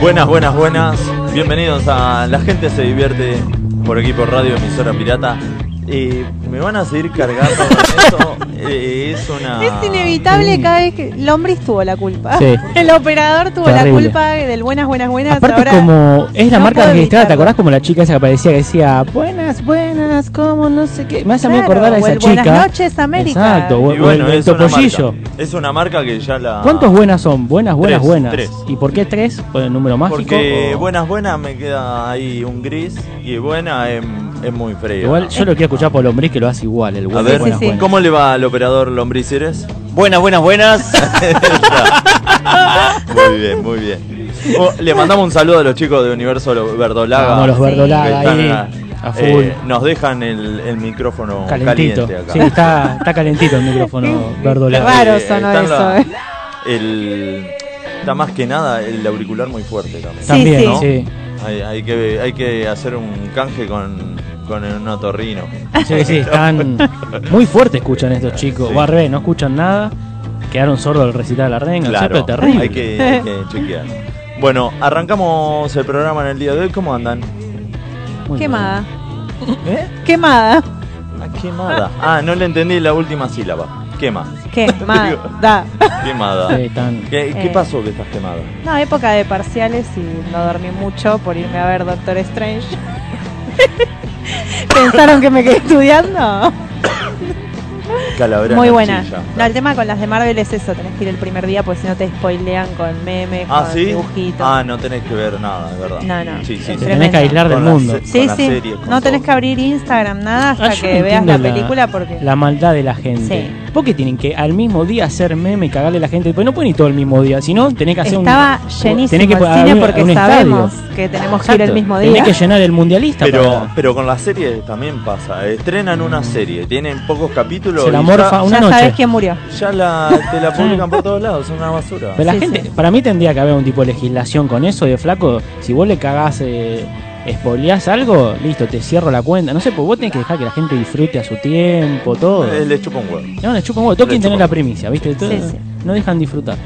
Buenas, buenas, buenas. Bienvenidos a La gente se divierte por aquí por Radio Emisora Pirata. Y me van a seguir cargando eso. eh, es una. Es inevitable cada vez que. Lombris tuvo la culpa. Ah, Sí. El operador tuvo la Terrible. culpa del buenas, buenas, buenas. Aparte Ahora como es la no marca puedo registrada, ¿te evitarlo. acordás como la chica esa que aparecía que decía buenas, buenas, como no sé qué? Me hace a mí Claro, acordar a o esa el chica. Buenas noches, América. Exacto, o- Y o el, bueno, el es una, topollillo. marca. es una marca que ya la. ¿Cuántas Ah. buenas son? Buenas, buenas, Tres, buenas. tres. ¿Y por qué tres? ¿Por el número mágico? Oh. Porque o- buenas, buenas me queda ahí un gris. Y buena es, es muy frío. Igual yo lo quiero escuchar por Lombriz que lo hace igual, el A buenas, ver, buenas, sí, sí. buenas. ¿cómo le va al operador Lombricires? Buenas, buenas, buenas. Muy bien, muy bien. Oh, le mandamos un saludo a los chicos de Universo Lo- Verdolaga. Vamos, los Sí. verdolaga Ah, que están ahí, a- a full. eh, nos dejan el, el micrófono calentito. caliente acá. Sí, está, está calentito el micrófono verdolaga. Qué raro Eh, sonó están eso, la- eh. el- está más que nada el auricular muy fuerte también. Sí, También, sí. ¿no? sí. Hay, hay que, hay que hacer un canje con, con un otorrino. Sí, sí, están muy fuerte escuchan estos chicos. Sí. O al revés, no escuchan nada. Quedaron sordos al recitar la renga. Claro, Siempre terrible. hay que, hay que chequear. Bueno, arrancamos el programa en el día de hoy. ¿Cómo andan? Muy Quemada. ¿Eh? Quemada. Ah, quemada. Ah, no le entendí la última sílaba. Quema. Quemada. Quemada. bien. Sí, están- ¿Qué, qué Eh. pasó que estás quemada? No, época de parciales y no dormí mucho por irme a ver Doctor Strange. Pensaron que me quedé estudiando. Calavera. Muy en la buena. chilla. No, el tema con las de Marvel es eso, tenés que ir el primer día porque si no te spoilean con memes, Ah, con sí. dibujitos. Ah, no tenés que ver nada, es verdad. No, no. Sí, sí, Es Te sí. tremendo. tenés que aislar del Con las mundo. se- Sí, con las sí. series, con no tenés todo. que abrir Instagram, nada, hasta Ah, yo que no veas entiendo la película porque... La maldad de la gente. Sí. ¿Por qué tienen que al mismo día hacer meme y cagarle a la gente? Pues no pueden ir todo el mismo día, sino tenés que hacer Estaba un. llenísimo tenés que el abrir cine porque un estadio. sabemos que tenemos que ir el Exacto. mismo Tenés día. que llenar el mundialista. Pero, para- pero con las series también pasa. Estrenan una serie, tienen pocos capítulos. Se la y morfa ya- una ya sabes noche. quién murió. Ya la, te la publican por todos lados, es una basura. Pero la Sí, gente, sí. para mí tendría que haber un tipo de legislación con eso de flaco, si vos le cagás, eh, spoileás algo, listo, te cierro la cuenta. No sé, pues vos tenés que dejar que la gente disfrute a su tiempo, todo. Eh, le chupa un huevo. No, le chupan huevo, todos Le quieren tener chupan. la primicia, ¿viste? Todo- Sí, sí. No dejan disfrutar.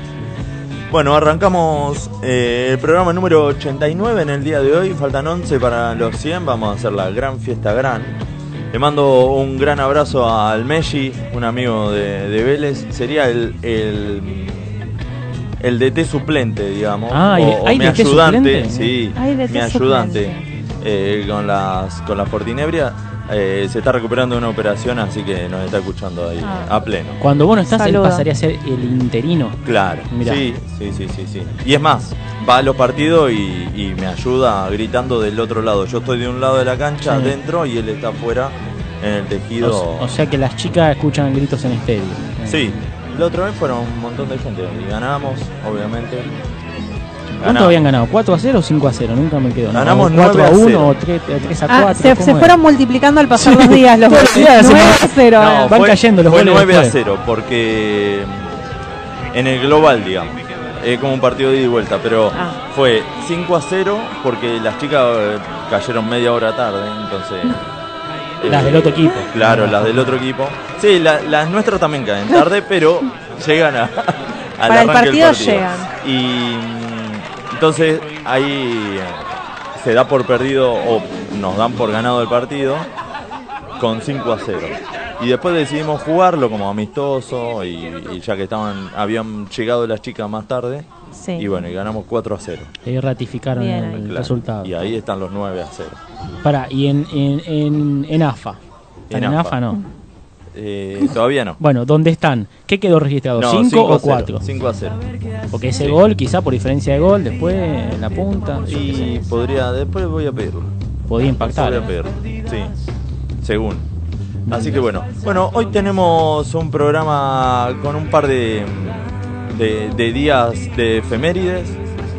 Bueno, arrancamos eh, el programa número 89 en el día de hoy. Faltan 11 para los 100. Vamos a hacer la gran fiesta gran. Le mando un gran abrazo al Messi, un amigo de, de Vélez. Sería el, el, el DT suplente, digamos. Ah, o, ¿hay o mi DT ayudante. suplente? Sí, Hay DT mi ayudante. suplente. Eh, con las con las portinebrias eh, se está recuperando de una operación, así que nos está escuchando ahí Ah. a pleno. Cuando vos no estás, Saludo. él pasaría a ser el interino. Claro, Mirá. sí, sí, sí, sí, sí. Y es más, va a los partidos y, y me ayuda gritando del otro lado. Yo estoy de un lado de la cancha, Sí. adentro, y él está afuera en el tejido. O, o sea que las chicas escuchan gritos en estéreo. Eh, sí, la otra vez fueron un montón de gente y ganamos, obviamente. ¿Cuánto Ganamos. habían ganado? ¿4 a 0 o 5 a 0? Nunca me quedó. Ganamos 4 9 a a 1 0. o 3, a Ah, 4. se, se fueron multiplicando al pasar los días los Todos los días se 9 me- 0. No, Van fue- cayendo los fue goles 9 a después. 0, porque mm, en el global, digamos, es como un partido de ida y vuelta, pero Ah. fue 5 a 0 porque las chicas eh, cayeron media hora tarde, entonces... Las eh, del otro equipo. Claro, las del otro equipo. Sí, la- las nuestras también caen tarde, pero llegan a, al Para el arranque del partido llegan. Y mm, entonces ahí se da por perdido o nos dan por ganado el partido con 5 a 0. Y después decidimos jugarlo como amistoso y, y ya que estaban habían llegado las chicas más tarde. Sí. Y bueno, y ganamos 4 a 0. Ahí ratificaron Bien, el ahí. Claro. resultado. Y ahí están los 9 a 0. Pará, y en, en, en, en AFA. En En, AFA. AFA. no. Eh, todavía no. Bueno, ¿dónde están? ¿Qué quedó registrado? No, ¿Cinco cinco a o cero, cuatro? 5 a 0. Porque ese gol, quizá por diferencia de gol, después en la punta, yo qué sé, Y podría, después voy a pedirlo. Después podía impactar. Voy a ¿eh? pedirlo, sí. Según. Así que bueno. Bueno, hoy tenemos un programa con un par de, de, de días de efemérides.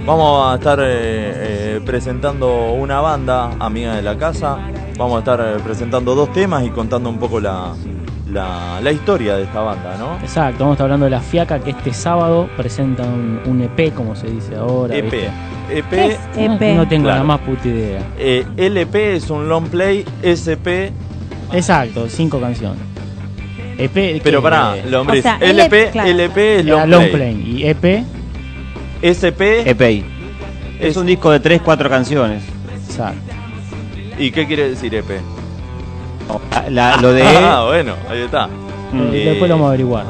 Vamos a estar eh, eh, presentando una banda amiga de la casa. Vamos a estar eh, presentando dos temas y contando un poco la, la, la historia de esta banda, ¿no? Exacto, vamos a estar hablando de la Fiaca que este sábado presentan un, un EP, como se dice ahora. EP. ¿viste? EP. ¿Qué es No, EP? no tengo E Claro. la más puta idea. eh, LP es un long play, SP Exacto, cinco canciones. E EP, ¿qué Pero pará, es? lombriz. O sea, LP, claro. LP es eh, Era long, long play. E play. Y EP, SP EPI. Es un disco de 3, 4 canciones. Exacto. ¿Y qué quiere decir EP? La- la- lo de Ah, bueno, ahí está. Mm. Eh, Después lo vamos a averiguar.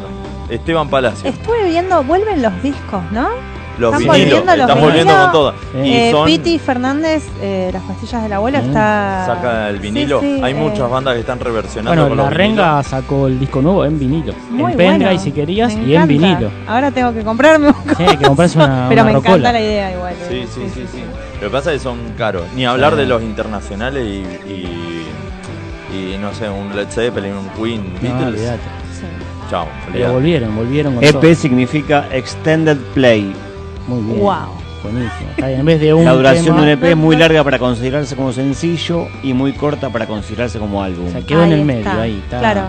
Esteban Palacio. Estuve viendo, vuelven los discos, ¿no? Los están vinilos. volviendo los Están volviendo vinilos. con todo. Eh, Y Eh, son. Piti Fernández, eh, Las pastillas de la abuela, Mm. está... Saca el vinilo. Sí, sí, Hay eh, muchas bandas que están reversionando Bueno, con la los Renga sacó el disco nuevo en vinilo. muy en pendrive bueno. si querías Me y en encanta. vinilo. Ahora tengo que comprarme un Sí, hay que comprarse una, Pero una me rocola. encanta la idea igual. eh. vinilos. Sí, sí, sí, sí. Lo que pasa es que son caros. Ni hablar Sí. de los internacionales y, y. y no sé, un Led Zeppelin, un Queen, No, Beatles. olvídate. Sí. Chao. Pero volvieron, volvieron con todo. EP E significa Extended Play. Muy bien. Wow. Buenísimo. Está bien, En vez de un La duración tema- de un EP es muy larga para considerarse como sencillo y muy corta para considerarse como álbum. O sea, quedó en Ahí el medio, está. ahí está. Claro.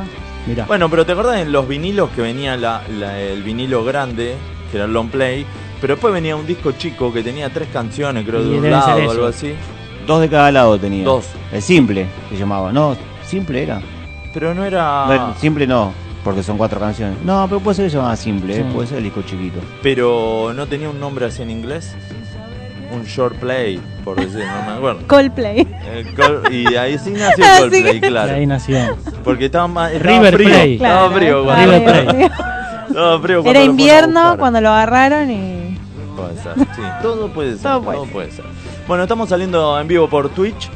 Mirá. Bueno, pero ¿te acordás en los vinilos que venía la- la- el vinilo grande, que era el long play? Pero después venía un disco chico que tenía tres canciones, creo, Y de un deben ser lado o eso. algo así. Dos de cada lado tenía. Dos. El simple se llamaba. No, simple era. Pero no era. No, el simple no, porque son cuatro canciones. No, pero puede ser que se llamaba simple, eh, Sí. puede ser el disco chiquito. Pero no tenía un nombre así en inglés. Un short play, por decir, no me acuerdo. Coldplay. Eh, Col- y ahí sí nació Así Coldplay, que- Ah, Ahí claro. nació. Porque estaba, ma- estaba River frío. Play. Estaba frío cuando River lo- Play. estaba frío cuando Era lo fueron a invierno buscar. cuando lo agarraron y... Puede ser, sí, todo puede ser. Todo Todo puede, puede ser. Bueno, estamos saliendo en vivo por Twitch.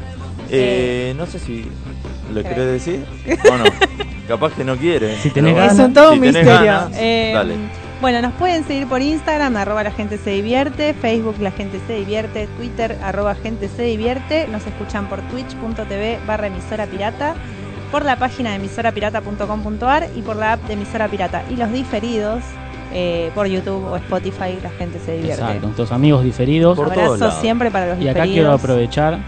Eh, no sé si lo Creo. querés decir o no. Capaz que no quiere. Si tenés pero ganas. Es bueno, un todo si un tenés misterio. ganas, Eh, dale. Bueno, nos pueden seguir por Instagram, arroba la gente se divierte, Facebook la gente se divierte, Twitter arroba gente se divierte, nos escuchan por twitch.tv barra emisora pirata, por la página de emisorapirata.com.ar y por la app de emisora pirata. Y los diferidos eh, por YouTube o Spotify, la gente se divierte. Exacto, con tus amigos diferidos. Por todos Abrazo lados. siempre para los Y acá quiero diferidos. aprovechar.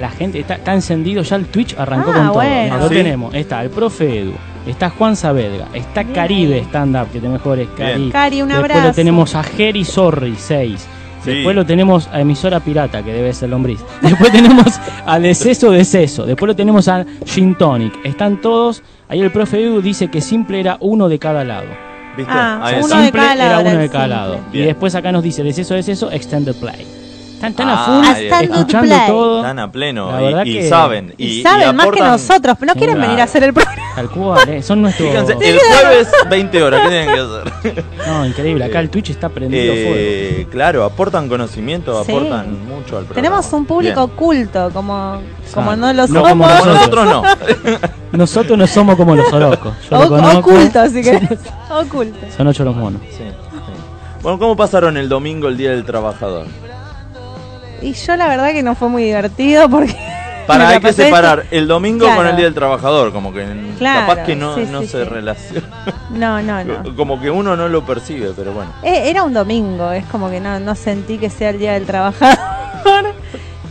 La gente está, está encendido, ya el Twitch arrancó Ah, con todo. bueno. Lo ¿Sí? tenemos. Está el profe Edu, está Juan Saavedra, está Bien. Caribe Stand Up, que te mejores, Cari. Cari, un Después abrazo. lo tenemos a Jerry Sorry 6. Sí. Después lo tenemos a Emisora Pirata, que debe ser Lombriz. Después tenemos a Deceso Deceso. Después lo tenemos a Gin Tonic. Están todos. Ahí el profe Edu dice que simple era uno de cada lado. ¿Viste? Ah, Ahí uno está. de simple cada lado, era uno era de el cada simple. lado. Bien. Y después acá nos dice Deceso Deceso, Extended Play. Están tan Ah, a ahí full, está. escuchando Play. todo. Están a La pleno verdad y, y que- saben. Y, saben más que aportan- nosotros, pero no Sí, quieren claro. venir a hacer el programa. Tal cual, eh, son nuestros. Fíjense, el jueves 20 horas, ¿qué tienen que hacer? No, increíble. Acá el Twitch está prendido fuego. Eh, claro, aportan conocimiento, Sí. aportan mucho al programa. Tenemos un público culto, como, como no lo No somos. como Bien. Como nosotros. nosotros no. Nosotros no somos como los orocos. Yo lo O- conozco. oculto, así que. oculto. Son ocho los monos. Sí, sí. Bueno, ¿cómo pasaron el domingo el Día del Trabajador? Y yo la verdad que no fue muy divertido porque. me Para, la hay que pasé- separar el domingo con Claro. el Día del Trabajador, como que Claro, capaz que no, sí, no sí, se sí. relaciona, No, no, no. como que uno no lo percibe, pero bueno. Eh, era un domingo, es como que no, no sentí que sea el día del trabajador.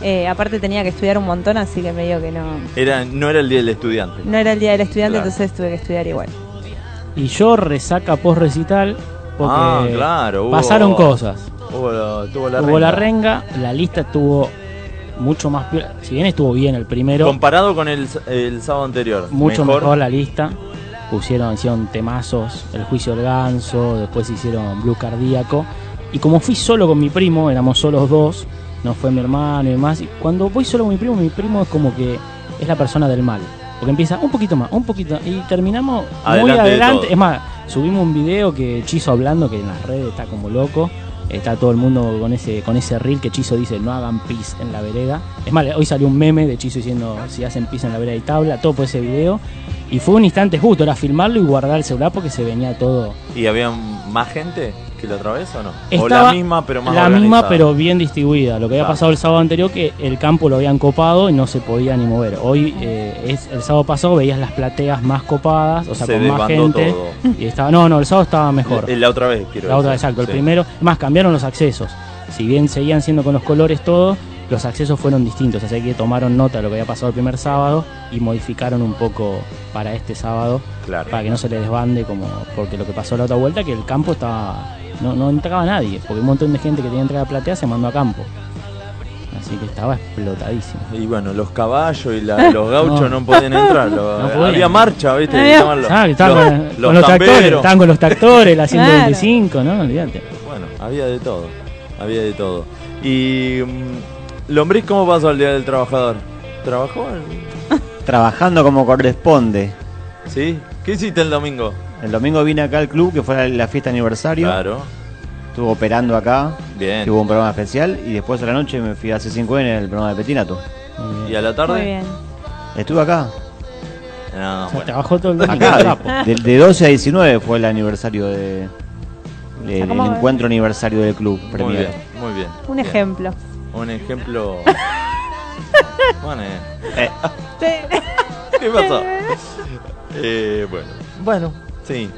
Eh, aparte tenía que estudiar un montón, así que me digo que no. Era, no era el Día del Estudiante. No era el día del estudiante, Claro. entonces tuve que estudiar igual. Y yo resaca post recital porque Ah, claro, hubo- pasaron cosas. Hubo, tuvo la Hubo la renga. renga, la lista estuvo mucho más. pi- Si bien estuvo bien el primero, Comparado con el, el sábado anterior. mucho mejor. la lista. Pusieron, hicieron temazos, el juicio del ganso, después hicieron Blue Cardíaco. Y como fui solo con mi primo, éramos solos dos, no fue mi hermano y demás. Y cuando voy solo con mi primo, mi primo es como que es la persona del mal. Porque empieza un poquito más, un poquito, y terminamos Adelante muy de adelante. todo. Es más, subimos un video que Chizo hablando, que en las redes está como loco. Está todo el mundo con ese con ese reel que Chizo dice, no hagan pis en la vereda. Es más, hoy salió un meme de Chizo diciendo, si hacen pis en la vereda y tabla, todo por ese video. Y fue un instante justo, era filmarlo y guardar el celular porque se venía todo. ¿Y había más gente que la otra vez o no? o Estaba la misma, pero más la misma organizada. pero bien distribuida. Lo que había Claro. pasado el sábado anterior que el campo lo habían copado y no se podía ni mover. Hoy, eh, es, el sábado pasado veías las plateas más copadas, o sea, Se con más desbandó gente. todo. Y estaba, no, no, el sábado estaba mejor. Eh, La, la otra vez, quiero La otra, decir. exacto, el Sí. primero. Más cambiaron los accesos. Si bien seguían siendo con los colores todo, los accesos fueron distintos. Así que tomaron nota de lo que había pasado el primer sábado y modificaron un poco para este sábado, Claro. para que no se les desbande, como porque lo que pasó la otra vuelta, que el campo estaba. No, no entraba nadie, porque un montón de gente que tenía entrada a platea se mandó a campo. Así que estaba explotadísimo. Y bueno, los caballos y la- los gauchos no, No. podían entrar. lo- No podían. había marcha, ¿viste? Había- Estaban los, Ah, que estaban los- con- con, los los tractores, tamberos. Ah, estaban con los tractores, la Claro. 125, ¿no? Olvídate. Bueno, había de todo. Había de todo. Y. mm, Lombriz, ¿cómo pasó el Día del Trabajador? ¿Trabajó? el- Trabajando como corresponde. ¿Sí? ¿Qué hiciste el domingo? El domingo vine acá al club, que fue la, la fiesta de aniversario. Claro. Estuve operando acá. Bien. que Hubo un programa especial. Y después a la noche me fui a C5N, el programa de Petinato. Muy ¿Y bien. a la Muy tarde? bien. Estuve acá. No, O sea, bueno. Trabajó todo el domingo, Acá, trapo. de, de 12 a 19 fue el aniversario de. de- sea, el ¿cómo va? encuentro aniversario del club. Muy premiado. bien, muy bien. Un Bien. ejemplo. Un ejemplo. bueno, eh, Eh, ¿qué pasó? Eh, bueno. Bueno, sí.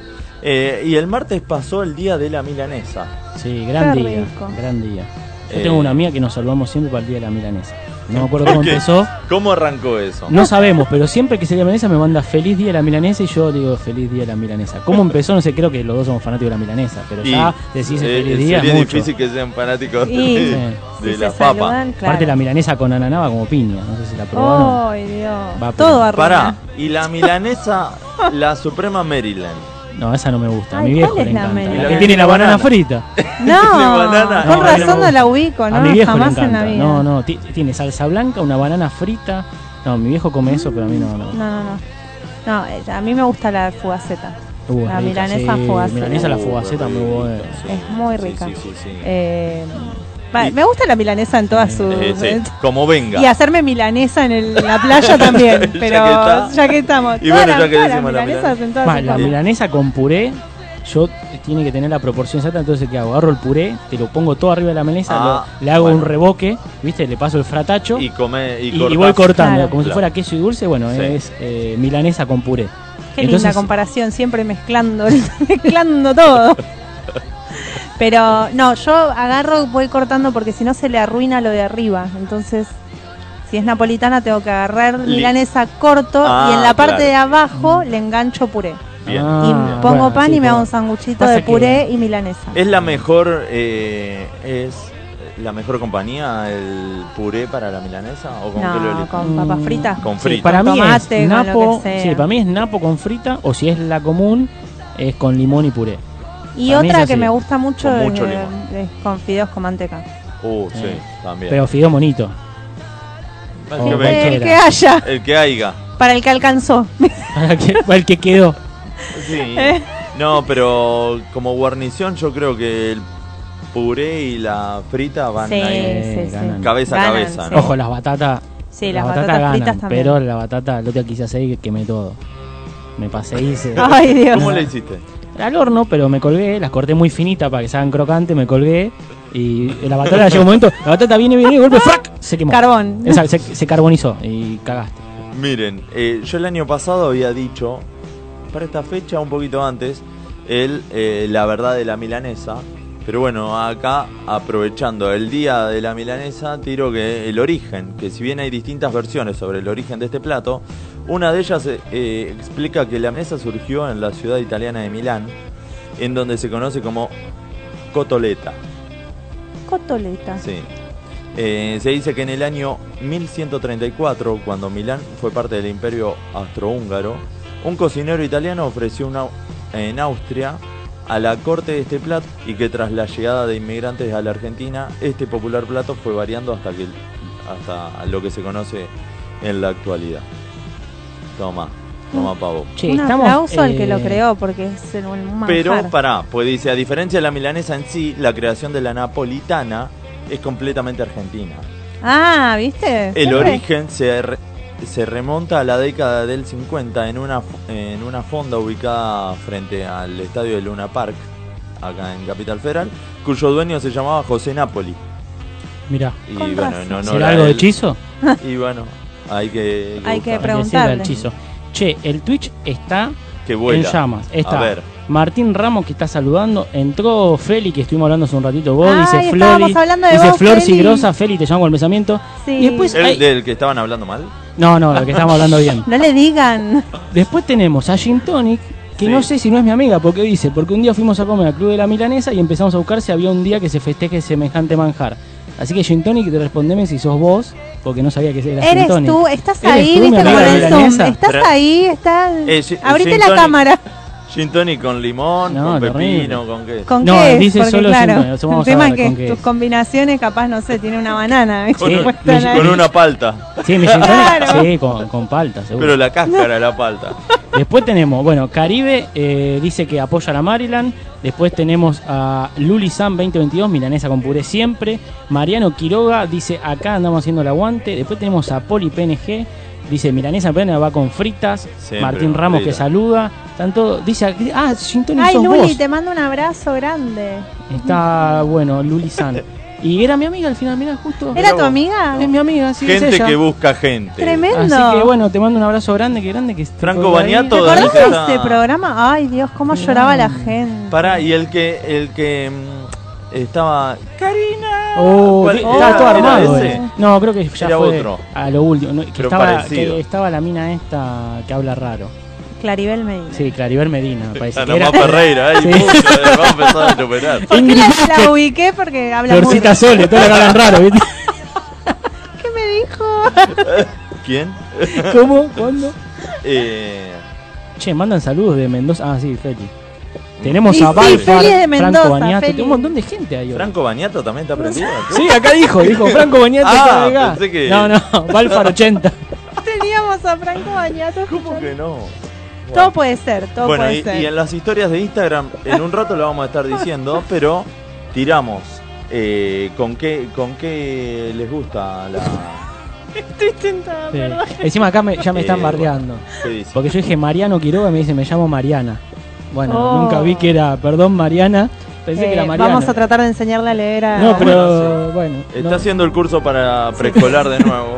Eh, y el martes pasó el día de la milanesa. Sí, gran Qué día, rico. gran día. Yo Eh. tengo una amiga que nos salvamos siempre para el día de la milanesa. No me acuerdo cómo Ok. empezó, ¿Cómo arrancó eso? no sabemos, pero siempre que se día de la milanesa me manda feliz día de la milanesa y yo le digo feliz día de la milanesa. ¿Cómo empezó? No sé, creo que los dos somos fanáticos de la milanesa, pero Y, ya decís eh, feliz día sería es mucho. difícil que sean fanáticos Y- de, Si de se la papa. saludan, claro. Oh. Aparte la milanesa con ananaba como piña, no sé si la probaron. ¡Ay, Dios! Va, Todo pero- arruina. Pará, y la milanesa, la suprema Maryland. No, esa no me gusta, a Ay, mi ¿cuál viejo le es la encanta. mela? La, Y la que que tiene tiene la banana, banana. frita. De No, banana. con No, a mí no razón me no la ubico, ¿no? a mi viejo Jamás le encanta. en la vida. No, no, ti- tiene salsa blanca, una banana frita. No, mi viejo come eso, pero a mí no. no. No, no, no. No, eh, a mí me gusta la fugaceta. Uh, es La rica, milanesa sí, fugaceta. milanesa la Uh, fugaceta muy rico, buena. sí. Es muy Sí, rica. Sí, sí, sí. Eh, va, Y- me gusta la milanesa en todas sus... Eh, sí, Como venga. Y hacerme milanesa en, el- en la playa también, Ya pero que está. ya que estamos. Y bueno, Todas ya las- que todas las decimos la milanesas en todas Va, sus la formas. milanesa con puré, yo tiene que tener la proporción exacta, entonces ¿qué hago? Agarro el puré, te lo pongo todo arriba de la milanesa, Ah, lo- le hago bueno. un reboque, ¿viste? Le paso el fratacho Y y, come y, y cortás. voy cortando, Claro. como si Claro. fuera queso y dulce, bueno, Sí. es eh, milanesa con puré. Qué linda Entonces- comparación, siempre mezclando, mezclando todo. Pero no, yo agarro, voy cortando porque si no se le arruina lo de arriba. Entonces, si es napolitana, tengo que agarrar Li- milanesa corto Ah, y en la parte claro. de abajo le engancho puré. Bien. y Ah, pongo bueno, pan sí, y me pero- hago un sanguchito Pasa de que- puré y milanesa. Es la mejor. eh, es la mejor compañía el puré para la milanesa o con qué lo No, eligen? con papas Mm, fritas. con Sí, frita. para mí tomate, es con lo napo, que sea. sí, para mí es napo con frita o si es la común es con limón y Y puré. para mí es otra así, que me gusta mucho, con mucho eh, limón. es con fideos con manteca. Uh, sí, Eh, también. Pero fideos bonito. el, o que Con venga. Eh, cualquiera. que haya, El que haiga. para el que alcanzó. Para el que, para el que quedó. Sí. No, pero como guarnición yo creo que el puré y la frita van Sí, ahí. sí, sí. ganan. Cabeza a Ganan, cabeza, sí. ¿no? Ojo, las batatas. Sí, las batatas fritas también. Pero la batata, lo que quise hacer y quemé todo. Me pasé y hice. Ay, Dios. ¿Cómo le hiciste? al horno, pero me colgué, las corté muy finita para que se hagan crocantes, me colgué. Y la batata llegó un momento, la batata viene, viene, y de golpe, ¡frac! Se quemó. Carbón. Esa, se, se carbonizó y cagaste. Miren, eh, yo el año pasado había dicho, para esta fecha, un poquito antes, el, eh, la verdad de la milanesa. Pero bueno, acá, aprovechando el día de la milanesa, tiro que el origen, que si bien hay distintas versiones sobre el origen de este plato, una de ellas eh, eh, explica que la milanesa surgió en la ciudad italiana de Milán, en donde se conoce como cotoleta. Cotoleta. Sí. Eh, se dice que en el año 1134, cuando Milán fue parte del imperio austrohúngaro, un cocinero italiano ofreció una, en Austria a la corte de este plato y que tras la llegada de inmigrantes a la Argentina, este popular plato fue variando hasta, que, hasta lo que se conoce en la actualidad. Toma, toma pavo. Che, Un estamos, aplauso al eh, que lo creó porque es el- un manjar. Pero pará, pues dice, a diferencia de la milanesa en sí, la creación de la napolitana es completamente argentina. Ah, ¿viste? El Siempre. origen se, re- se remonta a la década del 50 en una, f- en una fonda ubicada frente al estadio de Luna Park, acá en Capital Federal, cuyo dueño se llamaba José Napoli. Mirá, Y Con bueno, razón. no, no ¿será algo de él. hechizo? Y bueno, hay que, Hay que buscar. pre- Hay que decirle al Preguntarle. hechizo. Che, el Twitch está que vuela. en llamas. Está A ver. Martín Ramos que está saludando. Entró Feli, que estuvimos hablando hace un ratito. Vos, Ay, dice estábamos Flori. hablando de dice vos, Flor Feli. Sigrosa, Feli, te llamo al pensamiento. Sí. Y después- ¿El Ay. del que estaban hablando mal? No, no, lo que estamos hablando bien. No le digan. Después tenemos a Gin Tonic, que Sí. no sé si no es mi amiga, porque dice, porque un día fuimos a comer al Club de la Milanesa y empezamos a buscar si había un día que se festeje semejante manjar. Así que Gin Tonic, te respondeme si sos vos, porque no sabía que era Gin Eres Tonic. tú, estás Eres ahí, tú, mi viste, amiga por de el milanesa. Zoom. Estás Pero- ahí, estás. Eh, Gin- Abrite Gin la Tonic. cámara. Gin tonic con limón, No, con terrible. pepino, con qué. ¿Con No, qué es? dice Porque, solo claro, sin- vamos el a tema ver es que con qué tus es. combinaciones, capaz, no sé, tiene una banana. ¿viste? Con, Puesta mi- en ahí. con una palta. Sí, mi gin tonic, Claro. sí, con, con palta, seguro. Pero la cáscara de la palta. Después tenemos, bueno, Caribe eh, dice que apoya a la Maryland. Después tenemos a Luli Sam 2022, milanesa con puré siempre. Mariano Quiroga dice, acá andamos haciendo el aguante. Después tenemos a Poli PNG, dice, milanesa plena va con fritas. Siempre Martín con Ramos fritas. que saluda. Tanto, dice, ah, Shintoni Ay, sos Luli, vos. te mando un abrazo grande. Está bueno, Luli San. Y era mi amiga al final, mira, justo. ¿Era tu amiga? Es mi amiga, sí, es gente ella. que busca gente. Tremendo. Así que bueno, te mando un abrazo grande, que grande que estés Franco por ahí. Baniato, ¿Te acordás de Toda la este vida. programa? Ay, Dios, cómo Mirá. lloraba la gente. Pará, y el que, el que mm, estaba. ¡Karina! Oh, ¿Cuál sí, era? estaba todo ¿Era armado. ese? eh. No, creo que ya Era fue otro. a lo último. ¿no? que, Pero estaba, parecido. que estaba la mina esta que habla raro. Claribel Medina. Sí, Claribel Medina, me parece. Está que era. nomás Ferreira, ahí Sí. pucha, vamos a empezar a chupetar. ¿Por qué Ingrid la, Vázquez, la ubiqué? Porque habla muy Florcita rápido. Sole, todos la que hablan raro, ¿viste? ¿Qué me dijo? ¿Quién? ¿Cómo? ¿Cuándo? Eh, Che, mandan saludos de Mendoza. Ah, sí, Feli. Tenemos Y a sí, Balfar, Feli es de Mendoza, Franco Bañato. Feli. Un montón de gente ahí. hoy. ¿Franco Bañato también está prendido? Sí, acá dijo, dijo Franco Bañato. Ah, está de acá. pensé que- No, no, Balfar 80. Teníamos a Franco Bañato. ¿Cómo que no? Todo puede ser, todo bueno, puede y, ser. y en las historias de Instagram, en un rato lo vamos a estar diciendo, pero tiramos eh, con qué con qué les gusta la. Estoy tentada, Sí. perdón. Encima acá me- ya me están Eh, bardeando. ¿Qué dice? Porque yo dije Mariano Quiroga, me dice, me llamo Mariana. Bueno, Oh. nunca vi que era, perdón Mariana, pensé Eh, que era Mariana. vamos a tratar de enseñarle a leer a. No, Bueno, pero bueno. Está no. haciendo el curso para preescolar de nuevo.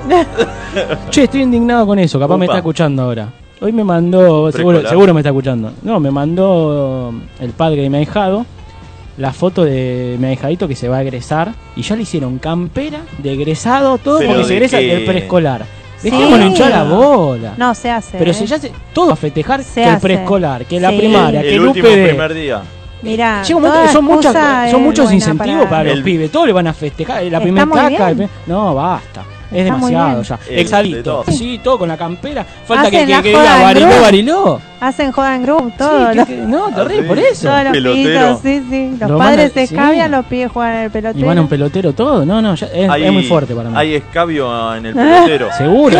Che, estoy indignado con eso, capaz me Upa. está escuchando ahora. Hoy me mandó, seguro, Preescolar. seguro me está escuchando. No, me mandó el padre de mi ahijado la foto de mi ahijadito que se va a egresar y ya le hicieron campera de egresado, todo Pero porque se ¿de egresa qué? del preescolar. Sí. Dejémosle hinchar la bola. No, se hace. Pero eh. si ya se, todo a festejar Se que el hace. preescolar, que la Sí. primaria, el que el último UPD. primer día. Mirá, Llega un momento que toda son, muchas- excusa es son muchos buena incentivos para, los El- pibes. Todos le van a festejar. La primera muy caca. el bien. pri- No, basta. Es Está muy demasiado bien. ya. El- de Exalito. todo. Sí, todo con la campera. Falta que, Hacen que, la que joda diga del bariló, grupo. bariló. Hacen joda en group, todo. Sí, los- que- que- no, te reí Ah, por sí. eso. Todos los Pelotero. pibitos, sí, sí. Los Lo padres mandan- se sí. escabian, los pibes juegan al pelotero. Y van a un pelotero todo. No, no, ya- es, Hay- es muy fuerte para mí. Hay escabio en el pelotero. Seguro.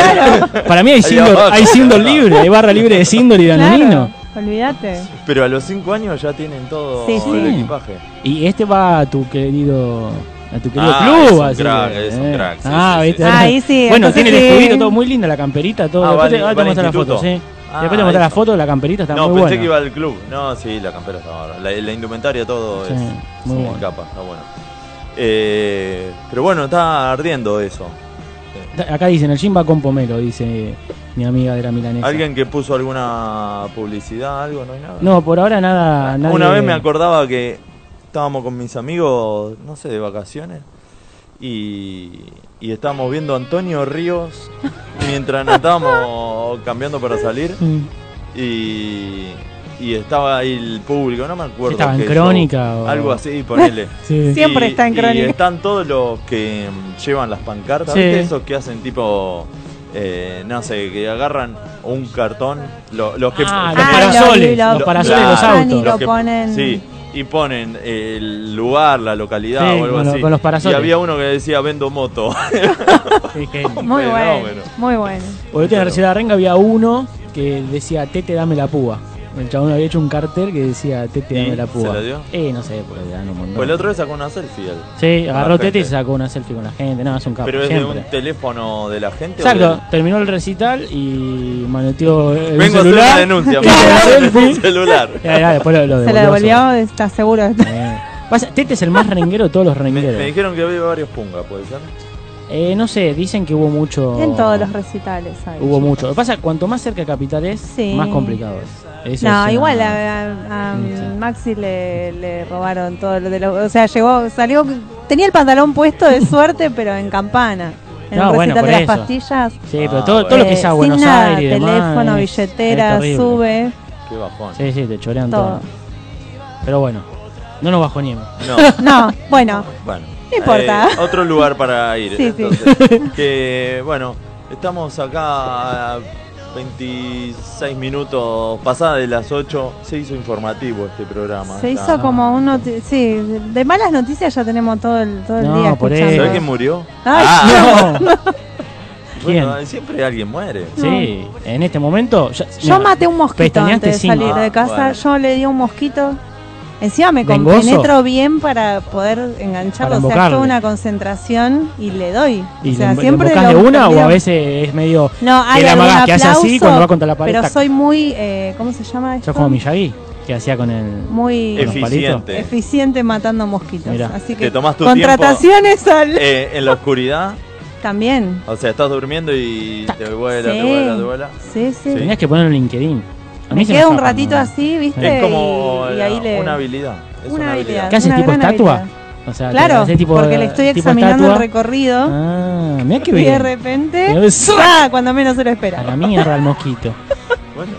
Para mí hay Ahí Sindor, abajo, hay Sindor ¿verdad? libre. Hay barra libre de Sindor y de Claro, Anonino. olvídate. Pero a los 5 años ya tienen todo Sí, el sí. equipaje. Y este va a tu querido. A tu querido Ah, club. es un así que, crack, es un eh. crack, sí, ah, sí, sí, viste. sí. Ahí sí, Bueno, entonces tiene el sí. escudito todo muy linda, la camperita, todo. Ah, Después va te- al- ahora te va al muestro la foto, instituto. sí. Ah, Después te muestro la ahí. foto, la camperita está no, muy pensé buena. que iba al club. No, sí, la campera está ahora. La, la indumentaria todo Sí, es muy sí, bueno. capa, está bueno. Eh, pero bueno, está ardiendo eso. Acá dicen, el gym va con pomelo, dice mi amiga de la milanesa. ¿Alguien que puso alguna publicidad, algo? No hay nada. No, por ahora nada. nadie- Una vez me acordaba que estábamos con mis amigos, no sé, de vacaciones, y, y estábamos viendo a Antonio Ríos mientras nos estábamos cambiando para salir, Mm. y, y estaba ahí el público, no me acuerdo. Estaba en qué show, crónica o- Algo así, ponele. Sí. Sí. Siempre Y- está en Y Crónica. están todos los que mm, llevan las pancartas, Sí. ¿viste? Esos que hacen tipo. eh, no sé, que agarran un cartón. lo- los que. Ah, los generalmente- lo- parasoles, lo- los parasoles de los claro, autos. Y lo que- ponen- Sí, y ponen el lugar, la localidad Sí, o algo con lo- así. con los Y parasoles. había uno que decía vendo moto. Sí, genio. Muy Pero no, bueno, pero- muy bueno. Por último, en la Ciudad de Renga había uno que decía, Tete, dame la púa. El chabón había hecho un cartel que decía, Tete, ¿Y dame la se púa. la dio? Eh, no sé, porque le dan un montón. Pues la otra vez sacó una selfie él. Sí, agarró la Tete y se gente. sacó una selfie con la gente. No, es un capo. Pero es de siempre. un teléfono de la gente. o Exacto, del- terminó el recital y manoteó eh, el Vengo a hacer celular. una denuncia. hizo la selfie. un celular. Ya, ya, después lo, lo Se lo devolvió. devolvió, ¿estás seguro? Eh, pasa- Tete es el más renguero de todos los Me, rengueros. me dijeron que había varios punga, ¿puede ser? Eh, no sé, dicen que hubo mucho. En todos los recitales. hay. Hubo mucho. Lo que pasa cuanto más cerca de Capital es, Sí. más complicado es. Eso es No, una- igual a, a- a Sí. Maxi le, le robaron todo lo de los. O sea, llegó, salió. Tenía el pantalón puesto de suerte, pero en campana. En No, un Ah, bueno, recital por de las eso. pastillas. Sí, pero Ah, todo, todo lo que eh, es a sin Buenos nada, Aires. y demás teléfono, es- es billetera, terrible. sube, Qué bajón. Sí, sí, te chorean todo. todo. Pero bueno, no nos bajoniemos. No, No, bueno, bueno. No importa. Eh, otro lugar para ir. Sí, sí. entonces. Que, bueno, estamos acá 26 minutos pasada de las 8. Se hizo informativo este programa. Se Está- hizo como un noti- sí, de- de malas noticias ya tenemos todo el, todo el No, día por escuchando. eso. ¿Sabés quién murió? Ay, Ah. No. Bueno, ¿Quién? siempre alguien muere. Sí, en este momento. ya- Yo mira, maté un mosquito pestañaste antes de cinco. salir de Ah, casa. bueno. Yo le di un mosquito. Encima me ¿Vengoso? compenetro bien para poder engancharlo. Para o sea, es toda embocarle. una concentración y le doy. ¿Y o sea, lo- lo siempre embocás de lo- una o mira, a veces es medio. no, hay que la algún amagás, que hace así aplauso, cuando va contra la pared, Pero tac. soy muy, eh, ¿cómo se llama esto? Yo como Miyagi, que hacía con el. Muy Con los palitos. Eficiente. eficiente matando mosquitos. Mirá. Así que Te tomás tu contrataciones al... tiempo eh, en la oscuridad. También. O sea, estás durmiendo y te vuela, Sí. te vuela, te vuela. Sí, sí. Sí. Tenías que ponerlo en LinkedIn. A mí Me se queda un escapa, ratito ¿no? así, ¿viste? Es como y, y la- ahí le... una habilidad. Es una, habilidad. ¿Qué haces, una tipo gran estatua? habilidad. O sea, Claro, ese tipo- porque le estoy tipo examinando el estatua. recorrido Ah, mira qué y de bien. Mirá repente, que- ¡zas! cuando menos se lo A la espera. mierda el mosquito. Bueno,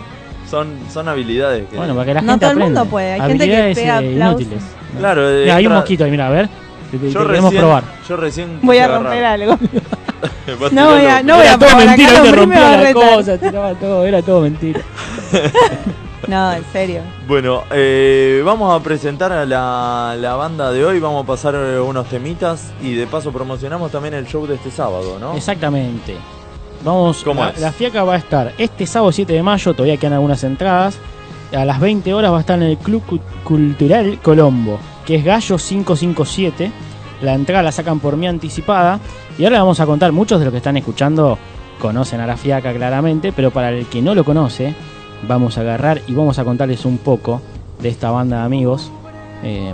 son, son habilidades. Que, Bueno, para que la No gente todo el aprenda. mundo puede, hay gente que Habilidades, pega eh, aplausos. inútiles. claro, Mira, hay un entra- mosquito ahí, mira, a ver. Te, te- te Yo queremos recién, probar. yo recién Voy a quise romper agarrar. Eh, algo. Voy a No tirar voy a- lo- no voy a- era todo probar acá, mentira, lo te primero me va a rompía la retar. cosa, tiraba todo, era todo mentira. No, en serio. Bueno, eh, vamos a presentar a la, la banda de hoy, vamos a pasar eh, unos temitas y de paso promocionamos también el show de este sábado, ¿no? Exactamente. Vamos, ¿Cómo la, es? la fiaca va a estar este sábado 7 de mayo, todavía quedan algunas entradas. A las 20 horas va a estar en el Club Cu- Cultural Colombo, que es Gallo 557. La entrada la sacan por mí anticipada. Y ahora vamos a contar, muchos de los que están escuchando conocen a la fiaca claramente, pero para el que no lo conoce, vamos a agarrar y vamos a contarles un poco de esta banda de amigos. Eh,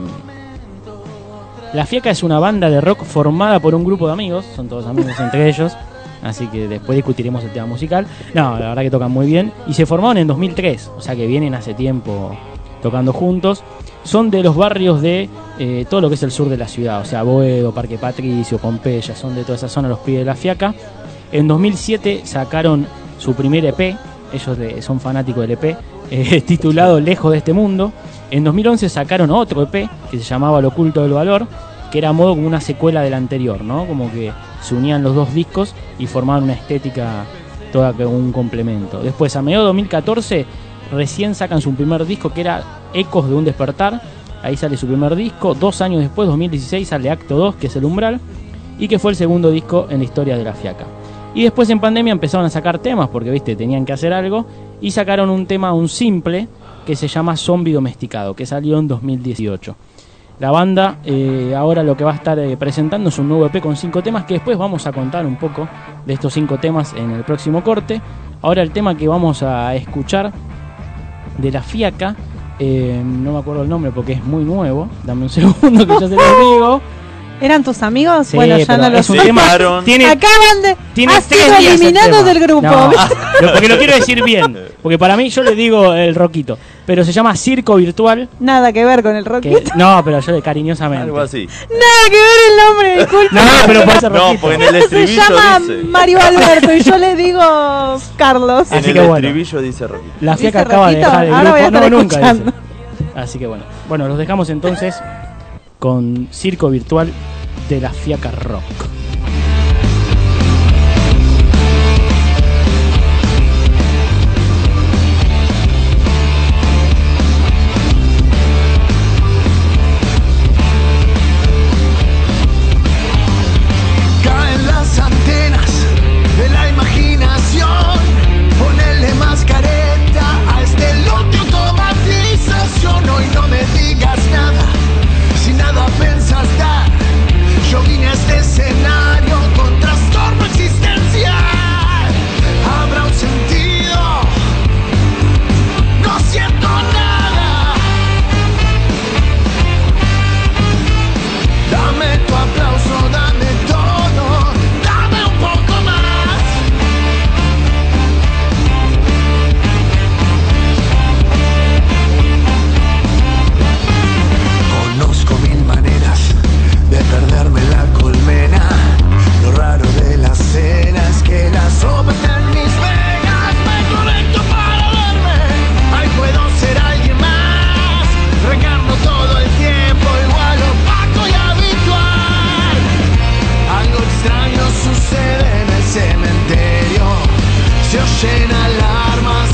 la Fiaca es una banda de rock formada por un grupo de amigos, son todos amigos entre ellos, así que después discutiremos el tema musical. No, la verdad que tocan muy bien y se formaron en 2003, o sea que vienen hace tiempo tocando juntos. Son de los barrios de eh, todo lo que es el sur de la ciudad, o sea, Boedo, Parque Patricio, Pompeya, son de toda esa zona los pibes de La Fiaca. En 2007 sacaron su primer EP, ellos le- son fanáticos del EP, eh, titulado Lejos de este mundo. En 2011 sacaron otro EP que se llamaba Lo oculto del valor, que era a modo como una secuela del anterior, ¿no? Como que se unían los dos discos y formaban una estética toda que un complemento. Después, a mediados de 2014, recién sacan su primer disco que era Ecos de un despertar. Ahí sale su primer disco. Dos años después, 2016, sale Acto 2, que es El Umbral, y que fue el segundo disco en la historia de la Fiaca. Y después en pandemia empezaron a sacar temas porque, viste, tenían que hacer algo. Y sacaron un tema, un simple, que se llama Zombie Domesticado, que salió en 2018. La banda eh, ahora lo que va a estar eh, presentando es un nuevo EP con cinco temas que después vamos a contar un poco de estos cinco temas en el próximo corte. Ahora el tema que vamos a escuchar de la Fiaca, eh, no me acuerdo el nombre porque es muy nuevo, dame un segundo que yo se lo digo. ¿Eran tus amigos? Sí, bueno, ya pero no lo es un sé. tema- Quemaron. Tiene Acaban de... tiene has tres sido días el eliminado tema. del grupo. No, lo- porque lo quiero decir bien. Porque para mí yo le digo el roquito. Pero se llama circo virtual. Nada que ver con el que- Roquito. no, pero yo de cariñosamente. Algo así. Nada que ver el nombre, disculpa. No, pero puede ser No, roquito. porque en el Se estribillo llama dice. Mario Alberto y yo le digo Carlos. En Así el que bueno. estribillo dice Rocky. La Dice fiaca acaba de Roquito, dejar el ahora voy a grupo. No, estar nunca. dice. escuchando. Así que bueno. Bueno, los dejamos entonces con circo virtual de la fiaca rock. Caen las antenas de la imaginación. Ponerle mascareta a este loco de automatización. Hoy no me digas nada, si nada pensas dar. Yo vine a este escenario con trastorno existencial. Habrá un sentido, no siento nada. Dame tu aplauso, dame todo, dame un poco más. Conozco mil maneras de perderme la colmena. Lo raro de la cena es que la sombra está en mis venas. Me conecto para verme. Ahí puedo ser alguien más. Recargo todo el tiempo, igual opaco y habitual. Algo extraño sucede en el cementerio. Se oyen alarmas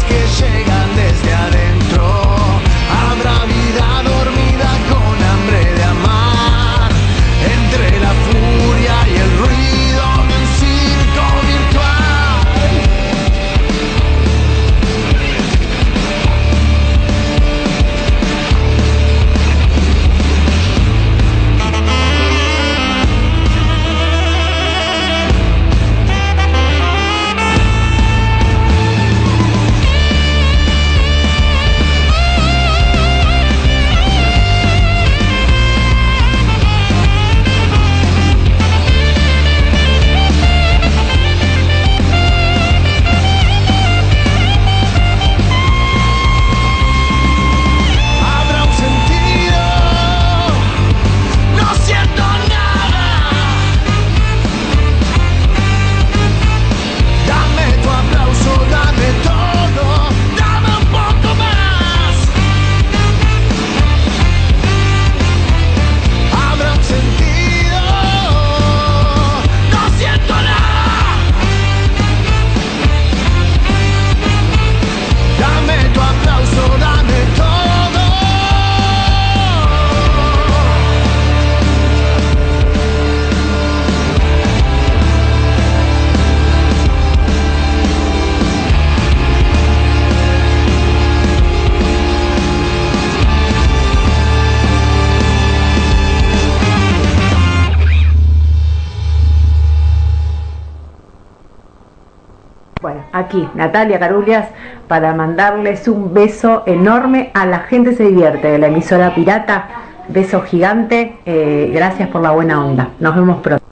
Bueno, aquí Natalia Carulias para mandarles un beso enorme a la gente se divierte de la emisora Pirata. Beso gigante, eh, gracias por la buena onda. Nos vemos pronto.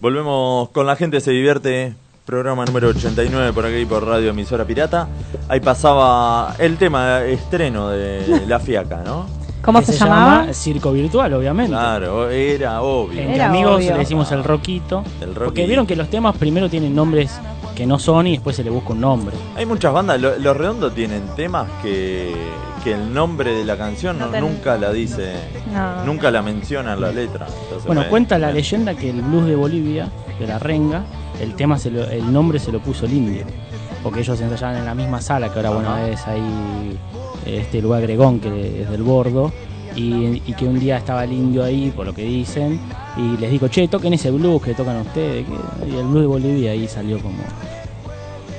Volvemos con la gente se divierte. Programa número 89 por aquí por Radio Emisora Pirata. Ahí pasaba el tema de estreno de La Fiaca, ¿no? ¿Cómo que se, llamaba? llama Circo Virtual, obviamente. Claro, era obvio. Entre Era amigos obvio. le decimos el roquito. El Porque roquito. vieron que los temas primero tienen nombres que no son y después se le busca un nombre. Hay muchas bandas, lo- los redondos tienen temas que, que el nombre de la canción No no- ten- nunca la dice, No. nunca la mencionan la letra. Entonces, Bueno, me- cuenta la me- leyenda que el blues de Bolivia, de la renga, el tema se lo- el nombre se lo puso el indio. Porque ellos ensayaban en la misma sala, que ahora bueno Ajá. es ahí eh, este lugar Gregón, que es del bordo, y, y que un día estaba el indio ahí, por lo que dicen, y les dijo, che, toquen ese blues que tocan ustedes, que-". y el blues de Bolivia ahí salió como...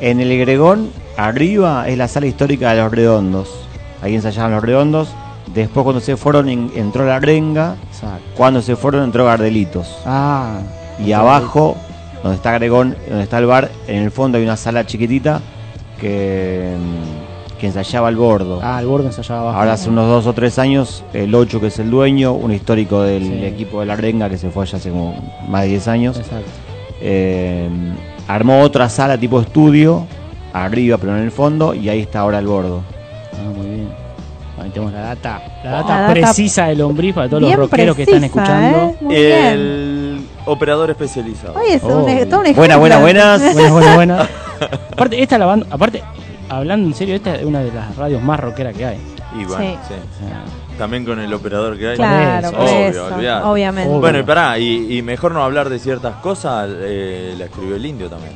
En el Gregón, arriba es la sala histórica de los redondos. Ahí ensayaban los redondos. Después cuando se fueron en- entró la renga. Exacto. Cuando se fueron entró Gardelitos. Ah. Y abajo, donde está Gregón, donde está el bar, en el fondo hay una sala chiquitita que, mm, que ensayaba al bordo. Ah, el bordo ensayaba abajo. Ahora hace unos dos o tres años, el 8 que es el dueño, un histórico del Sí. equipo de la renga que se fue allá hace como más de 10 años, Exacto. eh, armó otra sala tipo estudio, arriba pero en el fondo, y ahí está ahora el bordo. Ah, muy bien. Ahí tenemos la data. La La data data precisa del lombriz para todos los Bien rockeros que están precisa, escuchando. ¿eh? Muy bien. El operador especializado. Hoy es Oh. un, es todo un Buenas, ejemplo. buenas, buenas. Buenas, buenas, buenas. aparte, esta es la banda. Aparte, hablando en serio, esta es una de las radios más rockeras que hay. Y bueno, Sí. sí. O sea, También con el operador que hay. Claro, Obvio, por eso, olvidate. obviamente. Obvio. Bueno, y pará, y, y mejor no hablar de ciertas cosas, eh, la escribió el indio también.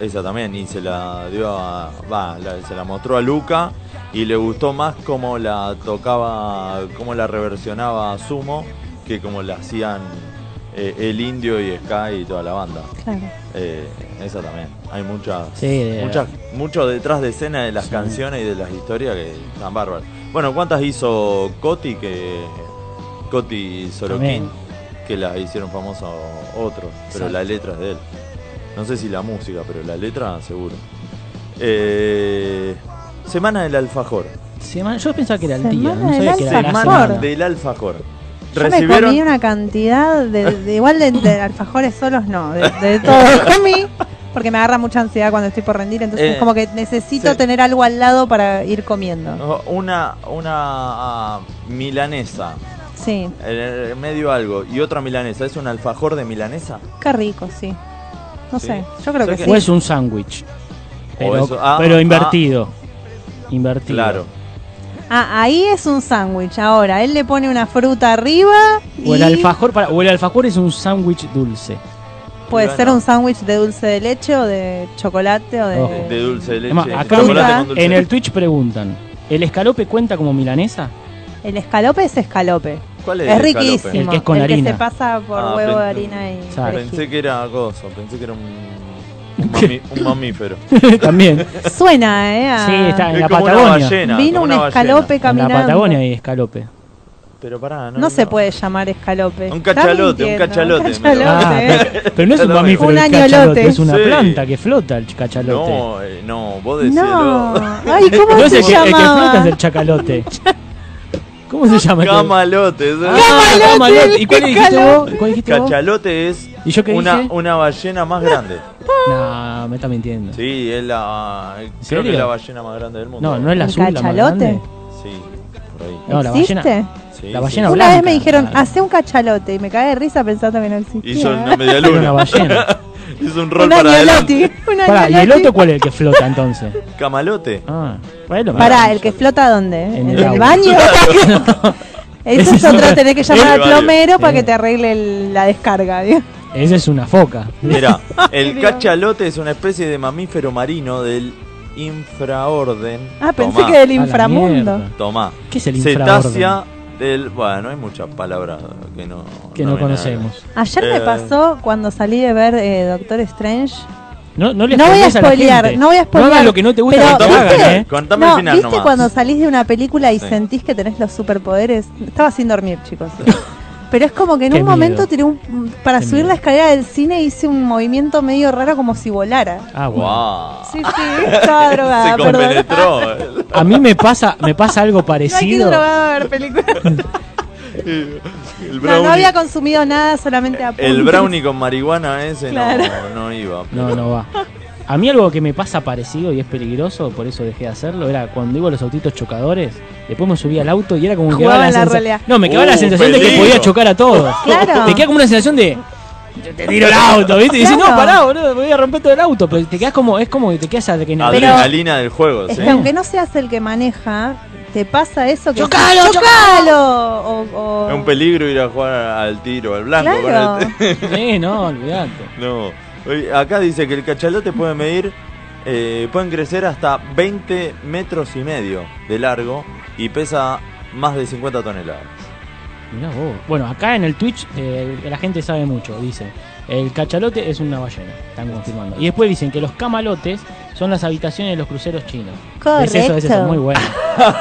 Esa también, y se la dio a. Va, la- se la mostró a Luca y le gustó más cómo la tocaba, cómo la reversionaba Sumo, que como la hacían eh, el indio y Sky y toda la banda. Claro. Eh, esa también. Hay muchas, Sí, de- muchas- mucho detrás de escena de las Sí. canciones y de las historias que están bárbaras. Bueno, ¿cuántas hizo Coti que Coti Sorokin También. que las hicieron famosas otros, pero Exacto. la letra es de él. No sé si la música, pero la letra seguro. Eh, semana del alfajor. semana- yo pensaba que era el día, Semana no sabía del que era la alfajor. Semana semana. del alfajor. Yo me comí una cantidad de, de- igual de, de alfajores solos no, de, de todo lo comí, porque me agarra mucha ansiedad cuando estoy por rendir, entonces Eh, es como que necesito sí. tener algo al lado para ir comiendo. No, una una ah, milanesa Sí, En el medio algo y otra milanesa. ¿Es un alfajor de milanesa? qué rico, sí. No Sí. sé, yo creo Sé que, que- sí. O es Pues un sándwich. Pero, eso, ah, pero ah. invertido. Invertido. Claro. Ah, ahí es un sándwich. Ahora, él le pone una fruta arriba O el y alfajor, para, o el alfajor es un sándwich dulce. puede Y bueno. ser un sándwich de dulce de leche o de chocolate o de... Oh. De, dulce de leche. Además, acá Chocolate en- con dulce En de el Twitch preguntan: ¿el escalope cuenta como milanesa? El escalope es escalope. leche. ¿Cuál es, Es el escalope? riquísimo. El que es con harina. se pasa por Ah, huevo de pensé- harina y... Exacto. perejil. Pensé que era gozo, pensé que era un, un mami- un mamífero. También. Suena, ¿eh? a- Sí, está en es la como una Patagonia. ballena. Vino como un una ballena. escalope En la caminando. Patagonia hay escalope. Pero pará, no. No, se puede llamar escalope. Un cachalote, un Está mintiendo, cachalote, un me lo- cachalote, Ah, ¿eh? pero, pero no es un Perdón, mamífero Un el añolote. cachalote, es una Sí. planta que flota el cachalote. No, eh, no, vos decílo. No. Ay, ¿cómo No es se el que, el que flota llamaba? es el chacalote. ¿Cómo se llama? este? Camalote. ese- Ah, camalote. ¿Y cuál dijiste vos? ¿Cuál dijiste vos? Cachalote es ¿Y yo qué una, dije? una ballena más grande. No, me está mintiendo. Sí, es la. Creo serio? que es la ballena más grande del mundo. No, no es la ¿El azul, la más cachalote? grande. Sí, por ahí. No, la ¿Existe? ballena- Sí, La sí. ballena Una vez blanca. me dijeron, Ah. hace un cachalote. Y me cae de risa pensando que no existía. Y son una media Era una luna. ballena. es un rol un para adelante. añolote. Un Pará, ¿y el añolote. otro cuál es el que flota entonces? Camalote. Ah, bueno, Pará, ¿el que flota dónde? En ¿En el el, agua. baño? Eso Ese es es otro, otro- tenés que llamar Eh, al vale. plomero para Eh. que te arregle el- la descarga. digo. Esa es una foca. Mira, el Dios. cachalote es una especie de mamífero marino del infraorden. Ah, pensé Tomá, que del A la inframundo. mierda. Tomá. ¿Qué es el Cetácea infraorden? del. Bueno, hay muchas palabras que no. Que no me nadan. conocemos. Ayer Eh. me pasó cuando salí de ver eh, Doctor Strange. No, no, le No voy a escondes la spoilear, gente. no voy a spoilear. hagas lo que no te gusta Pero, que te ¿viste? hagan, ¿eh? Contame el final ¿Viste nomás. cuando salís de una película y Sí. sentís que tenés los superpoderes? Estaba sin dormir, chicos. Pero es como que en Qué un miedo. momento tiré un. Para Qué subir miedo. la escalera del cine hice un movimiento medio raro como si volara. Ah, bueno. Guau. Sí, sí, estaba Se drogada, perdón. compenetró. eh. A mí me pasa, me pasa algo No hay que ir parecido. drogada a ver películas. El brownie, No, no había consumido nada, solamente a el brownie con marihuana ese no- Claro. no, iba. No, no va. A mí algo que me pasa parecido y es peligroso, por eso dejé de hacerlo, era cuando iba a los autitos chocadores, después me subía al auto y era como que me Jugaba daba en la sensa- realidad. No, me quedaba Uh, la sensación de que peligro. podía chocar a todos. Claro. Te queda como una sensación de "Yo te tiro el auto, ¿viste? Y dices, no, Claro. pará, boludo, me voy a romper todo el auto, pero te quedas como es como que te quedas adrenalina. Adrenalina del juego, Es sí. que aunque no seas el que maneja, te pasa eso que. ¡Chocalo, decís, chocalo! ¡Chocalo! O- o- Es un peligro ir a jugar al tiro, al blanco. con Claro. el- Eh, no, olvidate. No. Oye, Acá dice que el cachalote puede medir, eh, pueden crecer hasta 20 metros y medio de largo y pesa más de 50 toneladas. Mirá vos. Bueno, acá en el Twitch eh, la gente sabe mucho. Dice, el cachalote es una ballena. Están confirmando. Y después dicen que los camalotes son las habitaciones de los cruceros chinos. Es eso, es eso. Correcto. Muy bueno.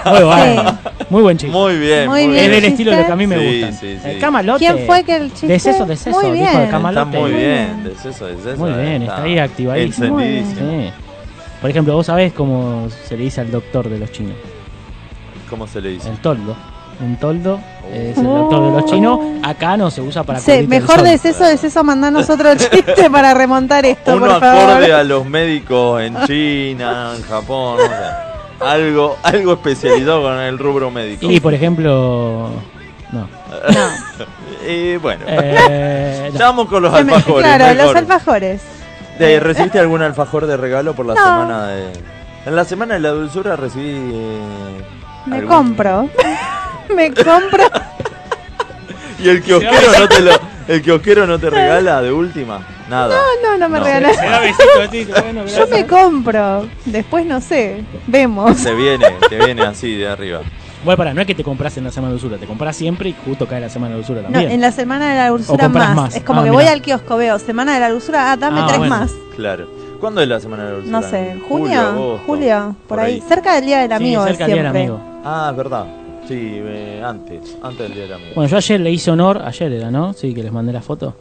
Muy bueno. Muy buen chiste. Muy bien, Muy es bien. del estilo de lo que a mí me Sí, gusta. sí, sí. El camalote. ¿Quién fue que el chiste? Deceso, deceso, Muy dijo el bien. camaleón. Está Malote. muy bien, deceso, deceso. Muy bien, está ahí activadísimo. Encendidísimo. Sí. Por ejemplo, vos sabés cómo se le dice al doctor de los chinos. ¿Cómo se le dice? El toldo. Un toldo es el Oh. doctor de los chinos. Acá no se usa para... Sí, cubrirte el mejor sol. deceso, deceso, mandanos otro chiste para remontar esto, Uno por favor. acorde a los médicos en China, en Japón, o sea, algo, algo especializado con el rubro médico. Y por ejemplo... No. Eh, bueno, Eh, no. ya vamos con los Se me- alfajores. claro, los mejor. alfajores. ¿Te- ¿Recibiste algún alfajor de regalo por la No. semana de.? En la semana de la dulzura recibí. eh, Me algún- compro. me compro. ¿Y el kiosquero no te lo.? ¿El kiosquero no te regala de última? Nada. No, no me No. regalas. Se da besito a ti, bueno, Yo me gracias. compro. Después no sé. Vemos. Te viene, te viene así de arriba. Bueno, pará, no es que te compras en la semana de usura, te compras siempre y justo cae la semana de usura No, también. en la semana de la dulzura compras más. más. Es como Ah, que mirá. voy al kiosco, veo semana de la dulzura, ah, dame Ah, tres bueno. más. Claro. ¿Cuándo es la semana de la dulzura? No sé, ¿En junio, agosto? julio, por, ahí. Cerca del Día del Sí, Amigo cerca del siempre. Día del Amigo. Ah, es verdad. Sí, eh, antes. Antes del día de la amiga. Bueno, yo ayer le hice honor, ayer era, ¿no? Sí, que les mandé la foto.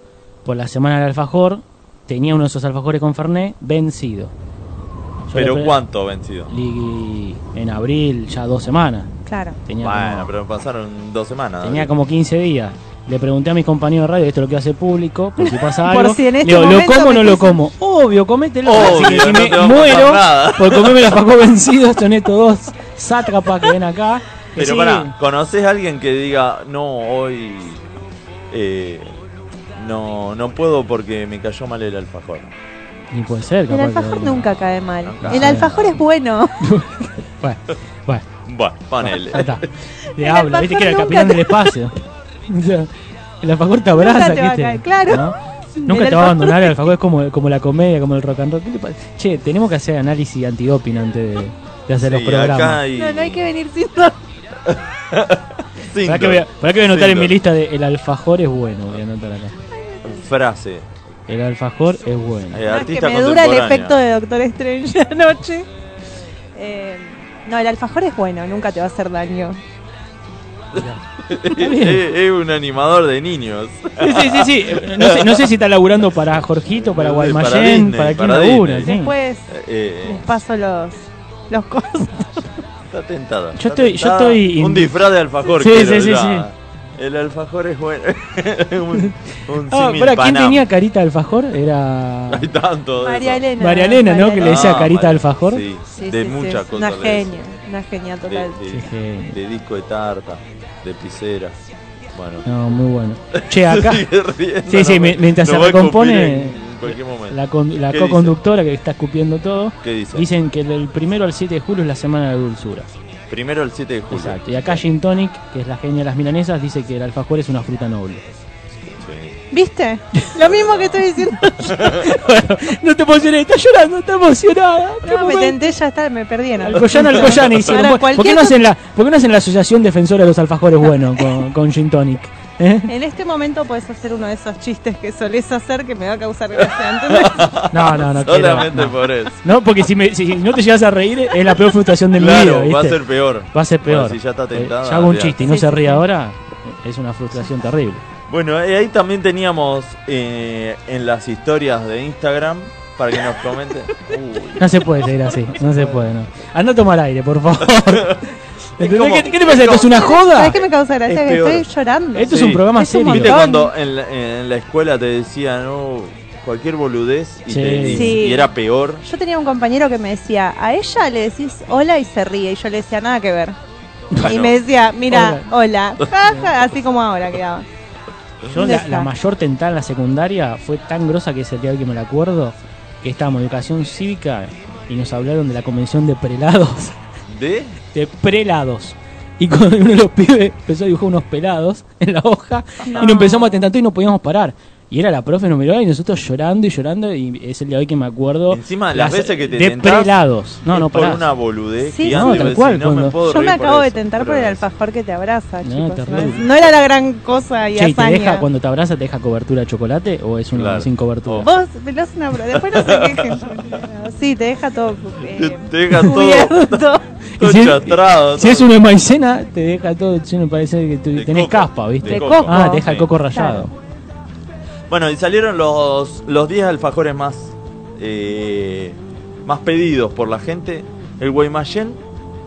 Por la semana del alfajor, tenía uno de esos alfajores con Fernet vencido. Yo le pero pre- ¿cuánto vencido? Y en abril, ya dos semanas. Claro. Tenía, Bueno, como, pero pasaron dos semanas. tenía como 15 días. Le pregunté a mis compañeros de radio, esto lo que hace público, por si pasa Por algo. si en este Le digo, ¿lo momento como o me no lo dicen- como? Obvio, comételo. Obvio, Así que no te si va a me pasar muero nada. por comerme los pacos vencidos, son estos dos sátrapas que ven acá. Que Pero sí, pará, ¿conoces a alguien que diga, no, hoy eh, no, no puedo porque me cayó mal el alfajor? Ni puede ser, El capaz que- alfajor nunca cae mal. Nunca. El alfajor es bueno. Bueno, bueno, Bueno, ponele. ya está. El Le habla, viste que era el alfajor capitán nunca del espacio. O sea, el alfajor te Nunca abraza, te va a ¿viste? caer, claro. ¿No? Nunca El te va a alfajor abandonar el alfajor, es como, como la comedia, como el rock and roll. ¿Qué te pasa? Che, tenemos que hacer análisis antidoping antes de, de hacer los Sí, programas. acá hay- No, no hay que venir sin Eh, dos. Cinco. ¿Para que voy a, pará que voy a anotar en Cinco. mi lista de el alfajor es bueno? Voy a anotar acá. Frase. eh, El alfajor es bueno. artista que me dura el contemporáneo. efecto de Doctor Strange anoche. Eh, no, el alfajor es bueno, nunca te va a hacer daño. Está bien. Es, es un animador de niños. Sí, sí, sí. sí. No, sé, no sé si está laburando para Jorgito, para Sí, para Guaymallén, Disney, para, quien para labura. Disney. sí. Después les Eh, paso los, los cosas. está tentada. está Yo estoy- yo tentada. estoy- Un disfraz de alfajor. Sí, quiero, sí, sí, ya. El alfajor es bueno. un un Ah, símil pará, ¿quién Panam. tenía carita de alfajor? Era. Hay tanto. de María eso. Elena. María Elena, ¿no? Que le decía Ah, carita María- de alfajor. Sí, Sí, de sí, sí, muchas es cosas. Una le decía. genia, una genia De- total. de- Qué genio. de disco de tarta, de pisera. Bueno. No, muy bueno. Che, acá Sigue riendo, Sí, sí, me- mientras nos se va a escupir recompone, eh, en cualquier momento. la, con- la ¿Qué dice? co-conductora que está escupiendo todo. ¿Qué dice? Dicen que del primero al 7 de julio es la semana de dulzura. Primero el 7 de julio. Exacto. Y acá Gin Tonic, que es la genia de las milanesas, dice que el alfajor es una fruta noble. Sí. ¿Viste? Lo mismo que estoy diciendo. no te emociones, está llorando, está emocionada. No, me tenté, ya está, me perdí en algo. Alcoyana, Alcoyana hicieron. Ahora, ¿Por- ¿Por qué, cualquier no hacen la, ¿Por qué no hacen la asociación defensora de los alfajores bueno con, con Gin Tonic? ¿Eh? En este momento puedes hacer uno de esos chistes que solés hacer que me va a causar gracia. ¿entendés? No, no, no. quiero, Solamente no. por eso. No, porque si, me- si- si no te llegas a reír es la peor frustración de mi vida. Claro, va a ¿viste? ser peor. Va a ser peor. Bueno, si ya está tentada, Eh, yo hago un olvidate. chiste y no Sí, se sí, ríe sí. ahora, es una frustración terrible. Bueno, eh, ahí también teníamos eh, en las historias de Instagram para que nos comenten. Uy. No se puede seguir así, no se puede, no. Anda a tomar aire, por favor. ¿Entendés? como- ¿Qué, qué te pasa? es ¿Esto es una joda? ¿Sabes qué me causa gracia? Es que peor. estoy llorando. Esto es un programa Es un serio. ¿Viste montón. cuando en la, en la escuela te decían "No, cualquier boludez y, Sí. te- y- Sí. y era peor? Yo tenía un compañero que me decía, a ella le decís hola y se ríe, y yo le decía nada que ver. Y Bueno. me decía, mira, hola, jaja", así como ahora quedaba. Yo la, Deja. la mayor tentada en la secundaria fue tan grosa que es el día de hoy que me la acuerdo, que estábamos en educación cívica y nos hablaron de la convención de prelados. ¿De? de prelados. Y cuando uno de los pibes empezó a dibujar unos pelados en la hoja y nos empezamos a tentar y no podíamos parar. Y era la profe nos miró y nosotros llorando y llorando y es el día de hoy que me acuerdo. Encima, las veces que te De tentás, prelados. No, Es no, por pará. una boludez Sí. gigante, No, y vos tal decís, cual, no me cuando- puedo Yo me reír por acabo de eso, tentar pero por el es- alfajor que te abraza, No, chicos. No, terrible. es- no era la gran cosa y Che, ¿y te hazaña. deja, cuando te abraza, te deja cobertura de chocolate o es una Claro. sin cobertura? Vos, pero es una... Después no sé qué... Sí, te deja todo... eh, Te- te deja todo- cubierto. Y Todo si es- chatrado, Si todo- es una maicena, te deja todo lleno, parece que tú De tenés coco, caspa, de ¿viste? De coco. coco. Ah, te deja el Sí. coco rayado. Bueno, y salieron los, los 10 alfajores más, eh, más pedidos por la gente. El Guaymallén,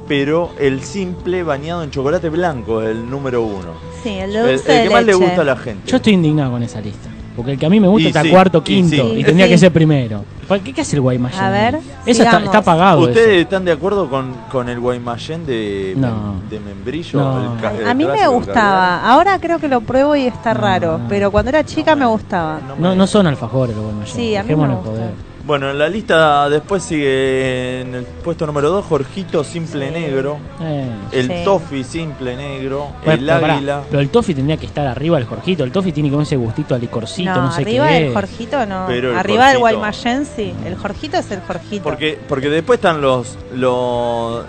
pero el simple bañado en chocolate blanco es el número uno. Sí, El, el el dulce de que más le leche. gusta a la gente. Yo estoy indignado con esa lista. Porque el que a mí me gusta Y está sí, cuarto, y quinto. Y, sí. tendría Sí. que ser primero. ¿Para ¿Qué, qué hace el Guaymallén? A ver, Eso está, sigamos. está pagado. eso. ¿Ustedes están de acuerdo con, con el Guaymallén de, No. de membrillo? No. El ca- el A mí me clásico gustaba. Ahora creo que lo pruebo y está No. raro. Pero cuando era chica me gustaba. caviar? No, me- no son alfajores los Guaymallén. Sí, a mí Dejémonos me gusta. joder. Bueno, en la lista después sigue en el puesto número 2 Jorgito Simple Negro, Eh. el Sí. Toffee Simple Negro, Bueno, el pero pará, Águila. pero el toffee tendría que estar arriba del Jorgito. El toffee tiene como ese gustito a licorcito, no, sé arriba qué. del es. Jorgito no. Pero el arriba del Jorgito. Guaymallén sí. El Jorgito es el Jorgito. Porque, porque después están los, los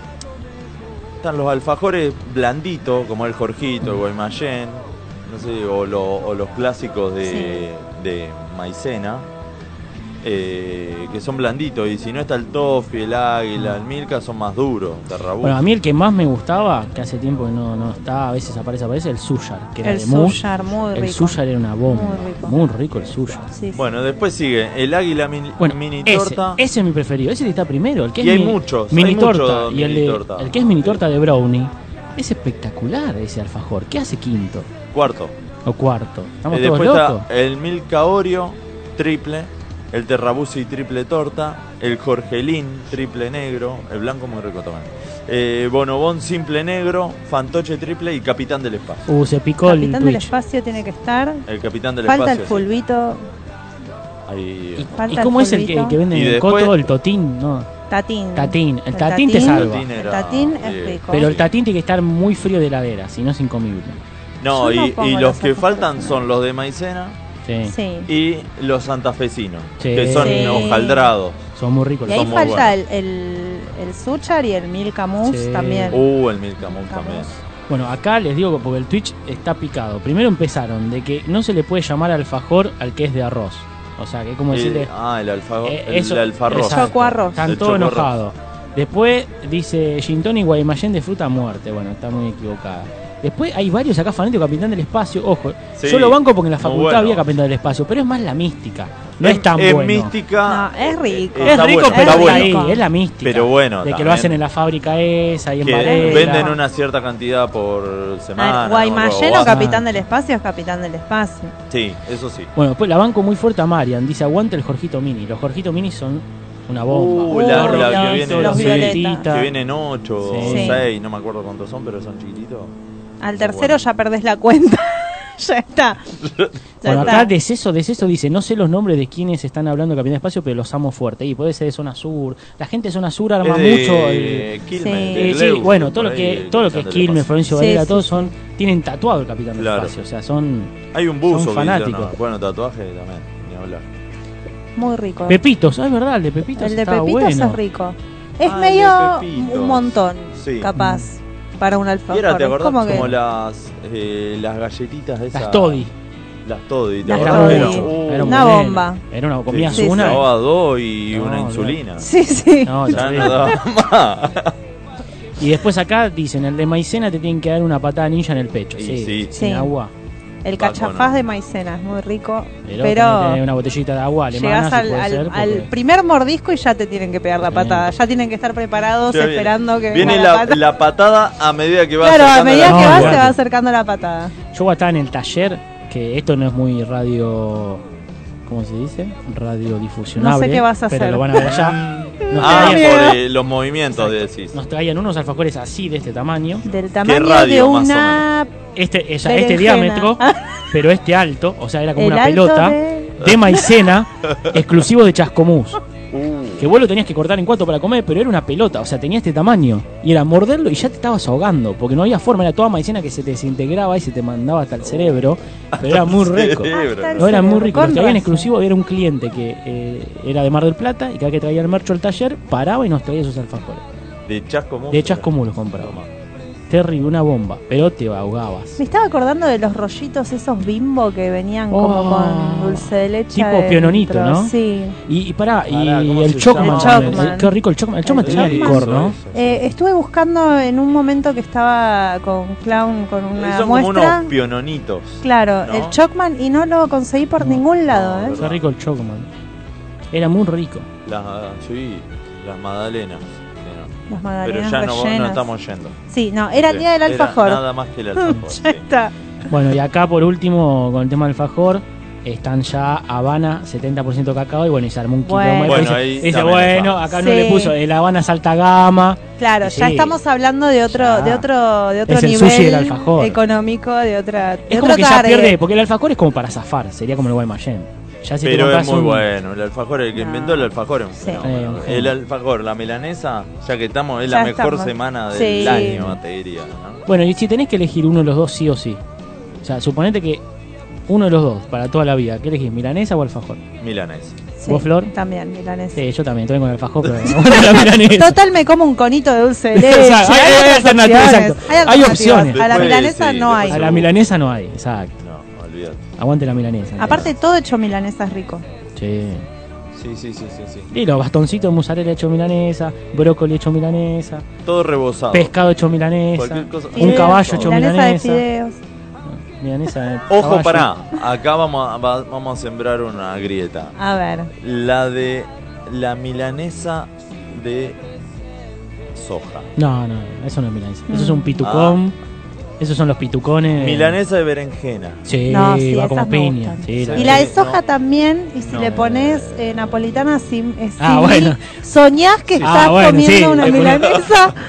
están los alfajores blanditos, como el Jorgito, el Guaymallén, no sé, o, lo- o los clásicos de, de maicena, eh, que son blanditos, y si no está el toffee, el águila, el milka, son más duros, terrabú. Bueno, a mí el que más me gustaba, que hace tiempo que no, no está, a veces aparece, aparece, el suyar, que era el de mousse. suyar, muy rico. El suyar era una bomba. Muy rico. el suyar. Sí, sí. Bueno, después sigue el águila mini, Bueno, mini ese, torta. ese es mi preferido, ese está primero. El que Y es hay mi- muchos, Mini hay muchos torta. y el, mini de- torta. el que es mini torta de brownie. Es espectacular ese alfajor. ¿Qué hace quinto Cuarto. o cuarto? Estamos Eh, todos después locos. está el Milka Oreo triple, el Terrabusi triple torta, el Jorgelín triple negro, el blanco muy rico también. Eh, Bonobón simple negro, Fantoche triple y Capitán del Espacio. Uh, se picó el Capitán del Twitch. espacio tiene que estar. El Capitán del Falta el Espacio. sí. fulbito, Ahí, ¿Y, eh, Falta y cómo el es el que, polvito. el que venden Y en el después- coto? El totín, ¿no? tatín. Tatín. El El tatín te tatín. salva. Tatín. El Era- tatín es sí. rico. Pero el Sí. tatín tiene que estar muy frío de heladera, si no es incomible. No, Yo no y, pongo y las los que hojas faltan personales. son los de maicena Sí. Sí. y los santafesinos, Sí. que son Sí. hojaldrados. Son muy ricos. Y los ahí son muy alfajores. falta el, el, el suchar y el Milka Mousse Sí. también. Uh, el Milka Moon también. Bueno, acá les digo porque el Twitch está picado. Primero empezaron de que no se le puede llamar alfajor al que es de arroz. O sea, que es como decirle... Eh, ah, el alfago, eh, el, alfarro. exacto. Chocoarroz. Están El todos chocoarroz. enojados. Después dice Gintoni y Guaymallén de fruta a muerte. Bueno, está muy equivocada. Después hay varios acá fanáticos Capitán del Espacio. Ojo, Sí, yo lo banco porque en la muy facultad bueno. había Capitán del Espacio, pero es más la mística. No es, Es- tan es bueno. mística. No, es rico. Está Es rico, bueno, pero está está bueno. ahí, es la mística. Pero bueno, De que lo también. hacen en la fábrica esa y en que Varela. venden una cierta cantidad por Ah, semana. Guaymallén ¿no? o O- Capitán del Espacio es Capitán del Espacio. Sí, eso sí. Bueno, después la banco muy fuerte a Marian. Dice, aguante el Jorgito Mini. Los Jorgito Mini son una bomba. Uh, la- la que Los viene- los sí. violetitas. Que vienen 8 o Sí. 6, no me acuerdo cuántos son, pero son chiquititos. Al Muy tercero bueno. ya perdés la cuenta. ya está. Ya Bueno, está. acá Deceso, Deceso dice, no sé los nombres de quienes están hablando de Capitán de Espacio, pero los amo fuerte. Y puede ser de Zona Sur. La gente de Zona Sur arma Es de mucho... el- Quilmes, Sí. de Eh, sí, Leu, bueno, todo por lo que, ahí, todo lo que Capitán es del Quilmes, Espacio. Provincia Sí, Valera, sí, todos sí. son tienen tatuado el Capitán Claro. del Espacio. O sea, son... Hay un buzo, Son que dice, fanáticos. no, Bueno, tatuaje también, ni hablar. Muy rico. Pepitos, ah, es verdad, el de Pepitos el de estaba Pepitos bueno. es rico. Es Ah, el de medio Pepitos. un montón, Sí. capaz, para un Y alfajor. ahora te Es acordás como como, que- las, eh, las galletitas esas. Las Toddy. Las Toddy, ¿te Las Era acordás? Toddy. Eran- Ramones. uh, Era un Una veneno. bomba. Era una, sí, comías sí, sí. una. Daba dos y No, una no. insulina. Sí, sí. No, Ya terrible. no daba más. Y después acá dicen, el de maicena te tienen que dar una patada ninja en el pecho. Y Sí, sí. sin Sí. agua. El Bad cachafaz Bunny. de maicena, es muy rico. Pero, tenés Pero una botellita de agua alemana, llegás si al, puede al- ser, al porque- primer mordisco y ya te tienen que pegar la Sí. patada. Ya tienen que estar preparados Ya viene. esperando que viene venga la, la, patada. la patada a medida que va claro, a acercando medida la que vas No, mano. igual. se va acercando la patada. Yo cuando estaba en el taller, que esto no es muy radio. ¿Cómo se dice? Radiodifusionable. No sé qué vas a Pero hacer. lo van a ver allá. Nos, Ah, traían, por eh, los movimientos decís. nos traían unos alfajores así, de este tamaño. Del tamaño de radio, más o una. Este, ella- este berenjena. Ah, diámetro, pero este alto, o sea, era como el una alto pelota de... de- maicena, exclusivo de Chascomús. Que vos lo tenías que cortar en cuatro para comer, pero era una pelota, o sea, tenía este tamaño. Y era morderlo y ya te estabas ahogando, porque no había forma, era toda maicena que se te desintegraba y se te mandaba hasta el cerebro, pero era muy rico. Cerebro. Hasta el No, era muy cerebro, rico. Los con traían razón. exclusivo. Era un cliente que eh, era de Mar del Plata y cada que traía el mercho al taller, paraba y nos traía esos alfajores. De Chascomús. De hechas como los compraba. Terrible, una bomba. Pero te ahogabas. Me estaba acordando de los rollitos esos bimbo que venían Oh. como con dulce de leche. Tipo adentro. piononito, ¿no? Sí. Y, y pará, Pará, y ¿cómo el se Chocman. llama? el- El Chocman. Qué rico el Chocman. El Chocman El tenía Chocman. licor, ¿no? Eh, estuve buscando en un momento que estaba con Clown con una Son como muestra. unos piononitos. Claro, ¿no? el Chocman y no lo conseguí por No, ningún lado, ¿eh? Qué rico el Chocman. Era muy rico. Las, sí, las magdalenas. sí, no. Pero Las magdalenas ya no, rellenas. no estamos yendo. Sí, no, era el día del Era alfajor. nada más que el alfajor. ya sí. está. Bueno, y acá por último, con el tema del fajor, están ya Habana, 70% cacao, y bueno, y se armó un quilombo. Bueno. Y Bueno, dice- ahí dice, también está. bueno, acá no le Sí. puso el Habana es alta gama. Claro, ya Sí. estamos hablando de otro, Ya. de otro, de otro Es el nivel sushi del alfajor. económico, de otra, de Es otro como que ya target. pierde, porque el alfajor es como para zafar, sería como el Guaymallén. Ya si te Pero es compras muy un- bueno. El alfajor, el que No. inventó el alfajor. es un Sí. fenómeno. Eh, un genio. el alfajor, la melanesa, ya que estamos, es Ya la mejor estamos. semana del Sí. año, te diría. ¿no? Bueno, y si tenés que elegir uno de los dos sí o sí. O sea, suponete que uno de los dos, para toda la vida, ¿qué elegís? ¿Milanesa o alfajor? Milanesa. Sí, ¿Vos, Flor? También, milanesa. Sí, yo también, estoy con el alfajor, pero bueno, la milanesa. Total, me como un conito de dulce de leche. O sea, hay- hay otras alternativas, opciones. exacto. Hay opciones. A la Después, milanesa sí, no hay. después A la milanesa no hay, exacto. No, olvídate. Aguante la milanesa. Aparte, todo hecho milanesa es rico. Sí. Sí, sí, sí, sí, sí. Y los bastoncitos de mozzarella hecho milanesa, brócoli hecho milanesa, Todo rebozado. pescado hecho milanesa, Cualquier cosa. un Fideos, caballo hecho milanesa. de milanesa. fideos. milanesa de Ojo, caballo. pará. Acá vamos a, va- vamos a sembrar una grieta. A ver, La de la milanesa de soja. No, no, eso no es milanesa. Eso es Mm. un pitucón. Esos son los pitucones. Milanesa de berenjena. Sí, No, sí, va esas como me piña. gustan. Sí, Sí. y la de no. soja también, y si No. le pones eh, napolitana sin, eh, Ah, sin bueno. mil, soñás que Sí. estás Ah, bueno, comiendo sí, una le pones- milanesa.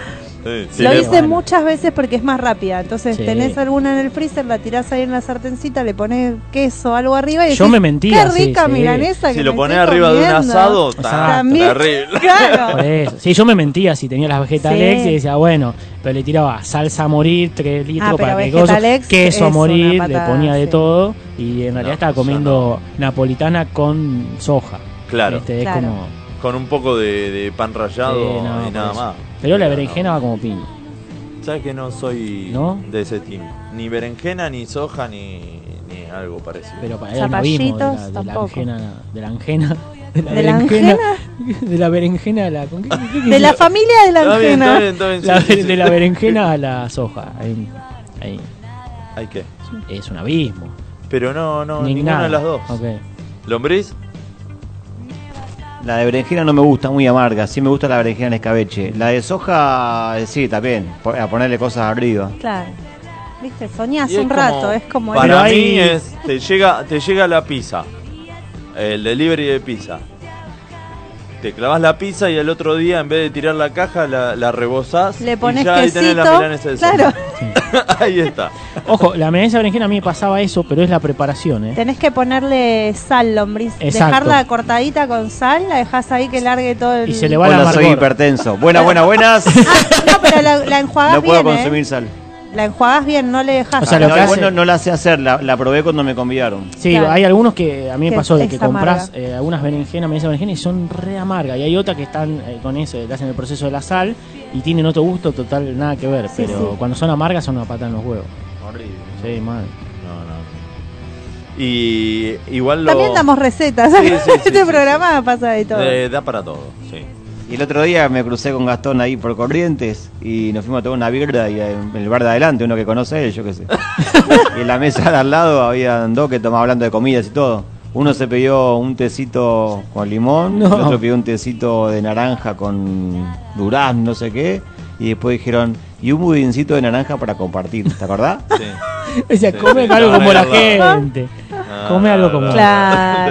Sí, Lo le- hice bueno. muchas veces porque es más rápida. Entonces, Sí. tenés alguna en el freezer, la tirás ahí en la sartencita, le pones queso algo arriba y Yo decís, me mentía, Qué sí, rica sí. milanesa que Si lo me pones estoy arriba de un comiendo". asado, ¡ah, está También. terrible. Por Claro. eso. Sí, yo me mentía si tenía las vegetales Sí. y decía, bueno, pero le tiraba salsa a morir, 3 litros Ah, pero para que Vegetal gozo, Ex es queso a una morir, patada, le ponía de sí. todo y en realidad No, estaba yo comiendo napolitana con soja. Claro, Este, es Claro. como- con un poco de, de pan rallado Sí, no, y nada por eso. más. Pero la no. berenjena va como piña. Sabes que no soy ¿No? de ese team. Ni berenjena, ni soja, ni, ni algo parecido. Pero para ella no vimos de la, Zapallitos, de la tampoco. berenjena. De la anjena. De la ¿De la berenjena. De la berenjena a la. ¿con qué- qué- qué- De la familia de la Está bien, está bien, angina. está bien, sí, la- sí, sí. de la berenjena a la soja. Ahí, ahí. Hay que. Es un abismo. Pero no, no, Ni ninguna nada. de las dos. Ok. ¿Lombriz? La de berenjena no me gusta, muy amarga. Sí me gusta la berenjena en escabeche. La de soja, eh, sí, también. po- A ponerle cosas arriba. Claro. Viste, soñás Y es un como- rato, es como Para Pero mí hay- es. Te llega, te llega la pizza. El delivery de pizza. Te clavas la pizza y al otro día, en vez de tirar la caja, la, la rebozás. le pones y ya ahí tenés quesito. la milanesa de soja. claro, ahí está. Ojo, la milanesa de berenjena a mí me pasaba eso, pero es la preparación, ¿eh? tenés que ponerle sal, lombriz. Exacto. Dejarla cortadita con sal, la dejás ahí que largue todo el. Ah, Y se le va la Hola, soy amargor. hipertenso. Buenas, buenas, buenas. No, pero la, la enjuagás No puedo bien. ¿eh? consumir sal. Ah, La enjuagás bien, no le dejás. O sea, lo no, que igual no, hace- no la sé hacer, la, la probé cuando me convidaron. Sí, Claro. hay algunos que a mí me Que pasó de es que amarga. compras eh, algunas berenjenas, milanesa de berenjena y son re amargas. Y hay otras que están eh, con eso, que hacen el proceso de la sal y tienen otro gusto total, nada que ver. Sí, pero sí. cuando son amargas son una pata en los huevos. Horrible. Sí, mal. No, no. Y igual lo. También damos recetas. Sí, sí, sí, este sí, programa pasa de todo. Eh, da para todo, sí. Y el otro día me crucé con Gastón ahí por Corrientes y nos fuimos a tomar una birra y eh, en el bar de adelante, uno que conoce él, yo qué sé. y en la mesa de al lado había dos que tomaban hablando de comidas y todo. Uno se pidió un tecito con limón, No. el otro pidió un tecito de naranja con durazno, no sé qué. Y después dijeron, y un budincito de naranja para compartir, ¿te acordás? Sí. Ella Sí, come sí, algo no, como la es verdad. gente. Ah, Come algo como- Claro.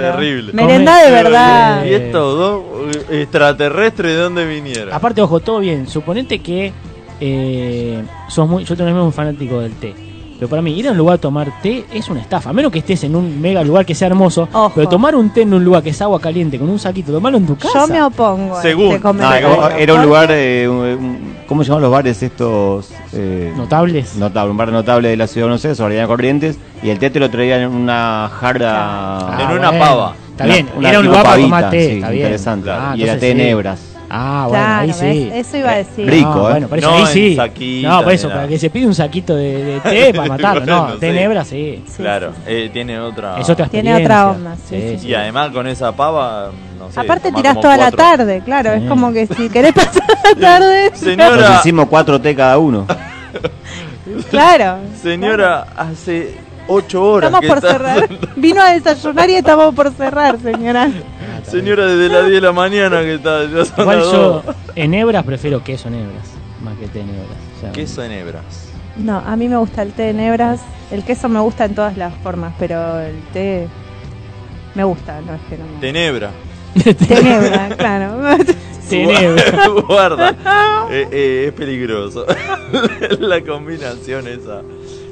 Terrible. Merenda de Come- verdad. Y estos dos eh, extraterrestres, ¿de dónde vinieron? Aparte, ojo, todo bien. Suponete que eh, sos muy, yo también soy un fanático del té. Pero para mí, ir a un lugar a tomar té es una estafa. A menos que estés en un mega lugar que sea hermoso. Ojo. Pero tomar un té en un lugar que es agua caliente con un saquito, tomarlo en tu Yo casa. me opongo. a Según. este No, comentario. era un lugar, eh, un- un- ¿cómo se llaman los bares estos? eh, Notables. notable, un bar notable de la ciudad de Buenos Aires, Soledad Corrientes, y el té te lo traía en una En jarra. Ah, una pava. Está una- bien, una era un tipo lugar para pavita, tomar té. sí, está bien. interesante. Ah, y era entonces té en sí. hebras. Ah, bueno, Claro, ahí sí. ¿ves? Eso iba a decir. Rico, No, ¿eh? bueno, por eso No ahí en sí. saquito, no, por eso, ni para nada. que se pide un saquito de, de té para matarlo. Bueno, no, té sí. nebra sí. Sí, Claro, sí, eh, tiene otra. Es otra Tiene experiencia. otra onda, sí, sí, Y además con esa pava, no sé. Aparte tomás tirás como toda la cuatro. tarde, claro. Sí. Es como que si querés pasar la tarde. Señora. Nos hicimos cuatro té cada uno. Claro. Señora, hace ocho horas. Estamos que por está- cerrar. Vino a desayunar y estamos por cerrar, señora. Señora, desde las 10 de la mañana que está. ya son Igual las yo dos. en hebras prefiero queso en hebras, más que té en hebras. O sea, Queso en hebras. No, a mí me gusta el té de nebras. El queso me gusta en todas las formas, pero el té me gusta, no es que no me Tenebra. Té nebra, claro. té en hebras. Guarda. Eh, eh, es peligroso. la combinación esa.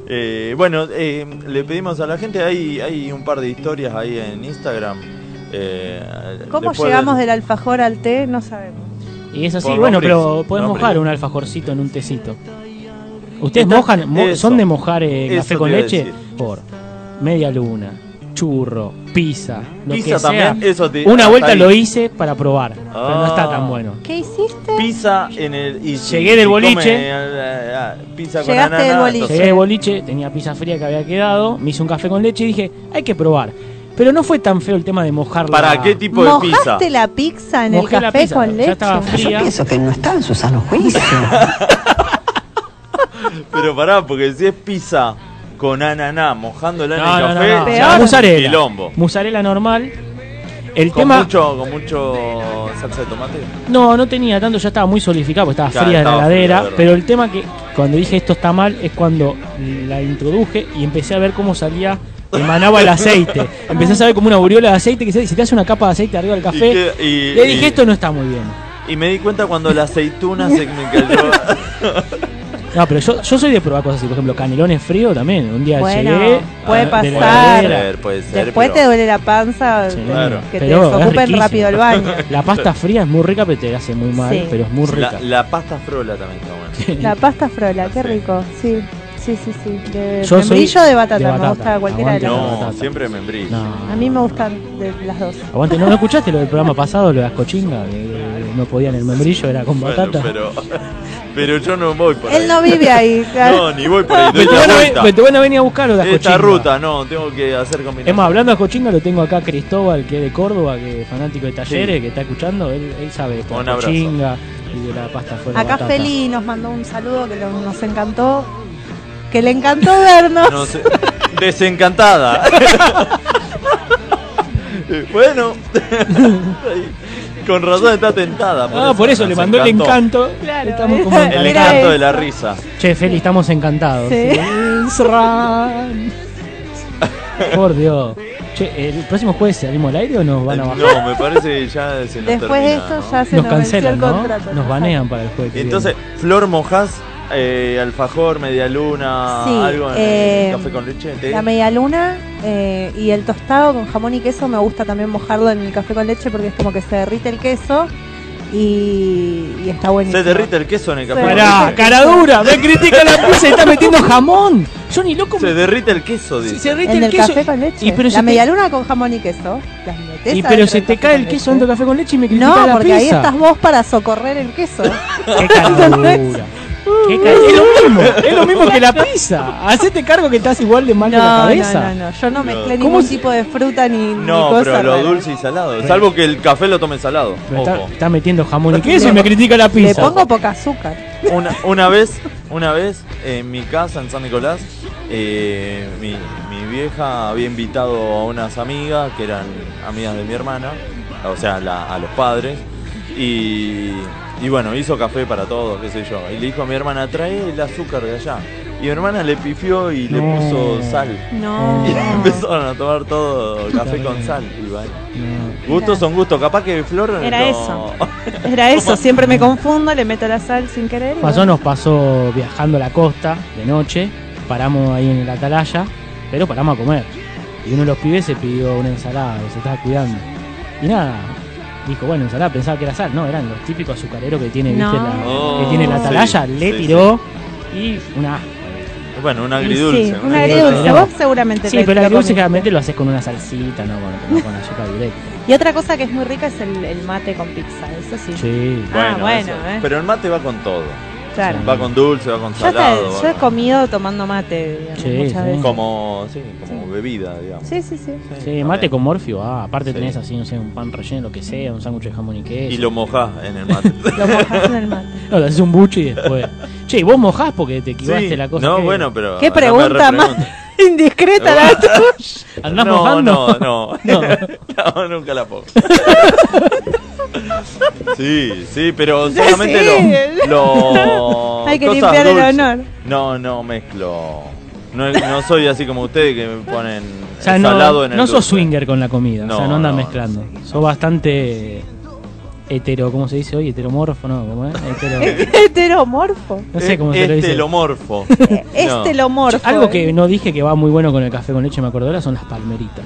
Eh, bueno, eh, le pedimos a la gente, hay, hay un par de historias ahí en Instagram. Eh, ¿Cómo después llegamos del- del alfajor al té? No sabemos. Y es así, Por bueno, nombres, pero podés nombres. mojar un alfajorcito en un tecito. ¿Ustedes Está- mojan? mo- eso. ¿Son de mojar eh, Eso café te con iba a leche? decir. Por media luna, churro, pizza, lo Pizza que sea. también, eso te- Una hasta vuelta ahí. lo hice para probar, pero no está Ah. tan bueno. ¿Qué hiciste? Pizza en el. y si- Llegué si del boliche. come, eh, ah, ah, pizza con Llegaste del ananá, boliche. entonces- Llegué de boliche, tenía pizza fría que había quedado, me hice un café con leche y dije, hay que probar. Pero no fue tan feo el tema de mojar ¿Para qué tipo de pizza? ¿Mojaste la pizza en Mojé el la café pizza, con ya leche? estaba fría. que no está en su sano juicio. Pero pará, porque si es pizza con ananá, mojándola No, en no, el no, café, no. ya es un Mozzarella. quilombo. Mozzarella normal. El Con tema. mucho, con mucho salsa de tomate. No, no tenía tanto, ya estaba muy solidificado porque estaba Claro, fría de la estaba fría, heladera. verdad. pero el tema que cuando dije esto está mal es cuando la introduje y empecé a ver cómo salía, emanaba el aceite. Empecé a saber como una aureola de aceite que se, se te hace una capa de aceite arriba del café. Y que- y- Le dije y- esto no está muy bien. Y me di cuenta cuando la aceituna se me cayó. No, pero yo, yo soy de probar cosas así, por ejemplo, canelones fríos también. Un día Bueno, llegué. puede a- de pasar. la Puede heladera. ser, puede ser. Después te pero- duele la panza, Sí, Claro. que te pero es desocupen riquísimo. rápido el baño. La pasta fría es muy rica, pero te hace muy mal, Sí. pero es muy rica. la, la pasta frola también está buena. La pasta frola, qué Sí. rico. Sí, sí, sí, sí. De Yo soy membrillo o de batata, de me batata. gusta cualquiera de las Aguante. dos. No, siempre membrillo. No. A mí me gustan de las dos. Aguante, ¿no, ¿no escuchaste lo del programa pasado, lo de las cochingas? Que, eh, no podían el membrillo, era con Bueno, batata. pero, pero yo no voy por ahí. Él no vive ahí, No, claro. ni voy por ahí. doy Me te, la van a, vuelta. ve- me te van a venir a buscar lo de las Esta cochingas. ruta, no, tengo que hacer combinación. Es más, hablando de cochinga, lo tengo acá a Cristóbal, que es de Córdoba, que es fanático de talleres, que está escuchando. Él, él sabe de esta Un abrazo. cochinga y de la pasta fuera. Acá Feli nos mandó un saludo que lo- nos encantó. Que le encantó vernos. No sé. Desencantada. Eh, bueno. Con razón está tentada. Ah, por eso le nos mandó el encantó. encanto. Claro, Estamos era- como El Mira encanto eso. de la risa. Che, Feli, estamos encantados. Sí. Serrán. Por Dios. Che, ¿el próximo jueves salimos al aire o nos van a bajar? No, me parece que ya se nos Después de termina, esto ¿no? ya se Nos nos, venció cancelan, el ¿no? contrato. Nos banean para el jueves. que Entonces, Flor Mojás, eh, alfajor, medialuna, Sí, algo en eh, café con leche. té. La media luna eh, y el tostado con jamón y queso me gusta también mojarlo en el café con leche porque es como que se derrite el queso y, y está buenísimo. Se derrite el queso en el café Se con Pará, leche. cara dura, me critica la pizza y está metiendo jamón. Yo ni loco Se me. derrite el queso, dice. Si se derrite En el, el queso. café con leche. Y pero la se media te, luna con jamón y queso. las metés y adentro pero se del te café cae con el queso leche. dentro del café con leche y me critica No, la porque ahí pizza. estás vos para socorrer el queso. Qué cara dura. ¿Qué ca- es lo mismo, es lo mismo que la pizza. Hacete cargo que estás igual de mal de la No, no, cabeza. no, no, yo no mezclé ¿Cómo ningún se- tipo de fruta ni, ni No, cosa pero lo rara. dulce y salado. Salvo que el café lo tome salado. Pero está, Ojo. está metiendo jamón y queso y me critica la Le pizza. pongo poca azúcar. Una, una vez, una vez, en mi casa en San Nicolás, eh, mi, mi vieja había invitado a unas amigas que eran amigas de mi hermana, o sea, la- a los padres, y, y bueno, hizo café para todos, qué sé yo. Y le dijo a mi hermana, trae el azúcar de allá. Y mi hermana le pifió y le No. puso sal. No. Y empezaron a tomar todo café con sal. Y bueno, Gustos son gustos, capaz que Flor. Era no- eso. Era eso, siempre me confundo, le meto la sal sin querer. y Pasó, bueno. nos pasó viajando a la costa de noche, paramos ahí en el atalaya, pero paramos a comer. Y uno de los pibes se pidió una ensalada, se estaba cuidando. Y nada, dijo, bueno, ensalada, pensaba que era sal, no, eran los típicos azucareros que tiene, No. ¿viste, la, que Oh, tiene la sí, atalaya, le sí, tiró y una... Bueno, un Y agridulce. Sí, un un agridulce. agridulce. No. Vos seguramente Sí, te- te pero lo la dulce comiste. generalmente lo haces con una salsita, no con, no con azúcar directa. Y otra cosa que es muy rica es el, el mate con pizza, eso sí. Sí. Ah, bueno, eso. eh. Pero el mate va con todo. claro. Va con dulce, va con Yo, hasta- salado. va yo he con- comido tomando mate digamos, Sí, muchas sí. veces. Como, sí, como bebida, digamos. Sí, sí, sí. Sí, mate también. con morfio, ah, aparte Sí. tenés así, no sé, un pan relleno, lo que sea, un sándwich de jamón y queso. Y lo mojás en el mate. Lo mojas en el mate. No, le haces un buche y después. che, y vos mojás porque te equivocaste Sí, la cosa. No, que- bueno, pero. Qué no me pregunta más repregunto. indiscreta la tuya. ¿Andás no, mojando? No, no, No. no. nunca la pongo. Sí, sí, pero Sí, solamente sí. lo, lo- Hay que cosas limpiar el dulces. honor. No, no mezclo. No, no soy así como ustedes que me ponen O sea, no, salado en el no sos dulce. swinger con la comida, o sea, No, no andas no, mezclando. Sos bastante hetero, ¿cómo se dice hoy? Heteromorfo, ¿no? ¿Cómo es? Hetero- Heteromorfo. no sé cómo se lo Este dice. Este Estelomorfo. Eh, Estelomorfo. Algo eh. que no dije que va muy bueno con el café con leche, me acuerdo ahora, son las palmeritas.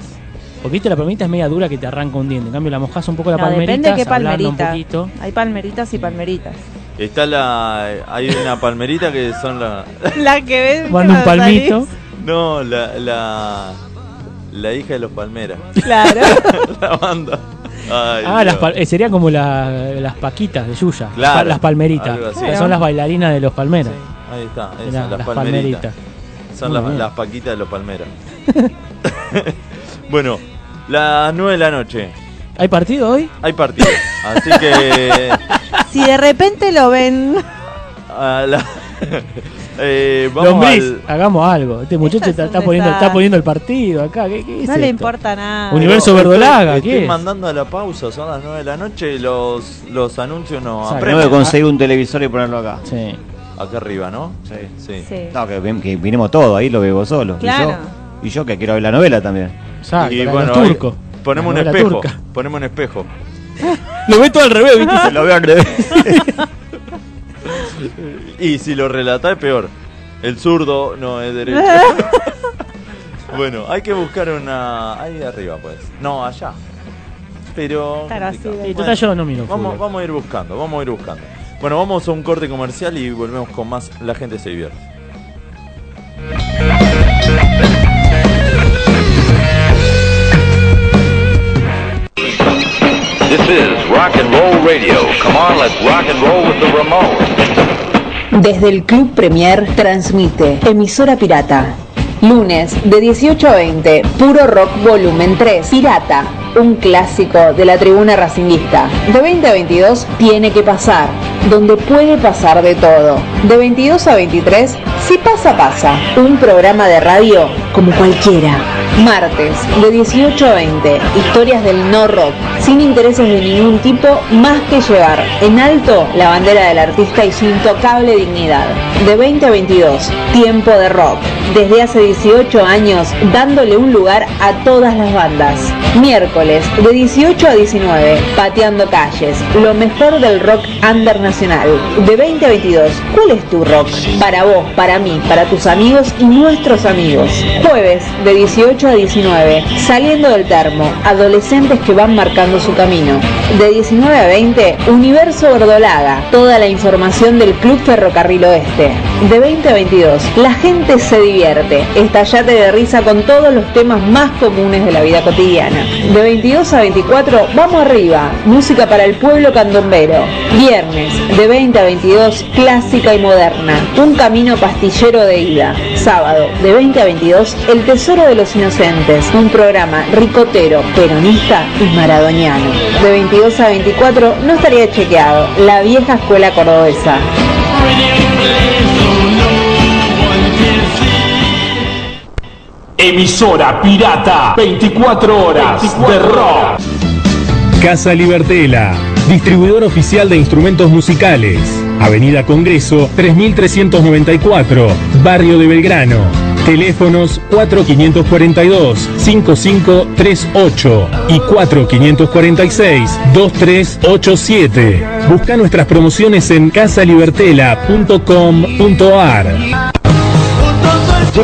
Porque viste, la palmerita es media dura que te arranca un diente. En cambio, la mojás un poco la No, palmerita, depende de qué se ablanda un palmerita. poquito. Hay palmeritas y palmeritas. Está la. Hay una palmerita que son la. La que ves. Manda un cuando palmito. No, la. La, la hija de los palmeras. salís. Claro. la banda. Ay, Ah, las Dios. pal- eh, sería como la- las paquitas de Yuya. las Claro, pa- las palmeritas. algo así. que Son las bailarinas de los palmeras. Ahí está, esas, Mirá, las, palmeritas. Son Muy las, bien. las paquitas de los palmeras. bueno, las 9 de la noche. ¿Hay partido hoy? Hay partido. Así que. Si de repente lo ven. a la- eh, vamos Lombriz, al- hagamos algo. Este muchacho es está, un está poniendo, desastre. está poniendo el partido acá. ¿Qué, qué es No le esto? importa nada. Univer- Universo Pero Verdolaga, Estoy, ¿qué estoy es? mandando a la pausa, son las 9 de la noche y los, los anuncios no Exacto. aprenden. Tenemos que conseguir un televisor y ponerlo acá. Sí. Acá arriba, ¿no? Sí. Sí. Sí. No, que, vi- que vinimos todos, ahí lo veo solo. Y Claro. yo- Y yo, que quiero ver la novela también. Exacto, Y la de bueno, los ahí turcos. ponemos un La novela espejo. turca. Ponemos un espejo. Lo ve todo al revés, ¿viste? Se lo veo al revés. Y si lo relata es peor. El zurdo no es derecho. bueno, hay que buscar una. Ahí arriba, pues. No, allá. Pero. Claro, así complicado. de- Y total, yo no miro vamos, fútbol. vamos a ir buscando, vamos a ir buscando. Bueno, vamos a un corte comercial y volvemos con más. La gente se divierte. This is rock and roll radio. Come on, let's rock and roll with the Ramones. Desde el Club Premier transmite Emisora Pirata. Lunes de 18 a 20, Puro Rock Volumen 3, Pirata, un clásico de la tribuna racinguista. De 20 a 22, Tiene que pasar, donde puede pasar de todo. De 22 a 23, Si pasa, pasa, un programa de radio como cualquiera. Martes de 18 a 20, historias del no rock, sin intereses de ningún tipo más que llevar en alto la bandera del artista y su intocable dignidad. De 20 a 22, tiempo de rock. Desde hace 18 años dándole un lugar a todas las bandas. Miércoles de 18 a 19, pateando calles, lo mejor del rock under nacional. De 20 a 22, ¿cuál es tu rock? Para vos, para mí, para tus amigos y nuestros amigos. Jueves de 18 a 19, saliendo del termo, adolescentes que van marcando su camino. De 19 a 20, Universo Verdolaga, toda la información del Club Ferrocarril Oeste. de 20 a 22. La gente se divierte. Estallate de risa con todos los temas más comunes de la vida cotidiana. De 22 a 24, vamos arriba. Música para el pueblo candombero. Viernes, de 20 a 22, clásica y moderna. Un camino pastillero de ida. Sábado, de 20 a 22, El Tesoro de los Inocentes. Un programa ricotero, peronista y maradoniano. De 22 a 24, no estaría chequeado. La vieja escuela cordobesa. Emisora pirata, 24 horas de rock. Casa Libertela, distribuidor oficial de instrumentos musicales. Avenida Congreso 3394, Barrio de Belgrano. Teléfonos 4542-5538 y 4546-2387. Busca nuestras promociones en casalibertela.com.ar. Che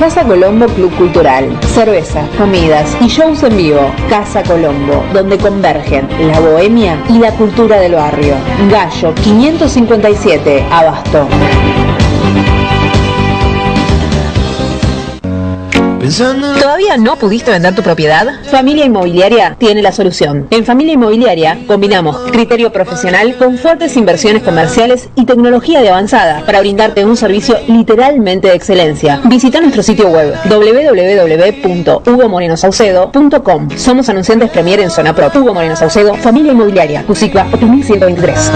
Casa Colombo Club Cultural. Cerveza, comidas y shows en vivo. Casa Colombo, donde convergen la bohemia y la cultura del barrio. Gallo 557, Abasto. ¿Todavía no pudiste vender tu propiedad? Familia Inmobiliaria tiene la solución. En Familia Inmobiliaria combinamos criterio profesional con fuertes inversiones comerciales y tecnología de avanzada para brindarte un servicio literalmente de excelencia. Visita nuestro sitio web www.hugomorenosaucedo.com. Somos anunciantes Premier en Zona Pro. Hugo Moreno Saucedo, Familia Inmobiliaria, Cusicua 8123.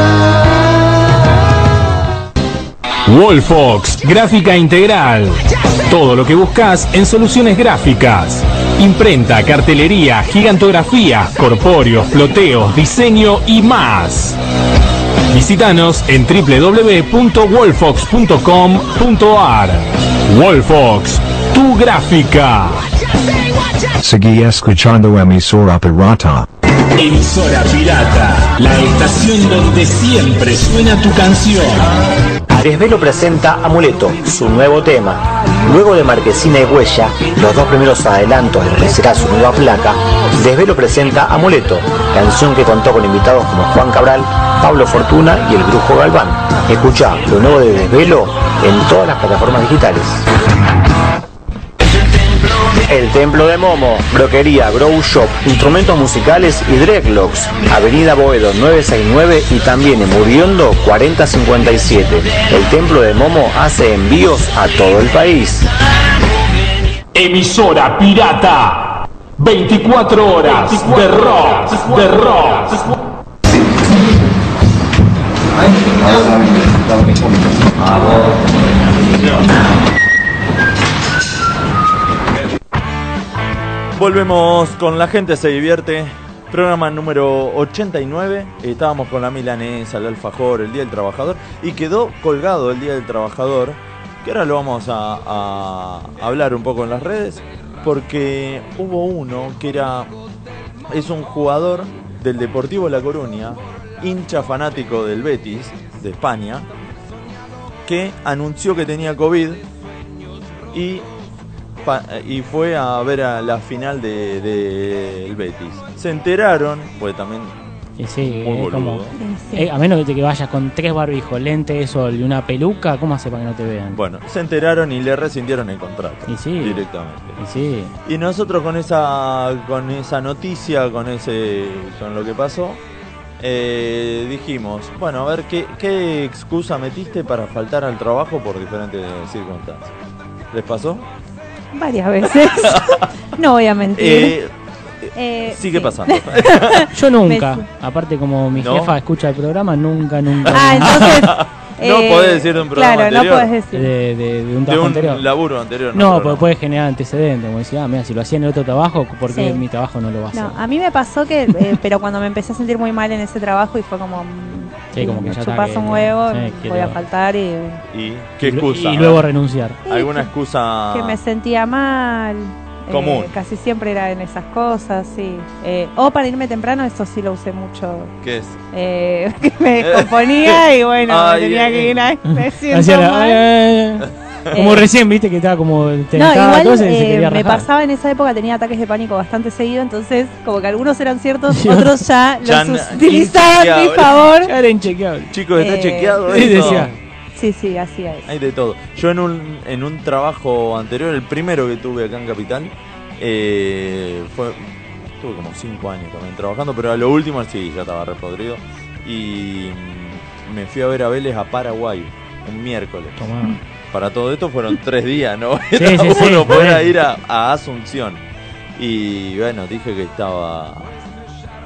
Wolfox, gráfica integral. Todo lo que buscas en soluciones gráficas. Imprenta, cartelería, gigantografía, corpóreos, floteos, diseño y más. Visítanos en www.wolfox.com.ar. Wolfox, tu gráfica. Seguí escuchando emisora pirata. Emisora pirata, la estación donde siempre suena tu canción. Desvelo presenta Amuleto, su nuevo tema. Luego de Marquesina y Huella, los dos primeros adelantos de lo que será su nueva placa, Desvelo presenta Amuleto, canción que contó con invitados como Juan Cabral, Pablo Fortuna y el Brujo Galván. Escucha lo nuevo de Desvelo en todas las plataformas digitales. El Templo de Momo, Broquería, Grow Shop, Instrumentos Musicales y Dreadlocks, Avenida Boedo 969 y también en Muriondo 4057. El Templo de Momo hace envíos a todo el país. Emisora pirata, 24 horas de rock, de rock. Volvemos con La Gente Se Divierte, programa número 89. Estábamos con la milanesa, el alfajor, el Día del Trabajador y quedó colgado el Día del Trabajador, que ahora lo vamos a, a hablar un poco en las redes, porque hubo uno que era, es un jugador del Deportivo La Coruña, hincha fanático del Betis, de España, que anunció que tenía COVID y pa- y fue a ver a la final del de, del Betis. Se enteraron, pues también Y sí, Muy es boludo. como- Sí. eh, a menos que te que vayas con tres barbijos, lentes de sol y una peluca, ¿cómo hace para que no te vean? Bueno, se enteraron y le rescindieron el contrato. Y sí. Directamente. Y sí, Y nosotros con esa con esa noticia, con ese con lo que pasó, eh, dijimos, bueno, a ver qué, qué excusa metiste para faltar al trabajo por diferentes circunstancias. ¿Les pasó? Varias veces. no voy a mentir. Eh, Eh, Eh, sigue pasando. Yo nunca, aparte como mi jefa escucha el programa, nunca, nunca. Ah, nunca. entonces. No eh, podés decir de un programa Claro, anterior. no podés decir. De, de- de un De trabajo un anterior. laburo anterior. No, pues pero porque puede generar antecedentes, como decía, ah, mira, si lo hacía en el otro trabajo, ¿por qué Sí. mi trabajo no lo va a hacer? No, ah. a mí me pasó que, eh, pero cuando me empecé a sentir muy mal en ese trabajo y fue como, mm, Sí, como que ya está, chupas que- un huevo, sí, que voy te a va. faltar y ¿Y qué Y lu- excusa? y luego renunciar. ¿Alguna excusa? que Ah. me sentía mal. eh, Común. casi siempre era en esas cosas, sí. Eh, o para irme temprano, eso sí lo usé mucho. ¿Qué es? Eh, que me descomponía y bueno, Ay, tenía eh, ay, que ir a... Me siento Hacía la- mal. eh, como Eh. recién, viste, que estaba como No, tentada, igual entonces se eh, quería me rajar. pasaba en esa época, tenía ataques de pánico bastante seguido, entonces como que algunos eran ciertos, otros ya los Ya na- utilizaban a mi inchequeable. favor. Ya era inchequeable. Chicos, está Eh, chequeado. Sí, esto? decía. Sí, sí, así es. Hay de todo. Yo en un, en un trabajo anterior, el primero que tuve acá en Capital, eh, fue, tuve como cinco años también trabajando, pero a lo último sí, ya estaba re podrido. Y mm, me fui a ver a Vélez a Paraguay un miércoles. Tomá. Para todo esto fueron tres días, ¿no? Sí, Era sí, sí, uno, por era eso. ir a, a Asunción. Y bueno, dije que estaba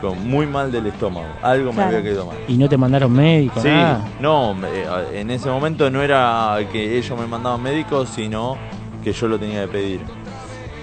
con muy mal del estómago. Algo Claro. me había quedado mal. Y no te mandaron médico, Sí, nada. no, me- eh, en ese momento no era que ellos me mandaban médicos, sino que yo lo tenía que pedir.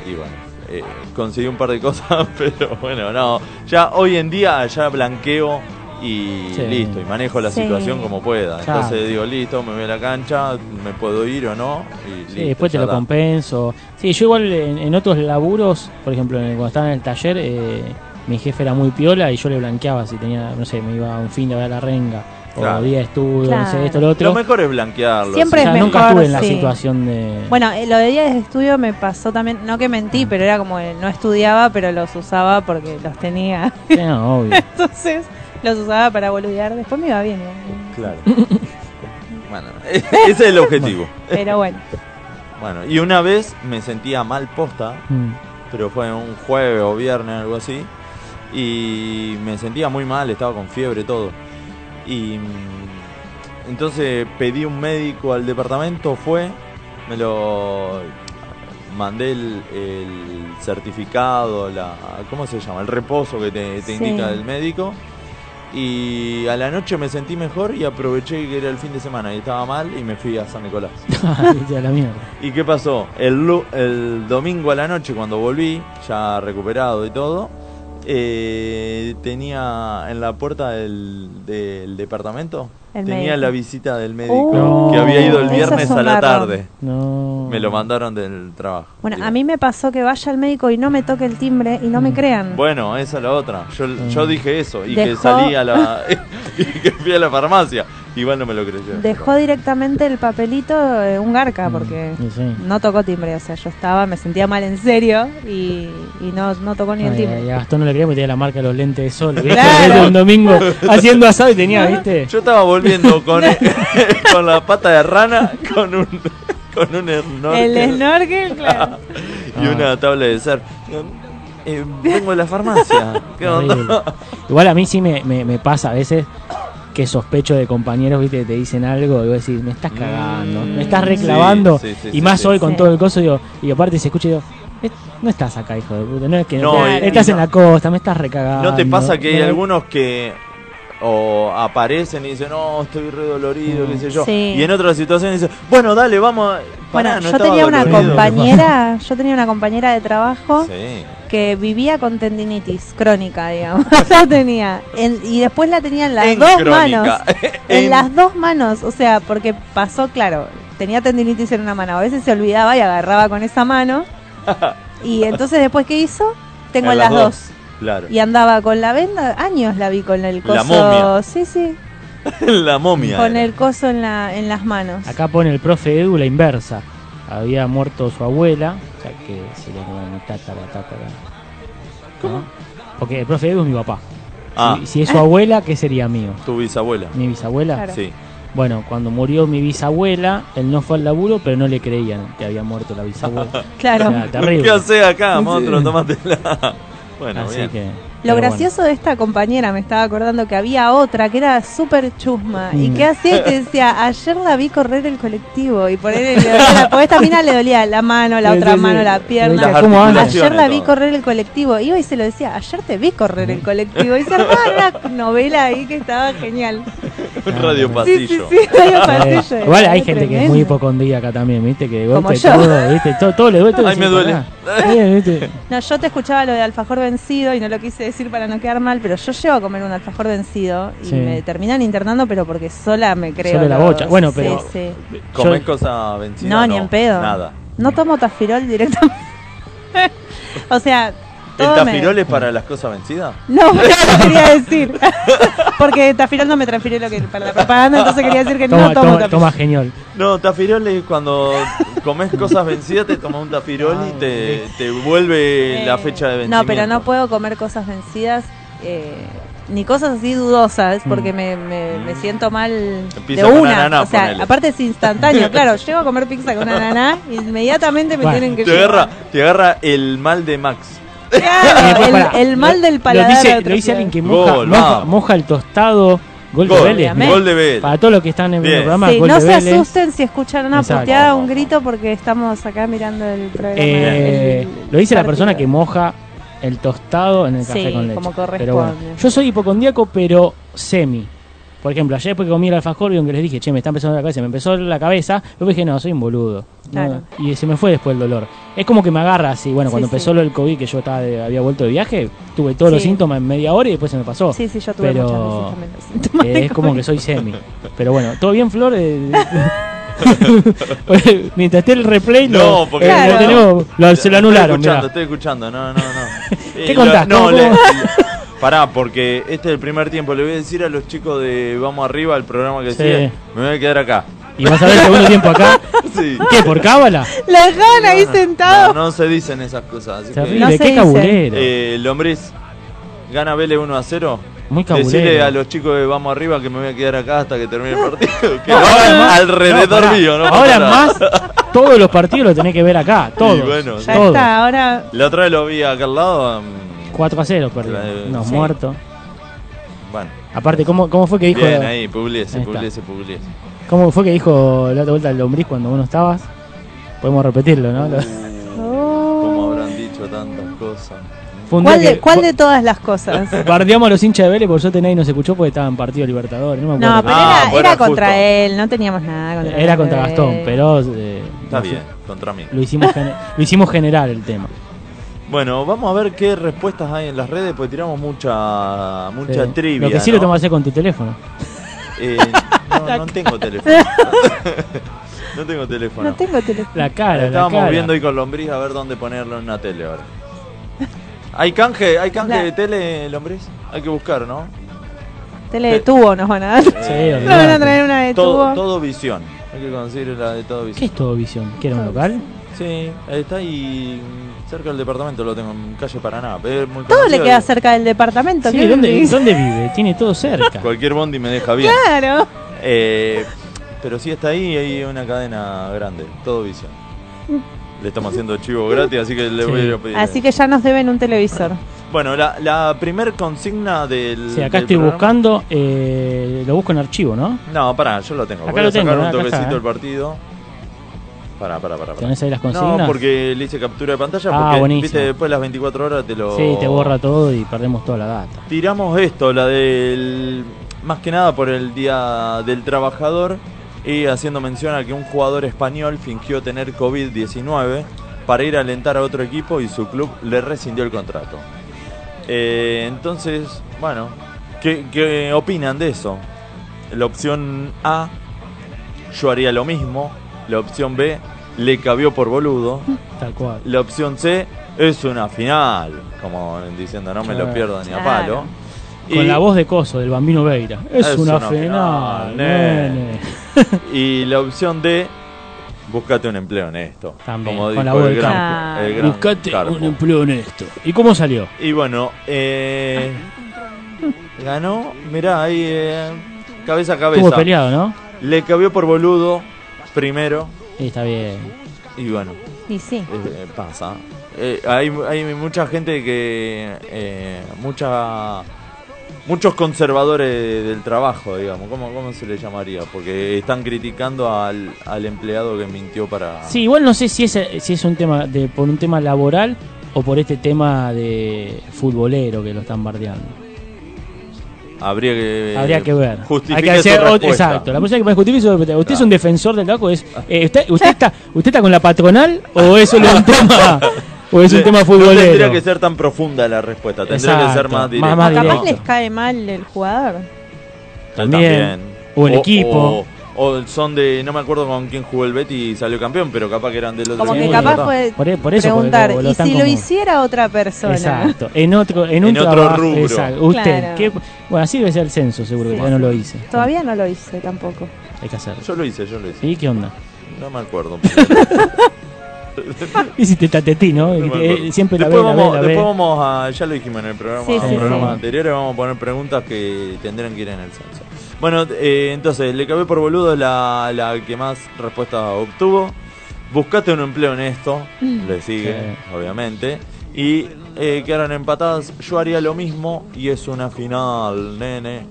Y bueno, eh, conseguí un par de cosas, pero bueno, no. Ya hoy en día ya blanqueo y Sí. listo, y manejo la Sí. situación como pueda. Claro. Entonces digo, listo, me voy a la cancha, me puedo ir o no. Y Sí, listo, después te ya lo está. compenso. Sí, yo igual en, en otros laburos, por ejemplo, en el- cuando estaba en el taller, eh, mi jefe era muy piola y yo le blanqueaba si tenía, no sé, me iba a un fin de ver la renga o Claro. día de estudio, no sé, Claro. esto, lo otro. Lo mejor es blanquearlo. Siempre así. es O sea, nunca mejor, estuve en la sí. situación de... Bueno, eh, lo de días de estudio me pasó también, no que mentí, pero era como que no estudiaba, pero los usaba porque los tenía. Sí, no, obvio. Entonces los usaba para boludear, después me iba bien. ¿eh? igual. Claro. bueno, ese es el objetivo. Pero bueno, Bueno, y una vez me sentía mal posta, Mm. pero fue un jueves o viernes, algo así, y me sentía muy mal, estaba con fiebre, todo. Y mm, entonces pedí un médico al departamento, fue, me lo mandé el, el certificado, la, ¿cómo se llama? El reposo que te, te Sí. indica el médico. Y a la noche me sentí mejor y aproveché que era el fin de semana y estaba mal y me fui a San Nicolás. Ah, Viste, a la mierda. ¿Y qué pasó? El, lu- el domingo a la noche, cuando volví, ya recuperado y todo, eh, tenía en la puerta del, del departamento, El tenía médico. la visita del médico Oh, que había ido el eso es viernes un a la garrón. tarde. No. Me lo mandaron del trabajo. bueno, a mí me pasó que vaya al médico y no me toque el timbre y no me crean. Bueno, esa es la otra. Yo, yo dije eso y que Dejó- salí a la. y que fui a la farmacia. Igual no me lo creyeron. Dejó directamente el papelito eh, un garca porque no tocó timbre, o sea, yo estaba, me sentía mal en serio y, y no, no tocó ni el Ay, ay, timbre. a Gastón no le quería porque tenía la marca de los lentes de sol. ¿viste? Claro. Un domingo haciendo asado y tenía, ¿viste? Yo estaba volviendo con, con la pata de rana, con un, con un snorkel El snorkel, claro. y Ah. una tabla de ser. Eh, vengo de la farmacia. ¿Qué Horrible. onda? Igual a mí sí me, me- me pasa a veces que sospecho de compañeros, viste, que te dicen algo y vos decís, me estás cagando, me estás reclavando. Mm, Sí, sí, sí, y más sí, hoy sí. con Sí. todo el coso, digo, y aparte se escucha y digo, "Eh, no estás acá, hijo de puta, no es que no, No, te- y- estás y en no- la costa, me estás recagando. ¿No te pasa que hay No, algunos que o aparecen y dicen, no, estoy re dolorido, Mm. qué sé yo? Sí. Y en otras situaciones dicen, bueno, dale, vamos. a- Bueno, Pará, no yo estaba tenía una dolorido. compañera, yo tenía una compañera de trabajo Sí. que vivía con tendinitis crónica, digamos. la tenía En- y después la tenía en las En dos crónica. manos. En- En las dos manos, o sea, porque pasó, claro, tenía tendinitis en una mano, a veces se olvidaba y agarraba con esa mano. Y entonces después qué hizo? Tengo En en las dos. Claro. Y andaba con la venda, años la vi con el coso. La momia. Sí, sí, la momia. con era. el coso en la en las manos. Acá pone el profe Edu la inversa. Había muerto su abuela, o sea que sería como mi tátara, tátara. ¿No? Porque el profe Edu es mi papá. Ah. Si, si es su abuela, ¿qué sería mío? Tu bisabuela. ¿Mi bisabuela? Claro. Sí. Bueno, cuando murió mi bisabuela, él no fue al laburo, pero no le creían que había muerto la bisabuela. Claro. O sea, terrible. ¿Qué haces acá, Sí. monstruo? Tomátela. Bueno, Así bien. que- Lo Pero gracioso de esta compañera, me estaba acordando que había otra que era súper chusma y Mm. que hacía y te decía, ayer la vi correr el colectivo y por él le dolía la- porque esta mina le dolía la mano, la Sí, otra sí, sí. mano, la pierna. Las ¿Cómo anda? Ayer la vi todo. correr el colectivo, iba y se lo decía, ayer te vi correr el colectivo y se armaba una novela ahí que estaba genial. Un radio Sí, sí, pasillo. sí, radio pasillo. Eh, igual hay Era gente que es tremendo. muy hipocondríaca también, ¿viste? Que de Como golpe yo. todo, ¿viste? Todo, todo le duele. todo Ay, me decís, duele. pará. Bien, ¿viste? No, yo te escuchaba lo de alfajor vencido y no lo quise decir para no quedar mal, pero yo llego a comer un alfajor vencido y Sí. me terminan internando, pero porque sola me creo. Solo la los- bocha. Bueno, sí, pero- sí. ¿Comés Yo- cosa vencida? No, ni en pedo. Nada. No tomo tafirol directamente. o sea, ¿El todo me- tafirol es para las cosas vencidas? No, pero no quería decir. porque tafirol no me transfirió lo que para la propaganda, entonces quería decir que no Toma, tomo toma, tafirol. toma genial. No, tafirol es cuando comes cosas vencidas, te tomas un tafirol y te, te vuelve Eh, la fecha de vencimiento. Eh, No, pero no puedo comer cosas vencidas eh, ni cosas así dudosas Mm. porque me, me- me siento mal Mm. Pizza de con una. ananá, o sea, ponele. aparte es instantáneo, claro. Llego a comer pizza con ananá y inmediatamente me Bueno, tienen que te agarra, te agarra el mal de Max. Claro, el- el, mal del paladar. Eh, Lo dice, lo atrofiado. dice alguien que moja, Gol, moja, vamos. moja el tostado. Gol, Gol, de Vélez. gol de Vélez. Para todos los que están en Bien. el programa, Sí, gol no de se Vélez. asusten si escuchan una ¿eh? Exacto. puteada o un grito porque estamos acá mirando el programa. Eh, el- lo dice la partido. persona que moja el tostado en el café Sí, con leche. como corresponde. Pero bueno, yo soy hipocondíaco, pero semi. Por ejemplo, ayer después que comí el alfajor, y aunque les dije, che, me está empezando la cabeza, me empezó la cabeza, luego dije, no, soy un boludo. No, Claro. Y se me fue después el dolor. Es como que me agarra así. Sí, Bueno, cuando sí. empezó lo del COVID, que yo estaba de- había vuelto de viaje, tuve todos los Sí. síntomas en media hora y después se me pasó. Sí, sí, yo tuve Pero- muchas veces también los síntomas Eh, de es como COVID. que soy semi. Pero bueno, ¿todo bien, Flor? Eh, Mientras esté el replay, No, lo- porque eh, lo Claro. tenemos- lo- se lo anularon. Estoy escuchando, estoy escuchando. No, no, mirá. no. ¿Qué contás? No, ¿Cómo- le- cómo? le- pará, porque este es el primer tiempo. Le voy a decir a los chicos de Vamos Arriba, el programa que Sí. sigue. Me voy a quedar acá. Y vas a ver el segundo tiempo acá. Sí. ¿Qué? ¿Por cábala? Lo dejaban ahí sentado. No, no se dicen esas cosas. Así Terrible, que, No se qué dicen. cabulero. Eh, Lombriz, gana Vélez 1 a 0. Muy cabulero. Decirle a los chicos de Vamos Arriba que me voy a quedar acá hasta que termine el partido. Que No, ahora van más- alrededor no, pará. mío, ¿no? Ahora Para- más, todos los partidos los tenés que ver acá. Todos. Y bueno, Ya todos. está, ahora. La otra vez lo vi acá al lado. mm, 4 a 0 perdimos. Eh, Unos sí. muertos. Bueno. Aparte, ¿cómo, cómo fue que dijo.? Bien, ahí, Pugliese, Ahí está. Pugliese, Pugliese. ¿Cómo fue que dijo la otra vuelta el lombriz cuando vos no estabas? Podemos repetirlo, ¿no? Lo- Uh. Oh. Como habrán dicho tantas cosas. fue un día ¿Cuál, de, que- cuál de todas las cosas? Bardeamos a los hinchas de Vélez, por suerte nadie nos escuchó porque estaba en partido Libertadores. No, me acuerdo. No, pero Ah, era, bueno, era contra justo. él, no teníamos nada contra Era contra él. Gastón, pero. eh, Está no sé, bien, contra mí. Lo hicimos, gene- lo hicimos general el tema. Bueno, vamos a ver qué respuestas hay en las redes, porque tiramos mucha mucha Eh, trivia. Lo que sí ¿no? lo tengo que hacer con tu teléfono. Eh, no, no tengo teléfono. no tengo teléfono. No tengo teléfono. La cara, la Estábamos cara. viendo ahí con Lombriz a ver dónde ponerlo en la tele ahora. ¿Hay canje, hay canje La- de tele, Lombriz? Hay que buscar, ¿no? Tele de tubo nos van a dar. olvidate. Nos van a traer una de Todo, tubo. todo visión. Hay que conseguir la de todo visión. ¿Qué es todo visión? ¿Que era un local? Sí, está ahí cerca del departamento, lo tengo en calle Paraná. pero es muy Todo le conocido. queda cerca del departamento. Sí, ¿qué ¿dónde, decís? ¿dónde vive? Tiene todo cerca. Cualquier bondi me deja bien. Claro. Eh, pero sí está ahí, hay una cadena grande, todo visión. Le estamos haciendo chivo gratis, así que le Sí. voy a ir a pedir. Así que ya nos deben un televisor. Bueno, la, la primer consigna del. Sí, acá del estoy programa- buscando, eh, lo busco en archivo, ¿no? No, pará, yo lo tengo. Acá voy lo a sacar tengo, un acá está, toquecito eh. el partido. Pará, pará, pará. pará. ¿Tenés ahí las consignas? No, porque le hice captura de pantalla. Ah, porque, buenísimo. Viste, después de las 24 horas te lo. Sí, te borra todo y perdemos toda la data. Tiramos esto, la del. Más que nada por el Día del Trabajador y haciendo mención a que un jugador español fingió tener COVID-19 para ir a alentar a otro equipo y su club le rescindió el contrato. Eh, entonces, bueno, ¿qué, qué opinan de eso? La opción A, yo haría lo mismo. La opción B, le cabió por boludo. Tal cual. La opción C es una final, como diciendo no me lo Claro. pierdo ni a Claro. palo. Con la voz de coso del bambino Veira. Es, Es una, una final, final, nene. y la opción D, buscate un empleo en esto. También, como con dijo la voz el de gran- Claro. el gran Buscate Carpo. un empleo honesto. ¿Y cómo salió? Y bueno, eh, Ganó, mirá, ahí eh, cabeza a cabeza. Estuvo peleado, ¿no? Le cabió por boludo primero. Sí, está bien. Y bueno, Y sí. eh, pasa. Eh, hay, hay mucha gente que. eh, mucha. Muchos conservadores del trabajo, digamos. ¿Cómo, cómo se le llamaría? Porque están criticando al, al empleado que mintió para. Sí, igual no sé si es, si es un tema de, por un tema laboral o por este tema de futbolero que lo están bardeando. Habría que. Habría que ver. Eh, Justifique Hay que su hacer ot- respuesta. exacto. La persona que puede justificar su respuesta. Usted es Claro. un defensor del taco. Es, eh, usted, usted está, ¿Usted está con la patronal o es solo un tema, o es un Sí, tema No futbolero? tendría que ser tan profunda la respuesta, tendría que ser Exacto, más más- directa. más O capaz ¿no? les cae mal el jugador. También. O el equipo. O, o son de. No me acuerdo con quién jugó el Betty y salió campeón, pero capaz que eran del otro Como que equipo. capaz fue Por e- por eso, porque preguntar, lo- lo ¿y si están lo como- hiciera otra persona? Exacto. En otro, en un En otro trabajo- rubro. exacto. Usted. Claro. ¿qué- bueno, así debe ser el censo, seguro que Sí. yo no lo hice. Todavía no lo hice tampoco. Hay que hacerlo. Yo lo hice, yo lo hice. ¿Y qué onda? No me acuerdo. Hiciste tatetí, ¿no? No me Eh, acuerdo. siempre la después ve, la vamos, ve, la ve. después vamos a. Ya lo dijimos en el programa, Sí, en los sí, programas sí. anteriores. Vamos a poner preguntas que tendrán que ir en el censo. Bueno, eh, entonces, le cabé por boludo es la, la que más respuesta obtuvo. Buscaste un empleo en esto. Mm. Le sigue, obviamente. Y eh, quedaron empatadas. Yo haría lo mismo. Y es una final, nene.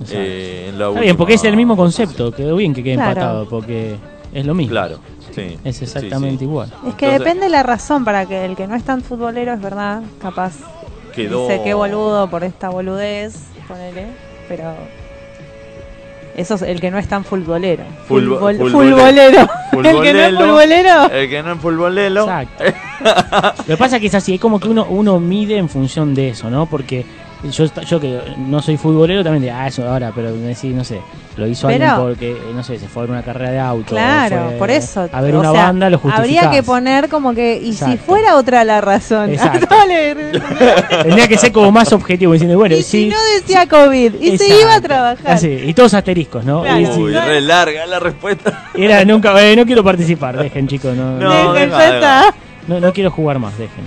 Exacto. Eh, en la Está bien, porque es última- el mismo concepto. Quedó bien que quede Claro. empatado, porque es lo mismo. Claro, sí. Es exactamente igual. Es que depende la razón para que el que no es tan futbolero es verdad, capaz. Quedó- Dice qué boludo por esta boludez, ponele. Pero. Eso es el que no es tan futbolero. Fulbo- Fulbol- fulbolero. fulbolero. El que no es Fulbolero. futbolero. El que no es futbolero. Exacto. Lo que pasa es que es así, es como que uno, uno mide en función de eso, ¿no? Porque yo, esta- yo que no soy futbolero también digo, ah, eso ahora, pero me decís, no sé, lo hizo Pero- alguien porque, eh, no sé, se fue a ver una carrera de auto. Claro, fue por eso. A ver o una sea, banda, lo justificás. Habría que poner como que. Y si Exacto. fuera otra la razón. Exacto. Todo le- Tendría que ser como más objetivo, diciendo, bueno, sí. no decía COVID. Y Exacto. se iba a trabajar. así, y todos asteriscos, ¿no? Y sí, Uy, re larga la respuesta. era nunca, eh, no quiero participar, dejen chicos, No, no, no, Dejen, deja, ya deja. está. no, no quiero jugar más, dejen.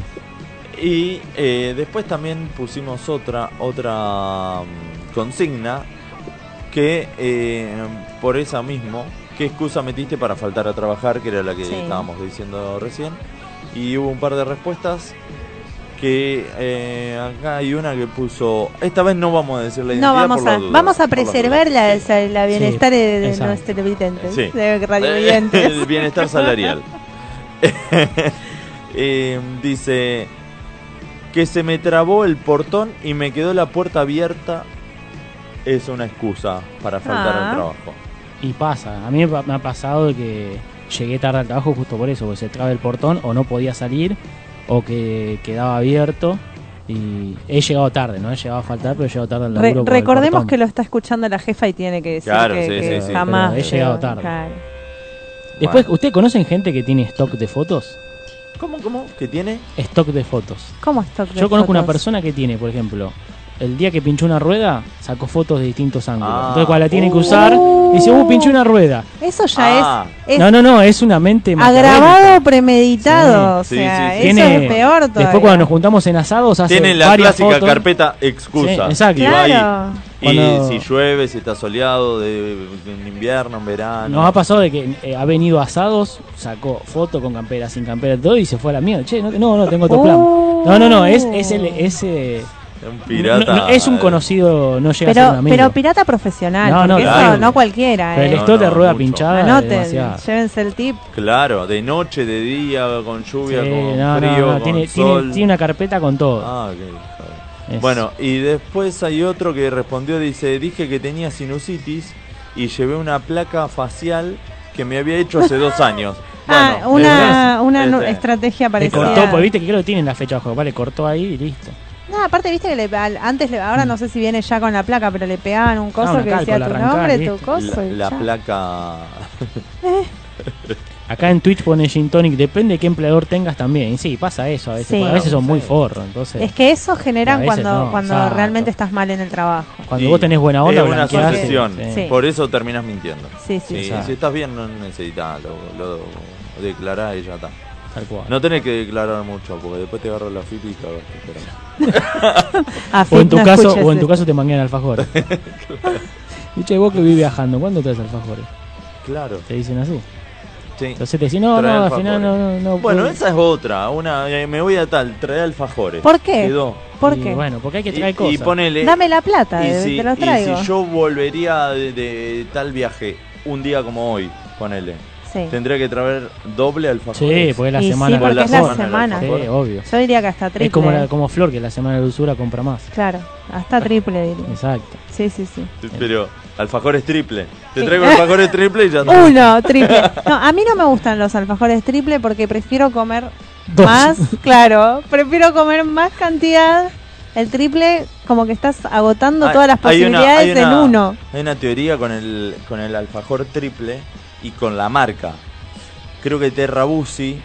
Y eh, después también pusimos otra, otra mm, consigna que eh, por esa mismo, ¿qué excusa metiste para faltar a trabajar? Que era la que Sí. estábamos diciendo recién. Y hubo un par de respuestas que eh, acá hay una que puso, esta vez no vamos a decir la identidad. No, vamos por la a, duda, vamos a por la duda". preservar la, esa- la bienestar de, de exacto. los televidentes, Sí. Eh, de radiovidentes. El bienestar salarial. Eh, dice que se me trabó el portón y me quedó la puerta abierta. Es una excusa para faltar Ah. al trabajo. Y pasa, a mí me pa- me ha pasado que llegué tarde al trabajo justo por eso, porque se traba el portón o no podía salir o que quedaba abierto y he llegado tarde, no he llegado a faltar, pero he llegado tarde al Re- laburo. por el recordemos portón. que lo está escuchando la jefa y tiene que decir Claro, que, sí, que sí, sí. jamás. Pero he llegado tarde. Claro. Después, ¿ustedes conocen gente que tiene stock de fotos? ¿Cómo, cómo? ¿Qué tiene? Stock de fotos. ¿Cómo stock de Yo conozco una fotos? persona que tiene, por ejemplo, el día que pinchó una rueda, sacó fotos de distintos ángulos. Ah. Entonces, cuando la tiene que Uh. usar, dice, uh, pinché una rueda. Eso ya Ah. es, es no, no, no, es una mente agravado premeditado. Sí, o sea, sí, sí. eso Tiene- es peor todavía. Después cuando nos juntamos en asados hace Tiene la varias clásica fotos. carpeta excusa. Sí, exacto. Y, va ahí. Claro. Y Cuando- si llueve, si está soleado, de, en invierno, en verano. Nos ha pasado de que eh, ha venido a asados, sacó foto con campera, sin campera, todo y se fue a la mierda. Che, no, no, no, tengo otro plan. Oh. No, no, no, es, es el... Es, eh, un pirata. eh. no, no, es un conocido, no llega a ser un pero, amigo. pero pirata profesional, No, no, porque claro. eso no cualquiera. Pero el eh. stock de rueda pinchada es Anoten, demasiado. llévense el tip. Claro, de noche, de día, con lluvia, Sí, con no, no, frío, no, con tiene, tiene- sol. tiene una carpeta con todo. Ah, ok, está bien. Es- Bueno, y después hay otro que respondió, dice, dije que tenía sinusitis y llevé una placa facial que me había hecho hace dos años. Ah, Bueno, una, una nu- Este. estrategia Le parecida. cortó, pues viste que creo que tienen la fecha de juego. Vale, cortó ahí y listo. No, aparte, viste que le, al- antes, le- ahora no sé si viene ya con la placa, pero le pegaban un coso una que cal, decía con la tu arrancar, nombre, ¿viste? tu coso. y la ya. placa... Acá en Twitch pone Gin Tonic, depende de qué empleador tengas también. Y sí, pasa eso a veces. Sí. porque A veces son muy forros, entonces. Es que eso generan A veces cuando, no, cuando exacto. realmente estás mal en el trabajo. Cuando vos tenés buena onda, Es una blanqueás, eh, sucesión, sí. Sí. por eso terminas mintiendo. Sí, sí, sí. Si estás bien, no necesitas, lo, lo declarás y ya está. Tal cual. No tenés que declarar mucho, porque después te agarro la FIP y cagaste. pero- o en tu no caso, escuches o en tu esto. caso te manguean alfajores. Y che, vos que vivís viajando, ¿cuándo traes alfajores? Claro. Te dicen así. Sí. Entonces te dicen, no, Trae no, al alfajores. final no, no, no. Bueno, puedo. esa es otra. Una, eh, me voy a tal, trae alfajores. ¿Por qué? Quedó. ¿Por Y qué? bueno, porque hay que traer Y- cosas. Y ponele. Dame la plata, y eh, si- te los y traigo. si yo volvería de, de tal viaje, un día como hoy, ponele. Sí. Tendría que traer doble alfajores. Sí, porque es la Y sí, semana. porque la es la semana, semana. el Sí, alfajor. obvio. Yo diría que hasta triple. Es como, la, eh. como Flor, que la semana de dulzura compra más. Claro, hasta triple diría. Exacto. Sí, sí, sí. Pero alfajores triple. Te traigo alfajores triple y ya está. Uno, triple. No, a mí no me gustan los alfajores triple porque prefiero comer Dos. más, claro, prefiero comer más cantidad. El triple como que estás agotando Hay- todas las hay una- hay posibilidades una- en uno. Hay una teoría con el, con el alfajor triple y con la marca. Creo que Terra Bussi-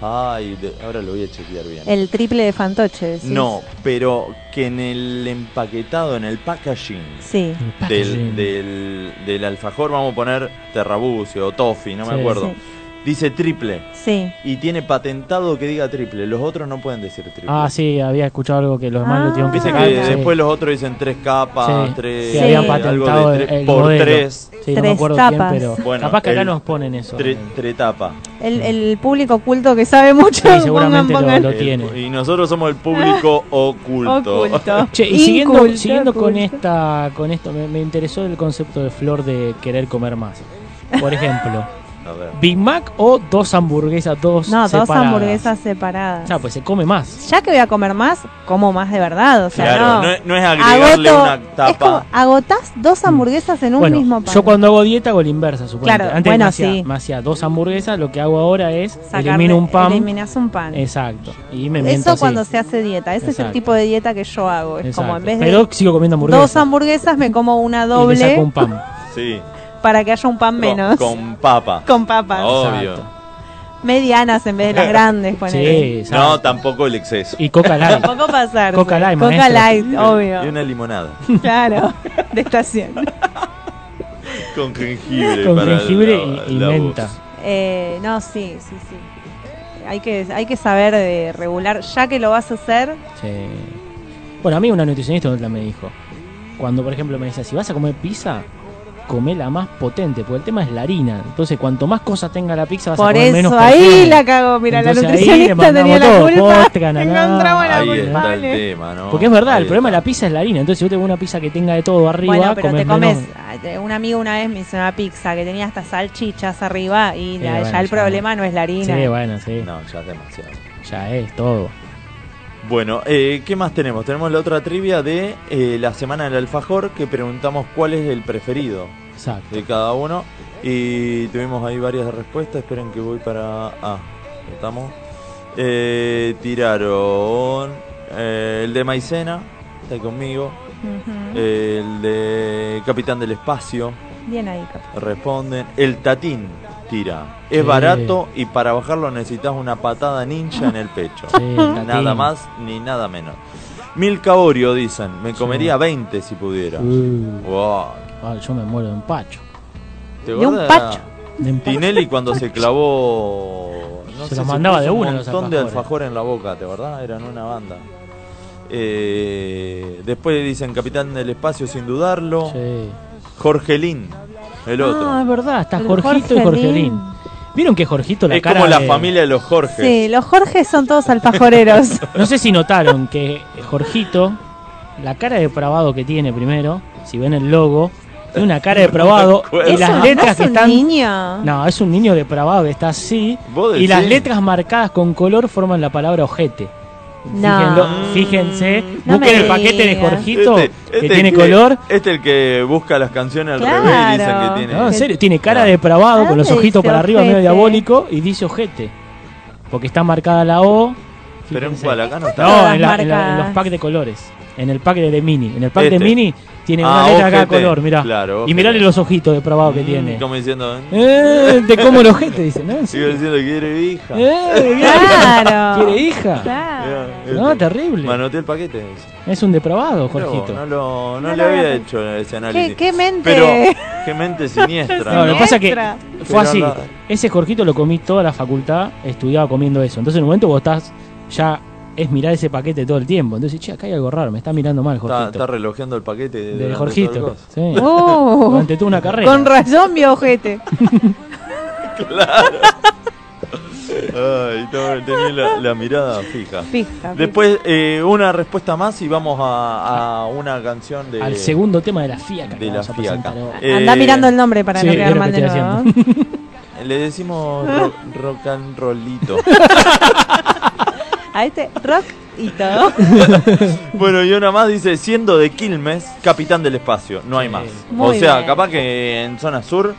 Ay, de- ahora lo voy a chequear bien. El triple de fantoche. decís. No, pero que en el empaquetado, en el packaging Sí. del, del, del alfajor, vamos a poner Terrabucio o Toffee, no Sí. me acuerdo. Sí. Dice triple. Sí. Y tiene patentado que diga triple. Los otros no pueden decir triple. Ah, sí, había escuchado algo que los Ah. malos tienen que Viste sacar. que sí. después los otros dicen tres capas, Sí, tres. sí, habían eh, patentado algo de el- tres el por modelo. tres. Sí, no me Tres acuerdo tapas. quién, pero Bueno, capaz que acá el nos ponen eso. Tre, tretapa. El, el público oculto que sabe mucho. Sí, seguramente pongan, lo, pongan. lo tiene. Y nosotros somos el público oculto. Oculto. Che, y siguiendo, Inculto, siguiendo con oculto. esta, con esto, me, me interesó el concepto de Flor de querer comer más. Por ejemplo, A ver. Big Mac o dos hamburguesas, dos No, dos separadas. hamburguesas separadas. Ah, pues se come más. Ya que voy a comer más, como más de verdad. O sea, Claro, no. no, es- no es agregarle Agoto- una Es como, tapa. agotás dos hamburguesas en un Mm. bueno, mismo pan. yo cuando hago dieta hago la inversa, supongo. Claro, Antes bueno, me, hacía, sí. me hacía dos hamburguesas, lo que hago ahora es Sacarle- elimino un pan. Eliminás un pan. Exacto. Y me miento Eso así. cuando se hace dieta. Ese es el Exacto. tipo de dieta que yo hago. Es Exacto. pues, como en vez de Pero sigo comiendo hamburguesas. dos hamburguesas, me como una Y le saco doble un pan. Sí. para que haya un pan Con- menos. Con, Con Oh. papa. papas. Obvio. Medianas en vez de las grandes. ponele. Sí, exacto. No, tampoco el exceso. Y Coca Light. Tampoco pasar. Coca Light, maestro. Y obvio. una limonada. Claro, de estación. Con jengibre. Con para jengibre la- y, y la voz. menta. Eh, no, sí, sí, sí. Hay que, hay que saber eh, regular, ya que lo vas a hacer, Sí. Bueno, a mí una nutricionista otra me dijo. Cuando, por ejemplo, me decía, si vas a comer pizza, come la más potente, porque el tema es la harina. Entonces, cuanto más cosas tenga la pizza, vas a Por comer menos eso, ahí porción. la cago. Mira, la Entonces, ahí le nutricionista mandamos tenía la todo, culpa. postre, ananá. Encontramos la Ahí está el culpable. tema, ¿no? Porque es verdad, Ahí el problema de está. la pizza es la harina. Entonces, si vos tenés una pizza que tenga de todo arriba, Bueno, pero te menos. comes. ah, Un amigo una vez me hizo una pizza que tenía hasta salchichas arriba y Sí, la- Eh, bueno, ya el ya. problema no es la harina. Sí, bueno, sí. No, ya es demasiado. Ya es todo. Bueno, eh, ¿qué más tenemos? Tenemos la otra trivia de eh, la semana del alfajor que preguntamos cuál es el preferido Exacto. de cada uno y tuvimos ahí varias respuestas. Esperen que voy para... Ah, estamos. Eh, tiraron eh, el de Maicena, está ahí conmigo. Eh, Ujú. El de Capitán del Espacio, Bien ahí, capaz. responden. El Tatín tira. Es Sí. barato y para bajarlo necesitas una patada ninja en el pecho. Sí, el Nada latín. más ni nada menos. Mil caborio, dicen. Me comería 20 si pudiera. Uh, Wow. ah, yo me muero de empacho. ¿Te De un acordás? pacho. De empacho. Tinelli cuando se clavó. No Se los mandaba puso de una Un los montón de alfajores. alfajor en la boca, ¿te verdad? Eran una banda. Eh, después dicen Capitán del Espacio sin dudarlo. Sí. Jorgelín, el otro. Ah, es verdad, está El Jorgito y Jorgelín. Jorgelín. ¿Vieron que Jorgito la es cara como la de- familia de los Jorge. Sí, los Jorges son todos alfajoreros. No sé si notaron que Jorgito, la cara de depravado que tiene primero, si ven el logo, tiene una cara de depravado acuerdo. y Eso las ¿No letras es que un están. niño? No, es un niño depravado que está así. ¿Vos Y las decís? letras marcadas con color forman la palabra ojete. No. Mm. Fíjenlo- fíjense, No busquen me el paquete de digas. Jorgito este que el tiene color. Este el que busca las canciones al Claro. revés y dicen que tiene. No, en serio, tiene cara de ¿A depravado con los dónde ojitos dice para arriba, medio ojete? diabólico, y dice ojete. Porque está marcada la O. Pero en fíjense. cuál, acá no está. No, Todas en, la- en la- marcadas. en los packs de colores. En el pack de, de mini. En el pack de Este. mini tiene Ah, una letra de cada ojete. color, mirá. Claro, y ojete. mirale los ojitos de probado que Mm, tiene. Como diciendo, ¿eh? Eh, te como el ojete, dice, ¿no? sigo diciendo que quiere hija. Eh, Claro. ¿Quiere hija? Claro. Mirá, No, este. terrible. Manoteé el paquete. Es un depravado, Mirá vos, Jorgito. No, No, lo- no le No lo había había hecho ese análisis. ¿Qué, qué mente? Pero, qué mente siniestra. lo ¿no? que pasa es que Siniestra. Fue así. nada. Ese corquito lo comí toda la facultad, estudiaba comiendo eso. Entonces en un momento vos estás ya es mirar ese paquete todo el tiempo. Entonces, che, acá hay algo raro, me está mirando mal, Jorgito. Está, está relojeando el paquete de, Del Jorgito. Sí. Oh. Durante toda una carrera. Con razón, mi ojete. Claro. Ay, no, tenía la, la mirada fija. Fija, fija. Después eh, una respuesta más y vamos a, a una canción de... Al segundo tema de la FIACA. De la fiaca. Anda Eh, mirando el nombre para no quedar mal de nuevo. Le decimos ro- rock and rollito. A este rock y todo. bueno, y una más dice, siendo de Quilmes, capitán del espacio, no hay más. Muy o sea, bien. capaz que en zona sur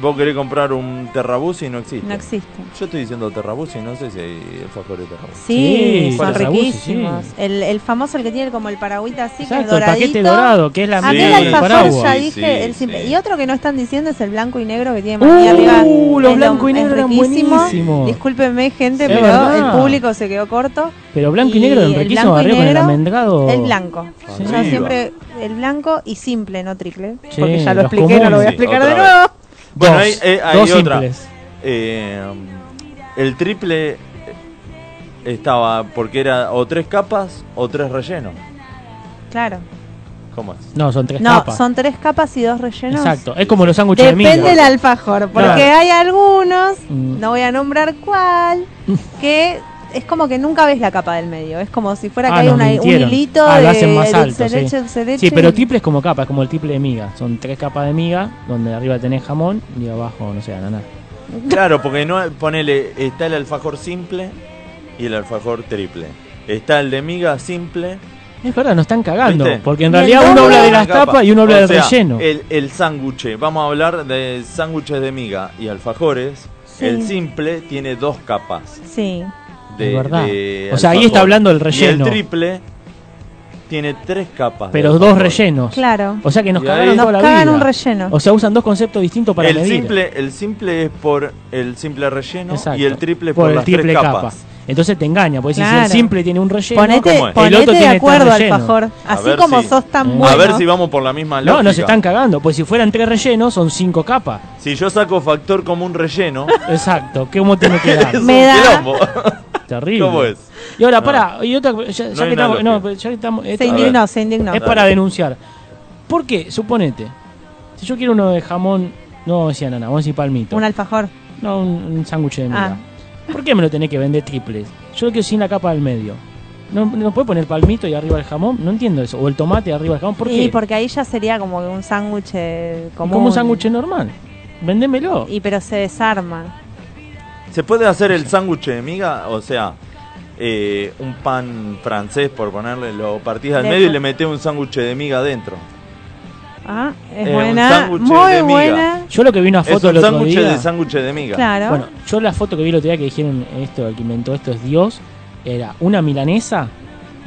vos querés comprar un terrabús y no existe. No existe. Yo estoy diciendo terrabús y no sé si hay alfajores de terrabús. Sí, son ¿Cuáles? riquísimos. El, el famoso, el que tiene como Eh, el paragüita así, que es Exacto, el doradito. Ah, paquete dorado, que es la Aquel mierda del alfajor paraguas. ya Sí, dije. sí, el simple- sí. Y otro que no están diciendo es el blanco y negro que tiene Uh, más arriba. los Es lo- blanco y es negro eran riquísimo. buenísimos. Discúlpenme, gente, Sí, es pero verdad. el público se quedó corto. Pero blanco y Y negro el en riquísimo blanco y arriba con el negro, almendrado. El blanco. Yo Arriba. siempre el blanco y simple, no triple. Sí, porque ya lo los expliqué, no lo voy a comunes. explicar Otra de vez. nuevo. Bueno, Dos. hay, eh, hay Dos otra. simples. Eh, el triple eh, estaba porque era o tres capas o tres rellenos. Claro. ¿Cómo es? No, son tres no, capas. son tres capas y dos rellenos. Exacto. Es como los sándwiches de Depende miga. del alfajor, porque Claro. hay algunos, Mm. no voy a nombrar cuál, que es como que nunca ves la capa del medio. Es como si fuera que Ah, hay nos una- un mintieron. hilito Ah, de lo hacen más de alto, sí. dulce leche, dulce leche, Sí, pero y- triple es como capa, es como el triple de miga. Son tres capas de miga, donde arriba tenés jamón y abajo, no sé, ananá. Claro, porque no ponele está el alfajor simple y el alfajor triple. Está el de miga simple. Es verdad, nos están cagando. ¿viste? Porque en realidad uno habla de las Capa. tapas y uno habla O del sea, eh, relleno. El, el sándwich, vamos a hablar de sándwiches de miga y alfajores. Sí. El simple tiene dos capas. Sí. de, Es verdad. de O sea, ahí alfajor. está hablando el Y relleno. el triple tiene tres capas. de Pero dos alfajor. rellenos. Claro. O sea que nos Y cagaron ahí- Nos toda la cagan vida. un relleno. O sea, usan dos conceptos distintos para el medir. simple, el simple es por el simple relleno Exacto. y el triple por, las tres capas. Entonces te engaña, porque si Claro. el simple tiene un relleno, Ponete, ¿cómo es? ponete el otro de tiene tres acuerdo, rellenos. alfajor. A Así ver como si- Mm. sos tan A bueno. ver si vamos por la misma lógica. No, nos están cagando, pues si fueran tres rellenos son cinco capas. Si yo saco factor como un relleno, Exacto, ¿qué cómo tiene que es dar? un Me da- quilombo. Terrible. ¿Cómo es? Y ahora, No. pará, y otra, ya, ya No hay que una estamos, no, lógica. pero ya que estamos- Se esto- indignó, se indignó. es para denunciar. ¿Por qué? Suponete, si yo quiero uno de jamón, no decía nana, vamos a decir palmito. Un alfajor. No, un, un sándwich de miga. Ah. ¿Por qué me lo tenés que vender triples? Yo lo quiero sin la capa del medio. ¿No, no puede poner palmito y arriba el jamón? No entiendo eso. O el tomate arriba el jamón. ¿Por Y qué? porque ahí ya sería como que un sándwich eh, común. Como un sándwich normal. Vendémelo. Y pero se desarma. ¿Se puede hacer el sándwich de miga? O sea, eh, un pan francés, por ponerle, lo partís al Dentro. medio y le metés un sándwich de miga adentro. Ah, es Eh, un buena. sándwich Muy de miga. buena. Yo lo que vi una Es foto un el otro sándwich día. de sándwich de miga. Claro. Bueno, yo la foto que vi el otro día que dijeron esto, el que inventó esto es Dios, era una milanesa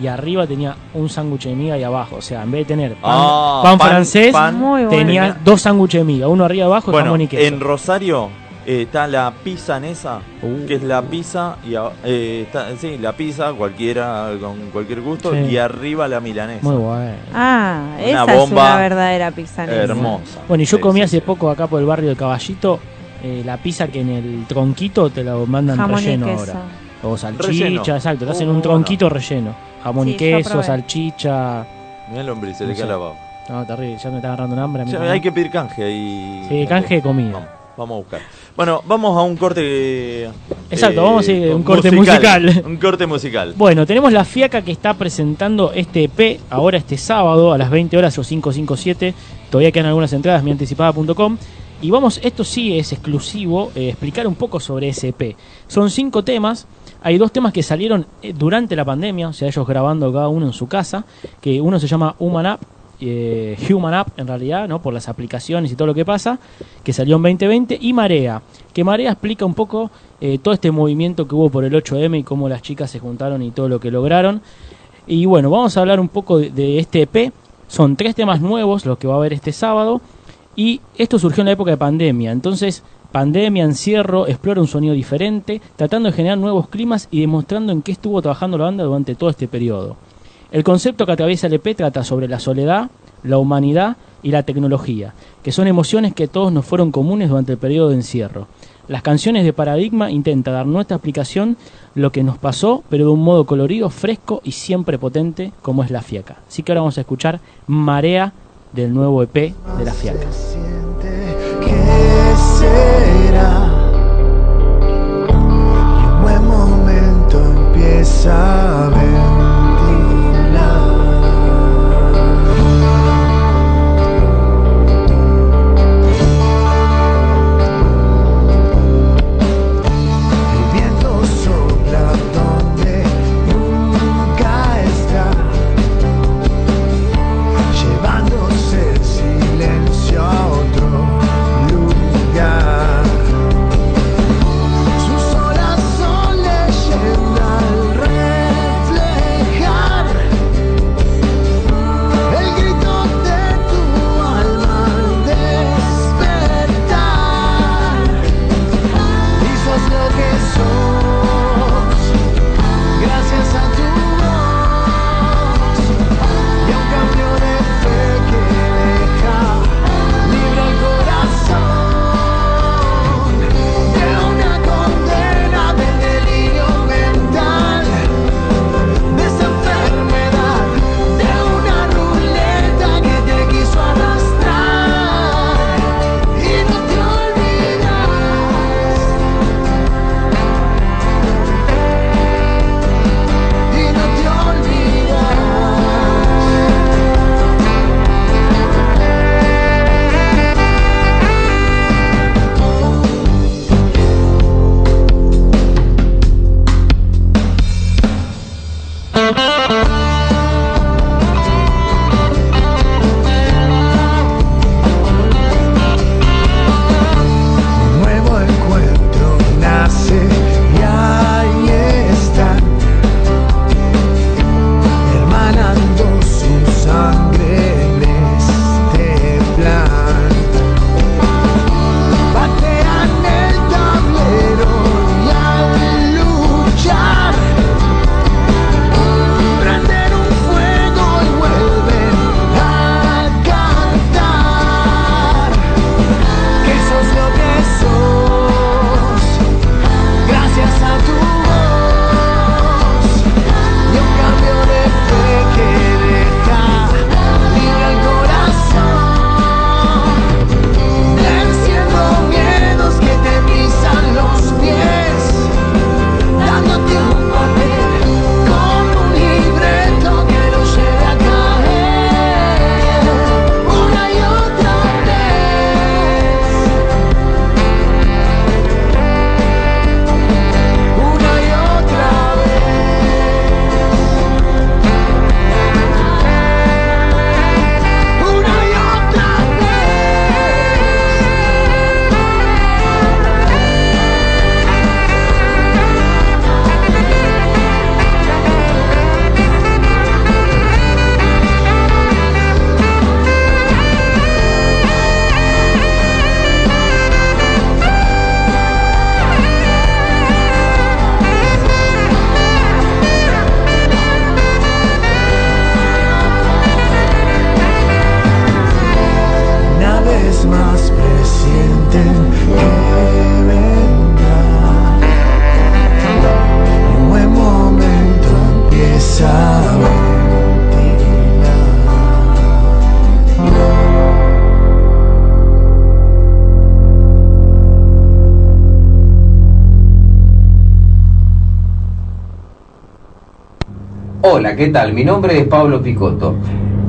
y arriba tenía un sándwich de miga y abajo. O sea, en vez de tener pan, Ah, pan pan- francés, pan- Muy buena. tenía dos sándwiches de miga, uno arriba y abajo y Bueno, jamón y queso. en Rosario eh, está la pizza en esa, Uh. que es la pizza, y a- eh, está- sí, la pizza cualquiera, con cualquier gusto, Sí. y arriba la milanesa. Muy bueno. Ah, Una esa es bomba una verdadera pizza. nena. Hermosa. Bueno, y yo Sí, comí sí, hace sí. poco acá por el barrio de Caballito eh, la pizza que en el tronquito te la mandan Jamón y relleno queso. Eh, ahora. O salchicha, Relleno. exacto, te hacen Uh, un bueno. tronquito relleno. Jamón Sí, y yo queso, probé. salchicha. Mirá el hombre, se le No queda sé. la baba. No, terrible, ya me está agarrando un hambre. a mí Ya, también. hay que pedir canje ahí. Sí, canje de comida. Vamos, vamos a buscar. Bueno, vamos a un corte. eh, Exacto, vamos a hacer un corte musical. Un corte musical. Bueno, tenemos la FIACA que está presentando este EP ahora este sábado a las 20 horas o 557. Todavía quedan algunas entradas, mianticipada.com. Y vamos, esto sí es exclusivo, eh, explicar un poco sobre ese EP. Son cinco temas. Hay dos temas que salieron eh, durante la pandemia, o sea, ellos grabando cada uno en su casa, que uno se llama Human Up, eh, Human Up en realidad, ¿no? Por las aplicaciones y todo lo que pasa, que salió en 2020, y Marea, que Marea explica un poco eh, todo este movimiento que hubo por el 8M y cómo las chicas se juntaron y todo lo que lograron. Y bueno, vamos a hablar un poco de, de este EP. Son tres temas nuevos los que va a haber este sábado. Y esto surgió en la época de pandemia. Entonces, pandemia, encierro, explora un sonido diferente, tratando de generar nuevos climas y demostrando en qué estuvo trabajando la banda E durante todo este periodo. El concepto que atraviesa el EP trata sobre la soledad, la humanidad, y la tecnología, que son emociones que todos nos fueron comunes durante el periodo de encierro. Las canciones de Paradigma intenta dar nuestra explicación lo que nos pasó, pero de un modo colorido, fresco y siempre potente como es La Fiaca. Así que ahora vamos a escuchar Marea del nuevo EP de La Fiaca. ¿Qué será? Y un buen momento empieza a ventilar. El viento sopla donde nunca está, llevándose el silencio a otro lugar. Sus olas son leyenda al reflejar el grito de tu alma al despertar. Y sos lo que sos, gracias a tu voz y a un cambio de fe que deja libre el corazón de una condena del delirio mental, de esa enfermedad, de una ruleta que te quiso arrastrar y no te olvidas. Y no te Un nuevo encuentro nace y ahí están hermanando su sangre en este plan. Patean el tablero y al luchar prenden un fuego y vuelven a cantar. Que sos lo que sos, gracias a tu voz y un cambio de fe que deja libre el corazón, venciendo miedos que te pisan los pies, dándote un papel como un libreto que no llega a caer una y otra vez. Una y otra vez. Una y otra Una vez más presienten que vendrá. Y un buen momento empieza a ventilar. Hola, ¿qué tal? Mi nombre es Pablo Picotto.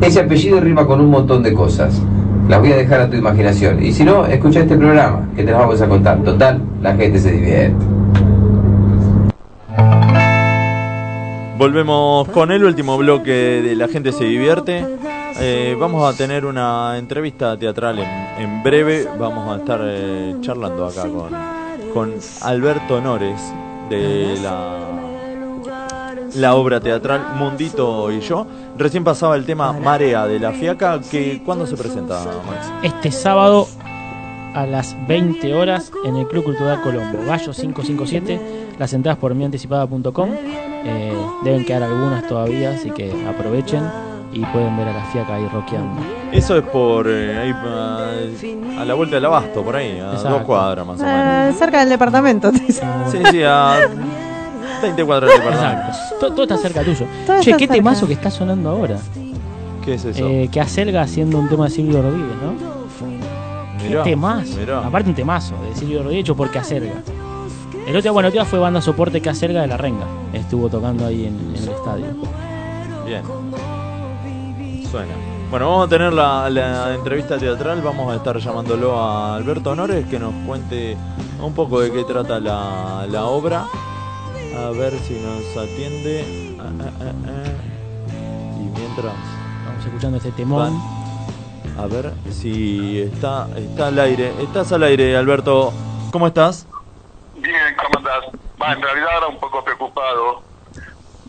Ese apellido rima con un montón de cosas. Las voy a dejar a tu imaginación. Y si no, escucha este programa, que te las vamos a contar. Total, la gente se divierte. Volvemos con el último bloque de La gente se divierte. Eh, vamos a tener una entrevista teatral en, en breve. Vamos a estar eh, charlando acá con, con Alberto Nores de la, la obra teatral Mundito y yo. Recién pasaba el tema Marea de la Fiaca. Que, ¿Cuándo se presenta, Max? Este sábado a las 20 horas en el Club Cultural Colombo, Gallo 557, las entradas por mianticipada.com. Eh, deben quedar algunas todavía, así que aprovechen. y pueden ver a la fiaca ahí rockeando. Eso es por eh, ahí, ah, a la vuelta del abasto, por ahí, a Exacto. dos cuadras más o menos. Ah, cerca del departamento. te dice. Sí, sí, a 20 cuadras del departamento. Exacto. Todo, todo está cerca tuyo. Todo che, está qué cerca. temazo que está sonando ahora. ¿Qué es eso? Eh, que acelga haciendo un tema de Silvio Rodríguez, ¿no? Mirá, qué temazo. mirá. Aparte un temazo de Silvio Rodríguez hecho por Caserga. El otro, bueno, el otro día fue banda soporte Caserga de la Renga. Estuvo tocando ahí en, en el estadio. Bien. Suena. Bueno, vamos a tener la, la entrevista teatral. Vamos a estar llamándolo a Alberto Honores que nos cuente un poco de qué trata la, la obra. A ver si nos atiende. Ah, ah, ah, ah. Y mientras. Vamos escuchando este temón. va- A ver si está, está al aire. Estás al aire, Alberto. ¿Cómo estás? Bien, ¿cómo andás? Va, en realidad ahora un poco preocupado.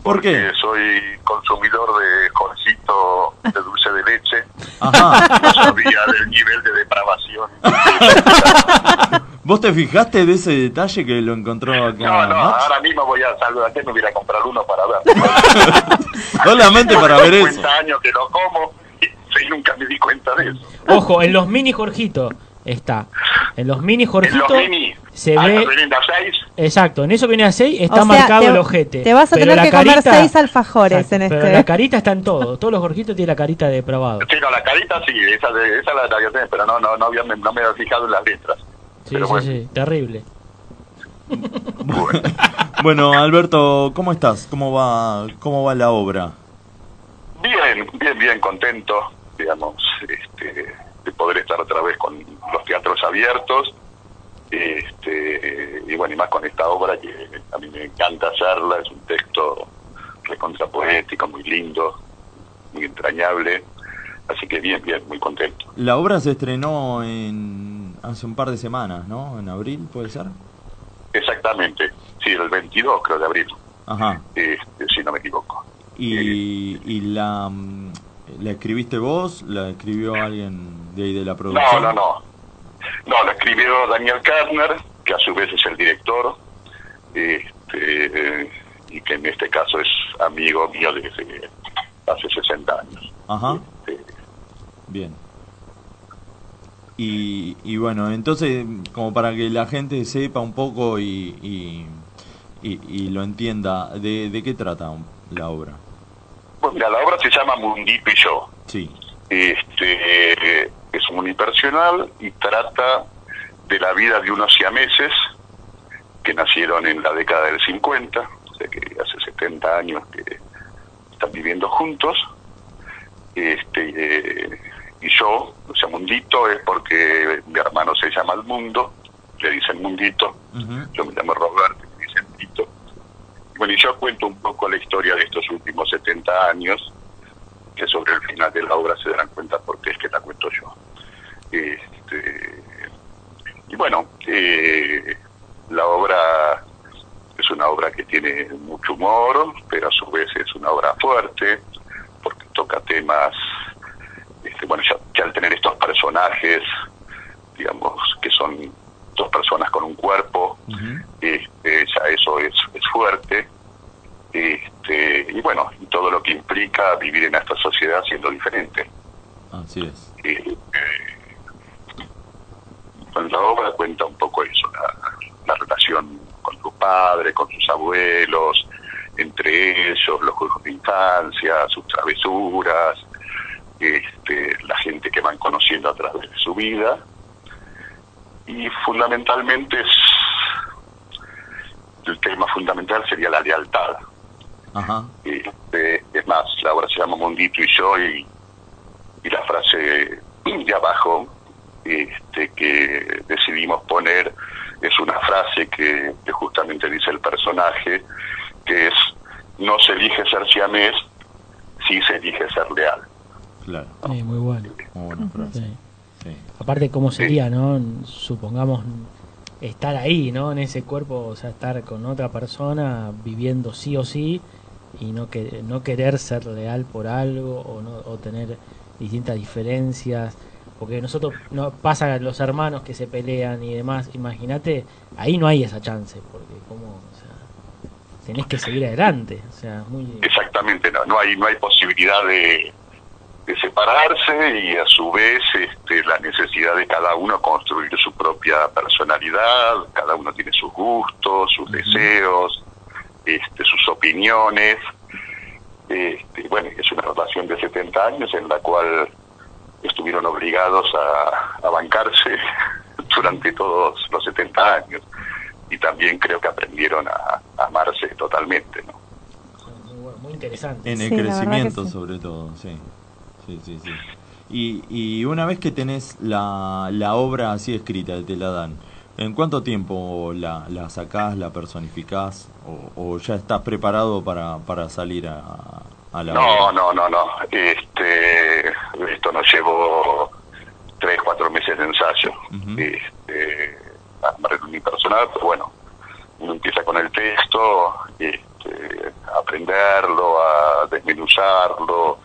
¿Por qué? porque Soy consumidor de joncito de dulce de leche. Ajá. No sabía del nivel de depravación. ¿Vos te fijaste de ese detalle que lo encontró acá? No, no, Max? ahora mismo voy a saludar. Antes me voy a ir a comprar uno para ver. Solamente para ver eso. 50 años que lo como y, y nunca me di cuenta de eso. Ojo, en los mini Jorgito está. En los mini Jorgito los mini. se Ah, ve. los vienen de a seis. Exacto, en eso que viene a 6 está O sea, marcado te- el ojete. Te vas a Pero tener la que comer carita- seis alfajores en Pero este. la carita está en todo. Todos los Jorgitos tienen la carita de depravado. Sí, no, la carita sí, esa, de, esa la, la que tenés, pero no, no, no, había, no me había fijado en las letras. Sí, Pero sí, bueno. sí. Terrible. Bueno, Alberto, ¿cómo estás? ¿Cómo va, cómo va la obra? Bien, bien, bien contento, digamos, este, de poder estar otra vez con los teatros abiertos. Este, y bueno, y más con esta obra que a mí me encanta hacerla, es un texto recontra poético, muy lindo, muy entrañable. Así que bien, bien, muy contento. La obra se estrenó en hace un par de semanas, ¿no? En abril, ¿puede ser? Exactamente, sí, el 22 creo de abril, Ajá. este, si no me equivoco. Y, y la, mm, la escribiste vos, la escribió alguien de ahí de la No, producción. no, no. No, lo escribió Daniel Karner, que a su vez es el director, este, eh, y que en este caso es amigo mío desde hace 60 años. Este, Ajá. Bien. Y, y bueno, entonces, como para que la gente sepa un poco y, y, y- y lo entienda, ¿de, de qué trata la obra? Pues mira, la obra se llama Mundito y yo. Sí. Este, eh, es un unipersonal y trata de la vida de unos siameses que nacieron en la década del 50, o sea que hace 70 años que están viviendo juntos. Este, eh, y yo, o sea, Mundito es porque mi hermano se llama El Mundo, le dicen Mundito, yo me llamo Roberto, me dicen Tito. Y bueno, y yo cuento un poco la historia de estos últimos 70 años, que sobre el final de la obra se darán cuenta porque es que la cuento yo. Este, y bueno, eh, la obra es una obra que tiene mucho humor, pero a su vez es una obra fuerte, porque toca temas, este, bueno, ya, ya al tener estos personajes, digamos, que son dos personas con un cuerpo, este, ya eso es, es fuerte. Este, y bueno, y todo lo que implica vivir en esta sociedad siendo diferente. Así es. Eh, eh, bueno, la obra cuenta un poco eso, la, la relación con sus padres, con sus abuelos, entre ellos, los juegos de infancia, sus travesuras, este, la gente que van conociendo a través de su vida. Y fundamentalmente es, el tema fundamental sería la lealtad. Ajá. Este, es más, la obra se llama Mundito y yo y, y la frase de abajo este, que decidimos poner es una frase que, que justamente dice el personaje, que es, no se elige ser siamés, sí se elige ser leal. Claro. Ah. Eh, muy bueno. Sí. Sí. Aparte, ¿cómo sería, no? Supongamos estar ahí, ¿no? En ese cuerpo, o sea, estar con otra persona viviendo sí o sí y no, que, no querer ser leal por algo o, no, o tener distintas diferencias. Porque nosotros no pasa a los hermanos que se pelean y demás. Imagínate, ahí no hay esa chance, porque como, o sea, tenés que seguir adelante. O sea, muy, Exactamente, no, no hay no hay posibilidad de, de separarse y a su vez este, la necesidad de cada uno construir su propia personalidad, cada uno tiene sus gustos, sus deseos, este, sus opiniones. Este, bueno, es una relación de 70 años en la cual estuvieron obligados a, a bancarse durante todos los 70 años y también creo que aprendieron a, a amarse totalmente. ¿no? Muy interesante. En el crecimiento, sobre todo, sí. Sí, sí, sí. Y, y una vez que tenés la, la obra así escrita, te la dan, ¿en cuánto tiempo la, la sacás, la personificás o, o ya estás preparado para, para salir a, a la No, no, no, no. Este, esto nos llevó tres, cuatro meses de ensayo. Este, armar mi personal, pero bueno, uno empieza con el texto, este, a aprenderlo, a desmenuzarlo,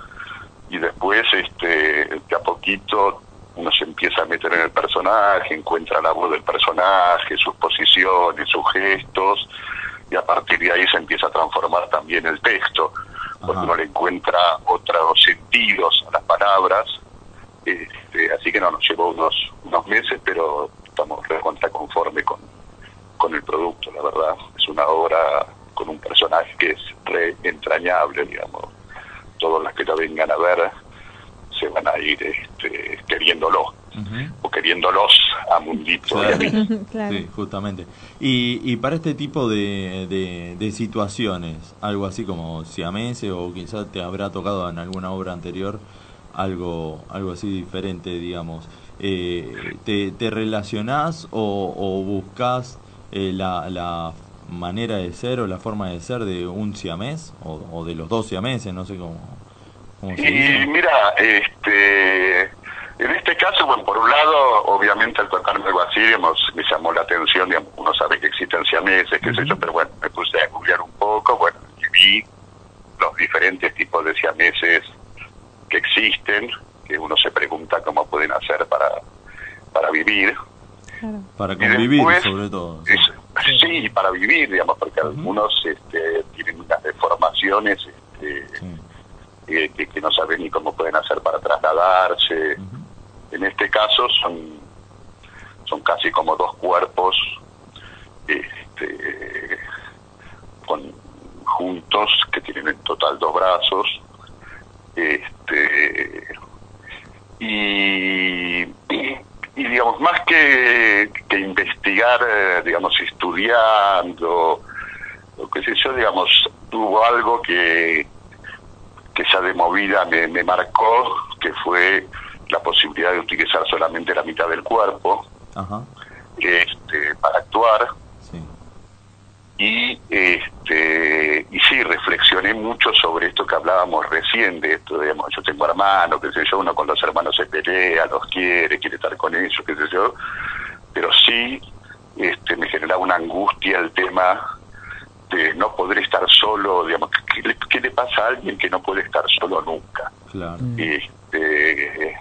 y después, este, de a poquito, uno se empieza a meter en el personaje, encuentra la voz del personaje, sus posiciones, sus gestos, y a partir de ahí se empieza a transformar también el texto, porque uno le encuentra otros sentidos a las palabras, este, así que no, nos llevó unos, unos meses, pero estamos recontra conforme con, con el producto, la verdad. Es una obra con un personaje que es re entrañable, digamos. Todos los que la vengan a ver se van a ir este, queriéndolo, o queriéndolos a Mundito y a mí. Claro. Sí, justamente. Y, y para este tipo de, de, de situaciones, algo así como siamese o quizás te habrá tocado en alguna obra anterior, algo, algo así diferente, digamos. Eh, ¿te, ¿Te relacionás o, o buscas eh, la, la manera de ser o la forma de ser de un siamés o, o de los dos siameses? No sé cómo, cómo se Y dice. mira, este, en este caso, bueno, por un lado, obviamente al tocarme algo así, digamos, me llamó la atención, digamos, uno sabe que existen siameses, qué sé yo, pero bueno, me puse a googlear un poco, bueno, y vi los diferentes tipos de siameses que existen, que uno se pregunta cómo pueden hacer para, para vivir. Para convivir, después- sobre todo. Es- sí, para vivir, digamos, porque algunos este, tienen unas deformaciones este, eh, que, que no saben ni cómo pueden hacer para trasladarse. En este caso son, son casi como dos cuerpos este, con, juntos que tienen en total dos brazos. Este, y, y- y, digamos, más que, que investigar, eh, digamos, estudiando, o qué sé yo, digamos, tuvo algo que, que ya de movida me, me marcó, que fue la posibilidad de utilizar solamente la mitad del cuerpo Ajá. este, para actuar. Y, este, y sí, reflexioné mucho sobre esto que hablábamos recién, de esto, digamos, yo tengo hermanos, qué sé yo, uno con los hermanos se pelea, los quiere, quiere estar con ellos, qué sé yo, pero sí este, me generaba una angustia el tema de no poder estar solo, digamos, ¿qué le, qué le pasa a alguien que no puede estar solo nunca? Claro. Mm. Este,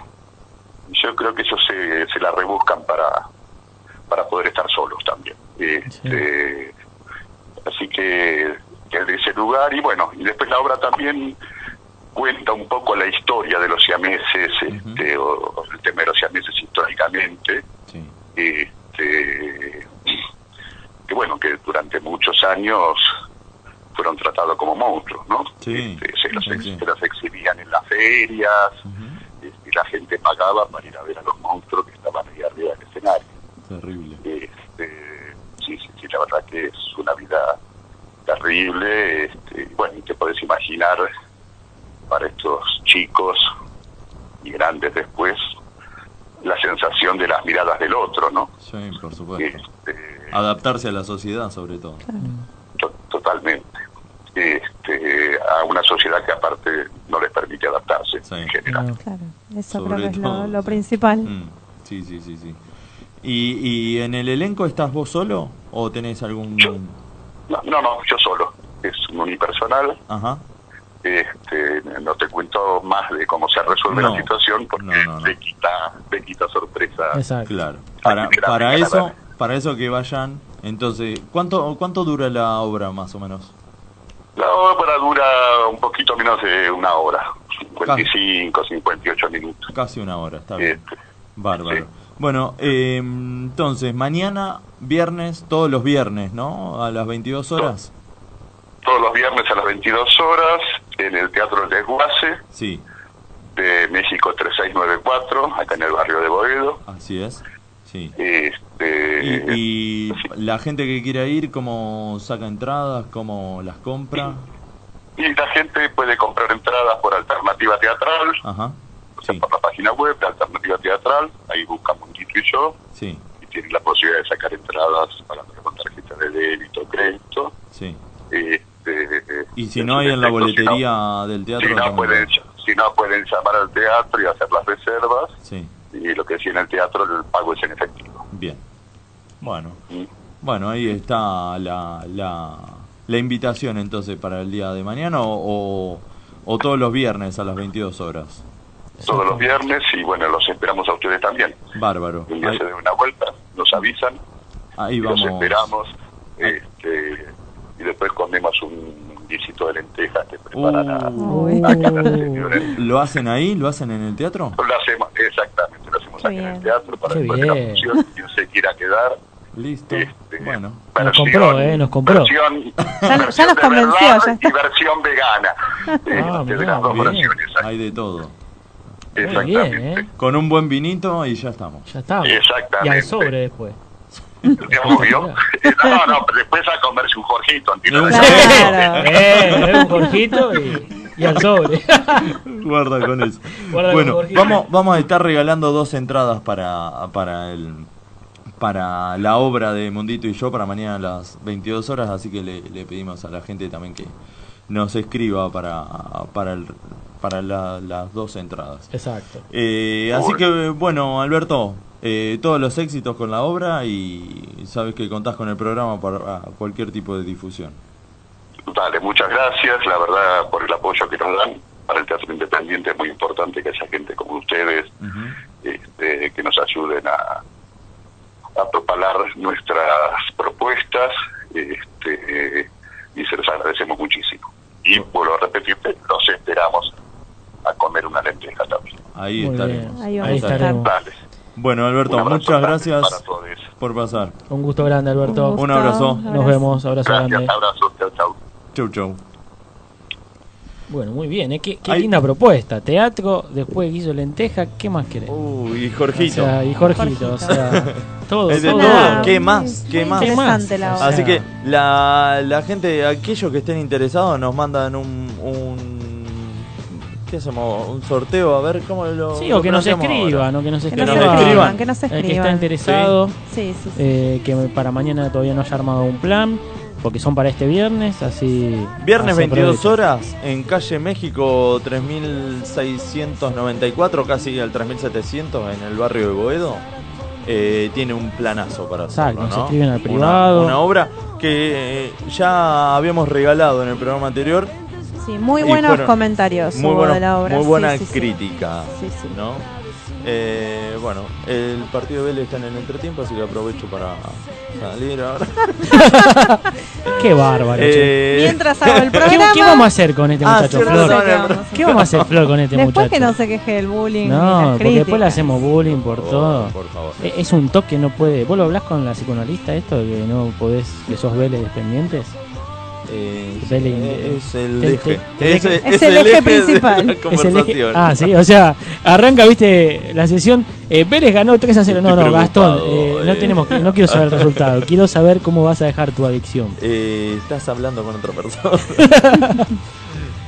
yo creo que eso se, se la rebuscan para, para poder estar solos también. Este, Así que desde ese lugar, y bueno, y después la obra también cuenta un poco la historia de los siameses, este, o, o el tema de los siameses históricamente. Este, que bueno, que durante muchos años fueron tratados como monstruos, ¿no? Mm. Este, se, los ex- se los exhibían en las ferias, este, y la gente pagaba para ir a ver a los monstruos que estaban ahí arriba del escenario. Terrible. Este, sí, sí, sí, la verdad que es una vida terrible. Este, bueno, y te podés imaginar para estos chicos y grandes después la sensación de las miradas del otro, ¿no? Este, Sí, por supuesto. Adaptarse a la sociedad, sobre todo. Totalmente. Este, a una sociedad que aparte no les permite adaptarse en general. Claro, eso Sobre creo que es lo, todo, lo principal. Mm. Sí, sí, sí, sí. ¿Y, y en el elenco estás vos solo o tenés algún... No, no, no, yo solo. Es un unipersonal. Ajá. Este, no te cuento más de cómo se resuelve No. la situación porque Te, quita, te quita sorpresa. Claro. Para, Así que la para primera eso, vez. para eso que vayan... Entonces, ¿cuánto, ¿cuánto dura la obra más o menos? La obra dura un poquito menos de una hora. 55, 58 minutos. Este, Casi una hora, está bien. Bárbaro. Bueno, eh, entonces, mañana, viernes, todos los viernes, ¿no? A las 22 horas. Todos los viernes a las 22 horas en el Teatro El Desguace Sí, de México 3694, acá en el barrio de Boedo. así es. Sí. Este, Y, y la gente que quiera ir, ¿cómo saca entradas? ¿Cómo las compra? Y la gente puede comprar entradas por Alternativa Teatral, Ajá, o sea, por la página web de Alternativa Teatral, ahí buscan Mundito y yo, sí, y tienen la posibilidad de sacar entradas para con tarjeta de débito, crédito. sí. Este, Y si no, hay en la boletería del teatro. si, no también. pueden, si no, pueden llamar al teatro y hacer las reservas, Sí, y lo que sí en el teatro el pago es en efectivo. bien. Bueno, bueno ahí está la, la, la invitación entonces para el día de mañana o, o- o todos los viernes a las 22 horas. Todos los viernes, y bueno, los esperamos a ustedes también. Bárbaro. Un día Ahí- se den una vuelta, nos avisan, Ahí y los vamos. Ah. esperamos. Este, y después comemos un guisito de lentejas que Uh, preparará. Uh, ¿Lo hacen ahí? ¿Lo hacen en el teatro? Lo hacemos, exactamente, lo hacemos aquí en el teatro para Qué después de la bien. función, quien se quiera quedar. Listo. bueno, Nos compró, ¿eh? Nos compró. Versión, Ya, ya nos convenció. ya y versión vegana. Este, Ah, de las dos versiones. Hay de todo. Muy bien, ¿eh? Exactamente. Con un buen vinito y ya estamos. Ya estamos. Y Exactamente. al sobre después. ¿Te obvio? No, no, pero después a comerse un Jorgito. antes de- Eh, un gorjito y, y al sobre. Guarda con eso. Guarda con bueno, Jorgito. vamos, vamos a estar regalando dos entradas para, para el para la obra de Mundito y yo para mañana a las 22 horas, así que le, le pedimos a la gente también que nos escriba para para el- para la- las dos entradas. Exacto. Eh, así que bueno, Alberto, eh, todos los éxitos con la obra y sabes que contás con el programa para cualquier tipo de difusión. Dale, muchas gracias, la verdad, por el apoyo que nos dan. Para el teatro independiente es muy importante que haya gente como ustedes este, que nos ayuden a, a propalar nuestras propuestas este, y se los agradecemos muchísimo. Y vuelvo a repetirte, los esperamos a comer una lenteja también. Ahí Muy estaremos. bien. Ahí vamos a estar. Dale. Bueno, Alberto, muchas gracias por pasar. Un gusto grande, Alberto. Un abrazo. Un Nos abrazo. vemos. Abrazo Gracias, grande. Abrazos, chau, chau. Chau, chau. Bueno, muy bien. ¿eh? Qué, qué linda propuesta. Teatro, después guiso lenteja. ¿Qué más querés? Uy, y Jorgito. O sea, y Jorgito, o sea, todo, Es de todo. todo. Muy- ¿Qué más? muy ¿Qué más? interesante la obra. Así que la, la gente, aquellos que estén interesados, nos mandan un. un ¿Qué hacemos? ¿Un sorteo? A ver cómo lo. Sí, o que lo nos planteamos escriban, ahora. o que nos Que nos escriban. escriban, que nos El que escriban. está interesado, Sí, sí, sí. eh, que para mañana todavía no haya armado un plan, porque son para este viernes, así. Viernes así 22 aprovecho. horas en calle México 3694, casi al 3700 en el barrio de Boedo. eh, tiene un planazo para hacerlo, Exacto, nos ¿no? escriben al Una- privado. Una, obra que eh, ya habíamos regalado en el programa anterior. Sí, muy y buenos fueron- comentarios muy hubo buenos- de la obra. Muy sí, buena sí, sí. crítica, ¿no? Eh, bueno, el partido de Vélez está en el entretiempo, así que aprovecho para salir ahora. Qué bárbaro. che. Eh, Mientras hago el ¿Qué- programa- ¿Qué, vamos a hacer con este Ah, muchacho, cierto, Flor? no sé qué vamos a hacer. ¿Qué vamos a hacer, Flor, con este Después muchaje? que no se queje el bullying. y No, las porque después le críticas. hacemos bullying por todo. E- Es un toque que no puede. ¿Vos lo hablás con la psicoanalista esto? de Que no podés, que sos Vélez dependientes. Eh, Vélez- es el te- eje. te- Es, te- es el eje principal. De la Es el eje- conversación. ah, sí, o sea, arranca, viste, la sesión. eh, Vélez ganó 3 a 0. No, no, Gastón, eh, no, eh. tenemos, que- no quiero saber el resultado. Quiero saber cómo vas a dejar tu adicción. Eh, estás hablando con otra persona.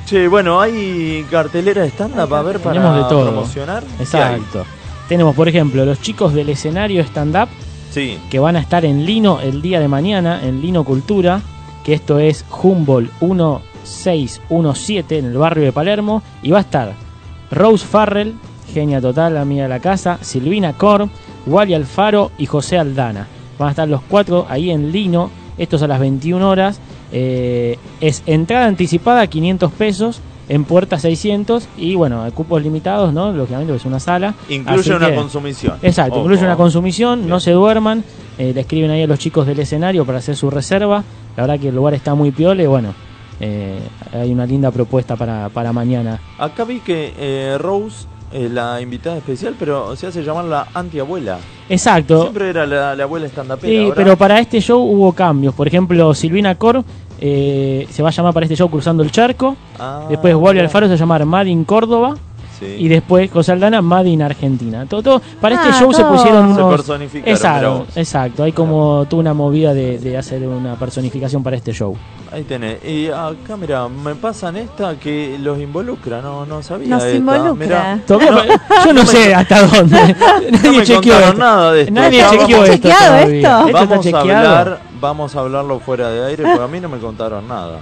che, bueno, hay cartelera de stand-up a ver para Tenemos de todo. promocionar. ¿Qué Exacto. Tenemos, por ejemplo, los chicos del escenario stand-up hay? Sí, que van a estar en Lino el día de mañana, en Lino Cultura, que esto es Humboldt 1617 en el barrio de Palermo, y va a estar Rose Farrell, genia total, amiga de la casa, Silvina Korn, Wally Alfaro y José Aldana. Van a estar los cuatro ahí en Lino, estos a las 21 horas. Eh, es entrada anticipada 500 pesos, en puerta 600 y bueno, cupos limitados, ¿no? Lógicamente porque es una sala. incluye Así una que- consumición. Exacto, Ojo. incluye una consumición, no se duerman, eh, le escriben ahí a los chicos del escenario para hacer su reserva. La verdad que el lugar está muy piole, bueno, eh, hay una linda propuesta para, para mañana. Acá vi que eh, Rose es la invitada especial, pero se hace llamar la antiabuela. Exacto. Siempre era la, la abuela estandapera. Sí, ahora- pero para este show hubo cambios. Por ejemplo, Silvina Cor eh, se va a llamar para este show Cruzando el Charco. Ah, después Wally mirá. Alfaro se va a llamar Madin Córdoba. Sí. Y después José Aldana, Madin Argentina. Todo, todo- para Ah, este show se todo. pusieron Se unos... personificaron, mirá Exacto, vos. exacto. Hay como toda una movida de, de hacer una personificación para este show. Ahí tenés. Y acá, mira, me pasan esta que los involucra, no, no sabía. Nos esta. involucra. Mirá. Tocó- yo no, sé hasta dónde. No Nadie me chequeó contaron esto. nada de esto. Nadie Ya chequeó vamos- esto. todavía. Vamos está a chequeado. hablar, vamos a hablarlo fuera de aire, porque a mí no me contaron nada.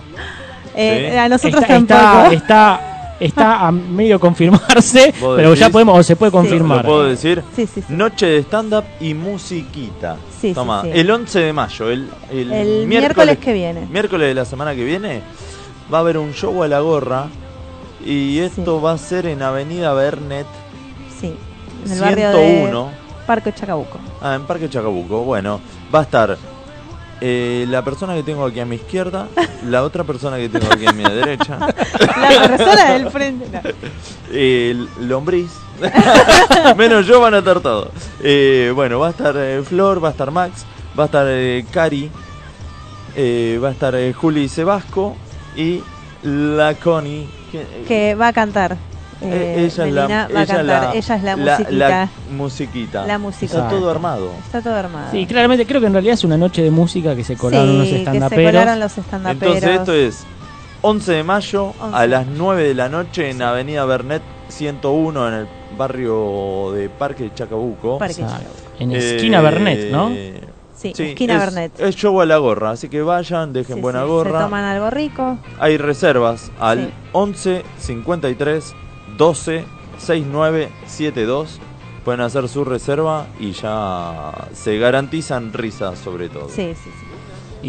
Eh, Sí. A nosotros está, tampoco. Está, está, está a medio confirmarse, ¿Vos pero ya decís? podemos, o se puede Sí. confirmar. ¿Lo puedo decir? Sí, sí, Noche de stand-up y musiquita. Sí, Toma, sí, sí. el 11 de mayo, el, el El miércoles que viene. Miércoles de la semana que viene va a haber un show a la gorra y esto va a ser en Avenida Bernet Sí, en el barrio de 101, Parque Chacabuco. ah, en Parque Chacabuco. Bueno, va a estar eh, la persona que tengo aquí a mi izquierda, la otra persona que tengo aquí a mi derecha. La persona del frente. no. El lombriz. Menos yo van a estar todos. Eh, bueno, va a estar eh, Flor, va a estar Max, va a estar eh, Cari, eh, va a estar eh, Juli Sebasco y la Connie. que- Que va a cantar. eh, Eh, Melina va a ella es cantar. la- ella es la- la musiquita. la musiquita. La musiquita. Está todo armado. Está todo armado. Sí, claramente, creo que en realidad es una noche de música que se colaron Sí, los que se estandaperos. colaron los estandaperos. Entonces esto es 11 de mayo a las 9 de la noche en Avenida Bernet 101 en el barrio de Parque Chacabuco. Parque Exacto. Eh, En esquina Bernet, ¿no? Sí, esquina es, Bernet. Es show a la gorra, así que vayan, dejen Sí, buena sí, Se gorra. toman algo rico. Hay reservas al Sí. 11 53 12 69 72. Pueden hacer su reserva y ya se garantizan risas sobre todo. Sí, sí, sí.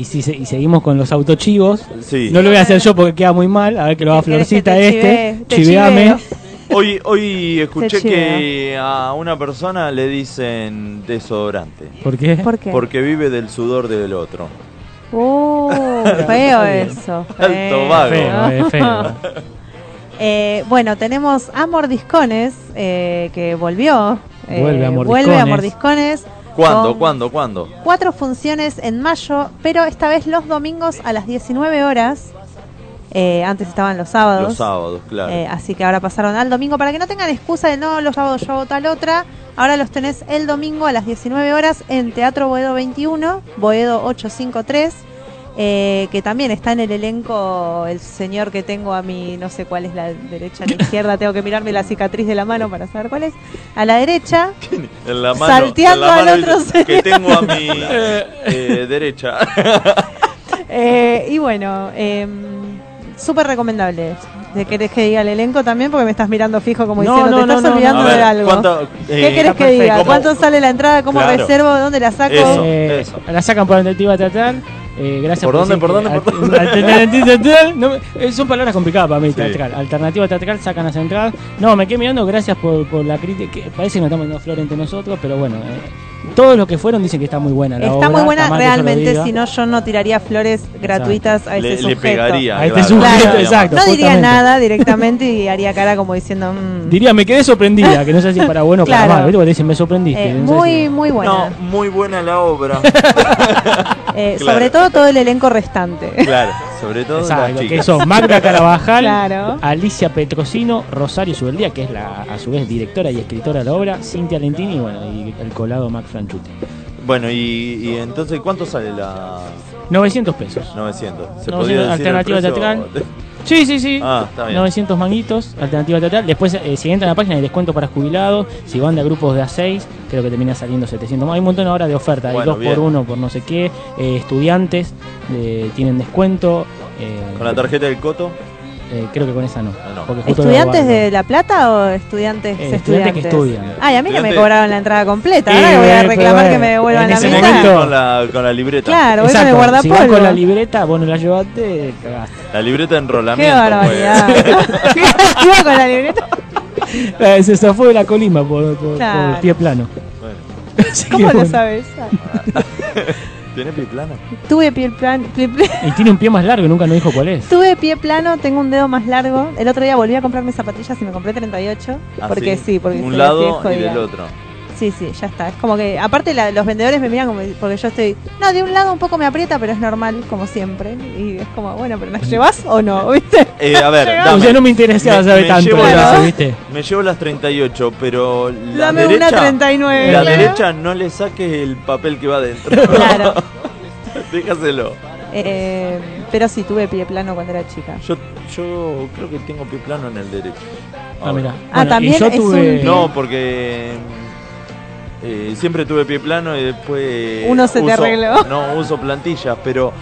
Y si se- y seguimos con los autochivos. Sí. No lo voy a hacer yo porque queda muy mal. A ver que lo haga ¿Querés que Florcita te este. chivee? Te Chiveame. chiveo. Hoy, hoy escuché Se que a una persona le dicen desodorante. ¿Por qué? ¿Por qué? Porque vive del sudor del otro. Uh, feo eso. Alto feo. vago. Feo, eh, feo. Eh, bueno, tenemos a Mordiscones, eh, que volvió. eh, Vuelve a Mordiscones. Vuelve a Mordiscones. ¿Cuándo? con ¿Cuándo? ¿Cuándo? Cuatro funciones en mayo, pero esta vez los domingos a las 19 horas. Eh, antes estaban los sábados. Los sábados, claro. Eh, así que ahora pasaron al domingo para que no tengan excusa de no, los sábados yo hago tal otra. Ahora los tenés el domingo a las 19 horas en Teatro Boedo 21, Boedo 853, eh, que también está en el elenco el señor que tengo a mi, no sé cuál es la derecha, la izquierda, tengo que mirarme la cicatriz de la mano para saber cuál es. A la derecha, En la mano, Salteando en la al mano otro dice, que señor. tengo a mi eh, derecha. Eh, y bueno, em, súper recomendable. ¿De querés que diga el elenco también? Porque me estás mirando fijo como No, diciendo, no, te no, estás no, olvidando no. de A ver, algo. ¿cuánto, ¿Qué eh, querés está que diga? perfecto. ¿Cuánto sale la entrada? ¿Cómo Claro. reservo? ¿Dónde la saco? Eso. Eh, eso. La sacan por Alternativa Teatral. Eh, gracias ¿Por dónde, por dónde, por dónde? Alternativa Teatral. No me- eh, son palabras complicadas para mí, Sí. teatral. Alternativa Teatral, sacan las entradas. No, me quedé mirando, gracias por, por la crítica. que Parece que nos estamos dando flor entre nosotros, pero bueno. eh, todos los que fueron dicen que está muy buena la obra. Está muy buena mal que yo lo realmente, diga. si no yo no tiraría flores gratuitas a ese Le- le sujeto. pegaría, A este claro. sujeto, Claro. exacto. No diría justamente. nada directamente y haría cara como diciendo... mm. Diría, me quedé sorprendida, que no sé si para bueno o Claro. para malo. ¿viste? Porque dicen, me sorprendiste. Eh, no sé si- muy, muy buena. No, muy buena la obra. Eh, claro. Sobre todo todo el elenco restante. Claro, sobre todo las Exacto, chicas. que son Magda Carabajal, Claro. Alicia Petrosino, Rosario Subeldía, que es la, a su vez directora y escritora de la obra, Cintia Lentini y, bueno, y el colado Mac Franchuti. Bueno, y, y entonces, ¿cuánto sale la 900 pesos. 900? ¿Se 900 podía decir el alternativa precio? teatral. Sí, sí, sí. Ah, está bien. 900 manguitos, alternativa teatral. Después, eh, si entran a la página, hay descuento para jubilados. Si van de a grupos de A6, creo que termina saliendo 700. más. Hay un montón ahora de ofertas. Bueno, hay 2 por bien. 1 por no sé qué. Eh, estudiantes eh, tienen descuento. Eh, ¿Con la Ah, tarjeta del Coto? eh, creo que con esa no. porque justo lo ¿Estudiantes guardo. de La Plata o estudiantes Eh, estudiantes estudiantes? que estudian. Ay, a mí no me Estudiantes- cobraron la entrada completa. Ahora voy a Eh, reclamar pero, que me eh, devuelvan en la ese mitad. momento- Con la, con la libreta. Claro, voy a Exacto, guardar si vas polvo. con la libreta, vos no la llevaste, cagaste. La libreta de enrolamiento. pues. Qué barbaridad. Iba con la libreta. Eh, Se zafó de la colima por, por- por Claro. pie plano. pues. Bueno. Así que ¿Cómo lo bueno. sabes? ¿Tiene pie plano? Tuve piel plan, pie- pie- Y tiene un pie más largo, nunca nos dijo cuál es. tuve pie plano, tengo un dedo más largo. El otro día volví a comprarme zapatillas y me compré 38. Ah, porque sí, porque un se- lado sí, es y del jodida. otro. Sí, sí, ya está. Es como que, aparte la- los vendedores me miran como, porque yo estoy, no, de un lado un poco me aprieta, pero es normal, como siempre. Y es como, bueno, pero ¿nos llevas o no? ¿Viste? Eh, a ver, Llegamos. dame. O sea, no me interesaba saber tanto, Llevo claro, las, ¿viste? me llevo las 38, pero la Dame una derecha, 39, La claro. derecha no le saques el papel que va adentro. Claro. Déjaselo. Eh, pero sí, tuve pie plano cuando era chica. Yo, yo creo que tengo pie plano en el derecho. Ah, Ahora. mira. Ah, Bueno, y también yo es tuve- un- No, porque eh, siempre tuve pie plano y después... Uno se te uso- arregló. No, uso plantillas, pero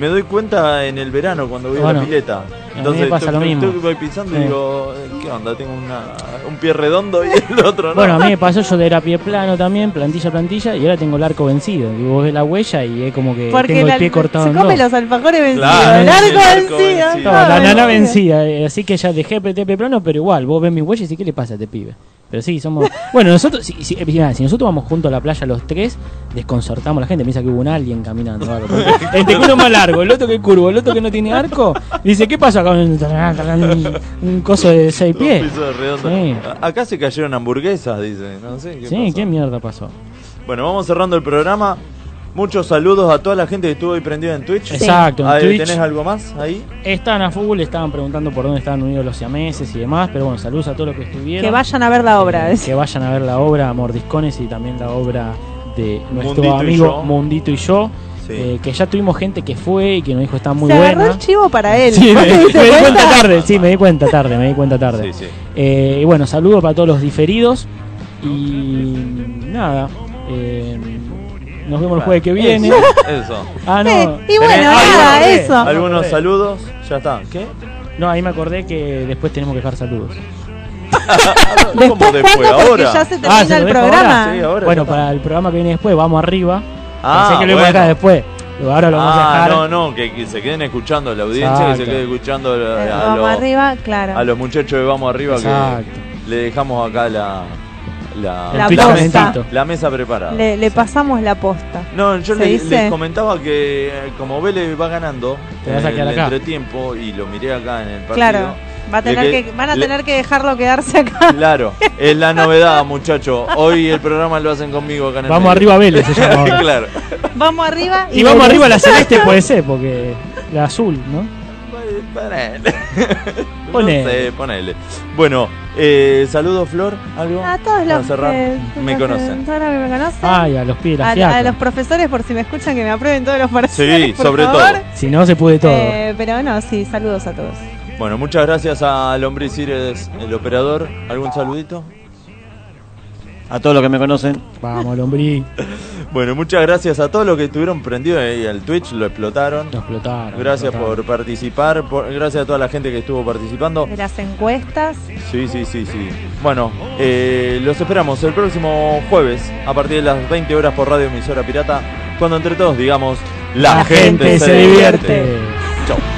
me doy cuenta en el verano cuando voy a Bueno, la pileta. me pasa lo mismo. voy pisando y Sí. digo, ¿qué onda? Tengo una, un pie redondo y el otro no. Bueno, a mí me pasó, yo era pie plano también, plantilla, plantilla, y ahora tengo el arco vencido. Y vos ves la huella y es como que Porque tengo la- el pie cortado se en come dos. los alfajores vencidos, Claro. el El arco arco vencido. No, todo la vencido. nana vencida, eh, así que ya dejé PT pie plano, pero igual, vos ves mi huella y decís, ¿qué le pasa a este pibe? Pero sí, somos... Bueno, nosotros, si, si- eh, mirá, si nosotros vamos juntos a la playa los tres, desconcertamos a la gente, piensa que hubo un alien caminando. algo. Este que uno más largo, el otro que es curvo, el otro que no tiene arco, dice, ¿qué pasó acá? Un, un coso de seis Dos pies. pisos redondos. Sí. A- Acá se cayeron hamburguesas, dice. No sé qué Sí, pasó. ¿qué mierda pasó? Bueno, vamos cerrando el programa. Muchos saludos a toda la gente que estuvo hoy prendida en Twitch. Exacto, en Ah, Twitch. ¿Tenés algo más ahí? Estaban a full, estaban preguntando por dónde estaban unidos los siameses y demás, pero bueno, saludos a todos los que estuvieron. Que vayan a ver la obra. Eh, que vayan a ver la obra Mordiscones y también la obra de Mundito nuestro y amigo yo. Mundito y yo. Sí. eh, que ya tuvimos gente que fue y que nos dijo está muy se buena. agarró el chivo para él. Sí, me, ¿Vos te me di diste cuenta? cuenta? tarde, sí, me di cuenta tarde, me di cuenta tarde. Sí, sí. Eh, y bueno, saludos para todos los diferidos y nada, eh, nos vemos el jueves que viene. Eso, Eso. Ah, no. Sí, y bueno, ¿Tenés- nada, algunos- eso. Algunos saludos. Ya está. ¿Qué? No, ahí me acordé que después tenemos que dejar saludos. ¿Cómo después? ¿Cuándo? Porque ¿Ahora? ya se termina Ah, ¿se el lo dejo programa. Sí, ahora bueno, ya está. para el programa que viene después, vamos arriba. Ah, Pensé que lo íbamos a dejar bueno. después. pero Ahora lo vamos a Ah, dejar. no, no, que, que se queden escuchando la audiencia, que se Exacto. quede escuchando a, Eh, a vamos los- arriba, claro. a los muchachos de Vamos Arriba Exacto. que le dejamos acá la, la, La El Twitch posta. calentito. la mesa preparada. Le, le pasamos la posta. No, yo ¿Se le- dice? les comentaba que eh, como Vélez va ganando Te vas a en quedar el acá. entretiempo y lo miré acá en el partido. Claro. Va a le tener que- que, van a le- tener que dejarlo quedarse acá. Claro, es la novedad, muchachos. Hoy el programa lo hacen conmigo acá en el Vamos medio. arriba Vélez, se llama ahora. claro. Vamos arriba. Y vamos volvemos. arriba a la celeste, puede ser, porque la azul, ¿no? Ponele. Ponele. No sé, ponele. Bueno, eh, saludos, Flor. ¿Algo? A todos Para los cerrar, eh, me los- conocen. todos los que me conocen. Ay, a los pies de Ah. a, la a los fiaca. profesores, por si me escuchan, que me aprueben todos los parciales. Sí, por sobre favor. todo. Si no, se puede todo. Eh, pero no, sí, saludos a todos. Bueno, muchas gracias a Lombriz Cires, el operador. ¿Algún saludito? A todos los que me conocen, Vamos, lombrí. Bueno, muchas gracias a todos los que estuvieron prendidos ahí al Twitch, lo explotaron. Nos explotaron. Gracias nos explotaron. por participar, por- gracias a toda la gente que estuvo participando. De las encuestas. Sí, sí, sí, sí. Bueno, eh, los esperamos el próximo jueves a partir de las 20 horas por Radio Emisora Pirata, cuando entre todos digamos, la, gente, se divierte. Chau.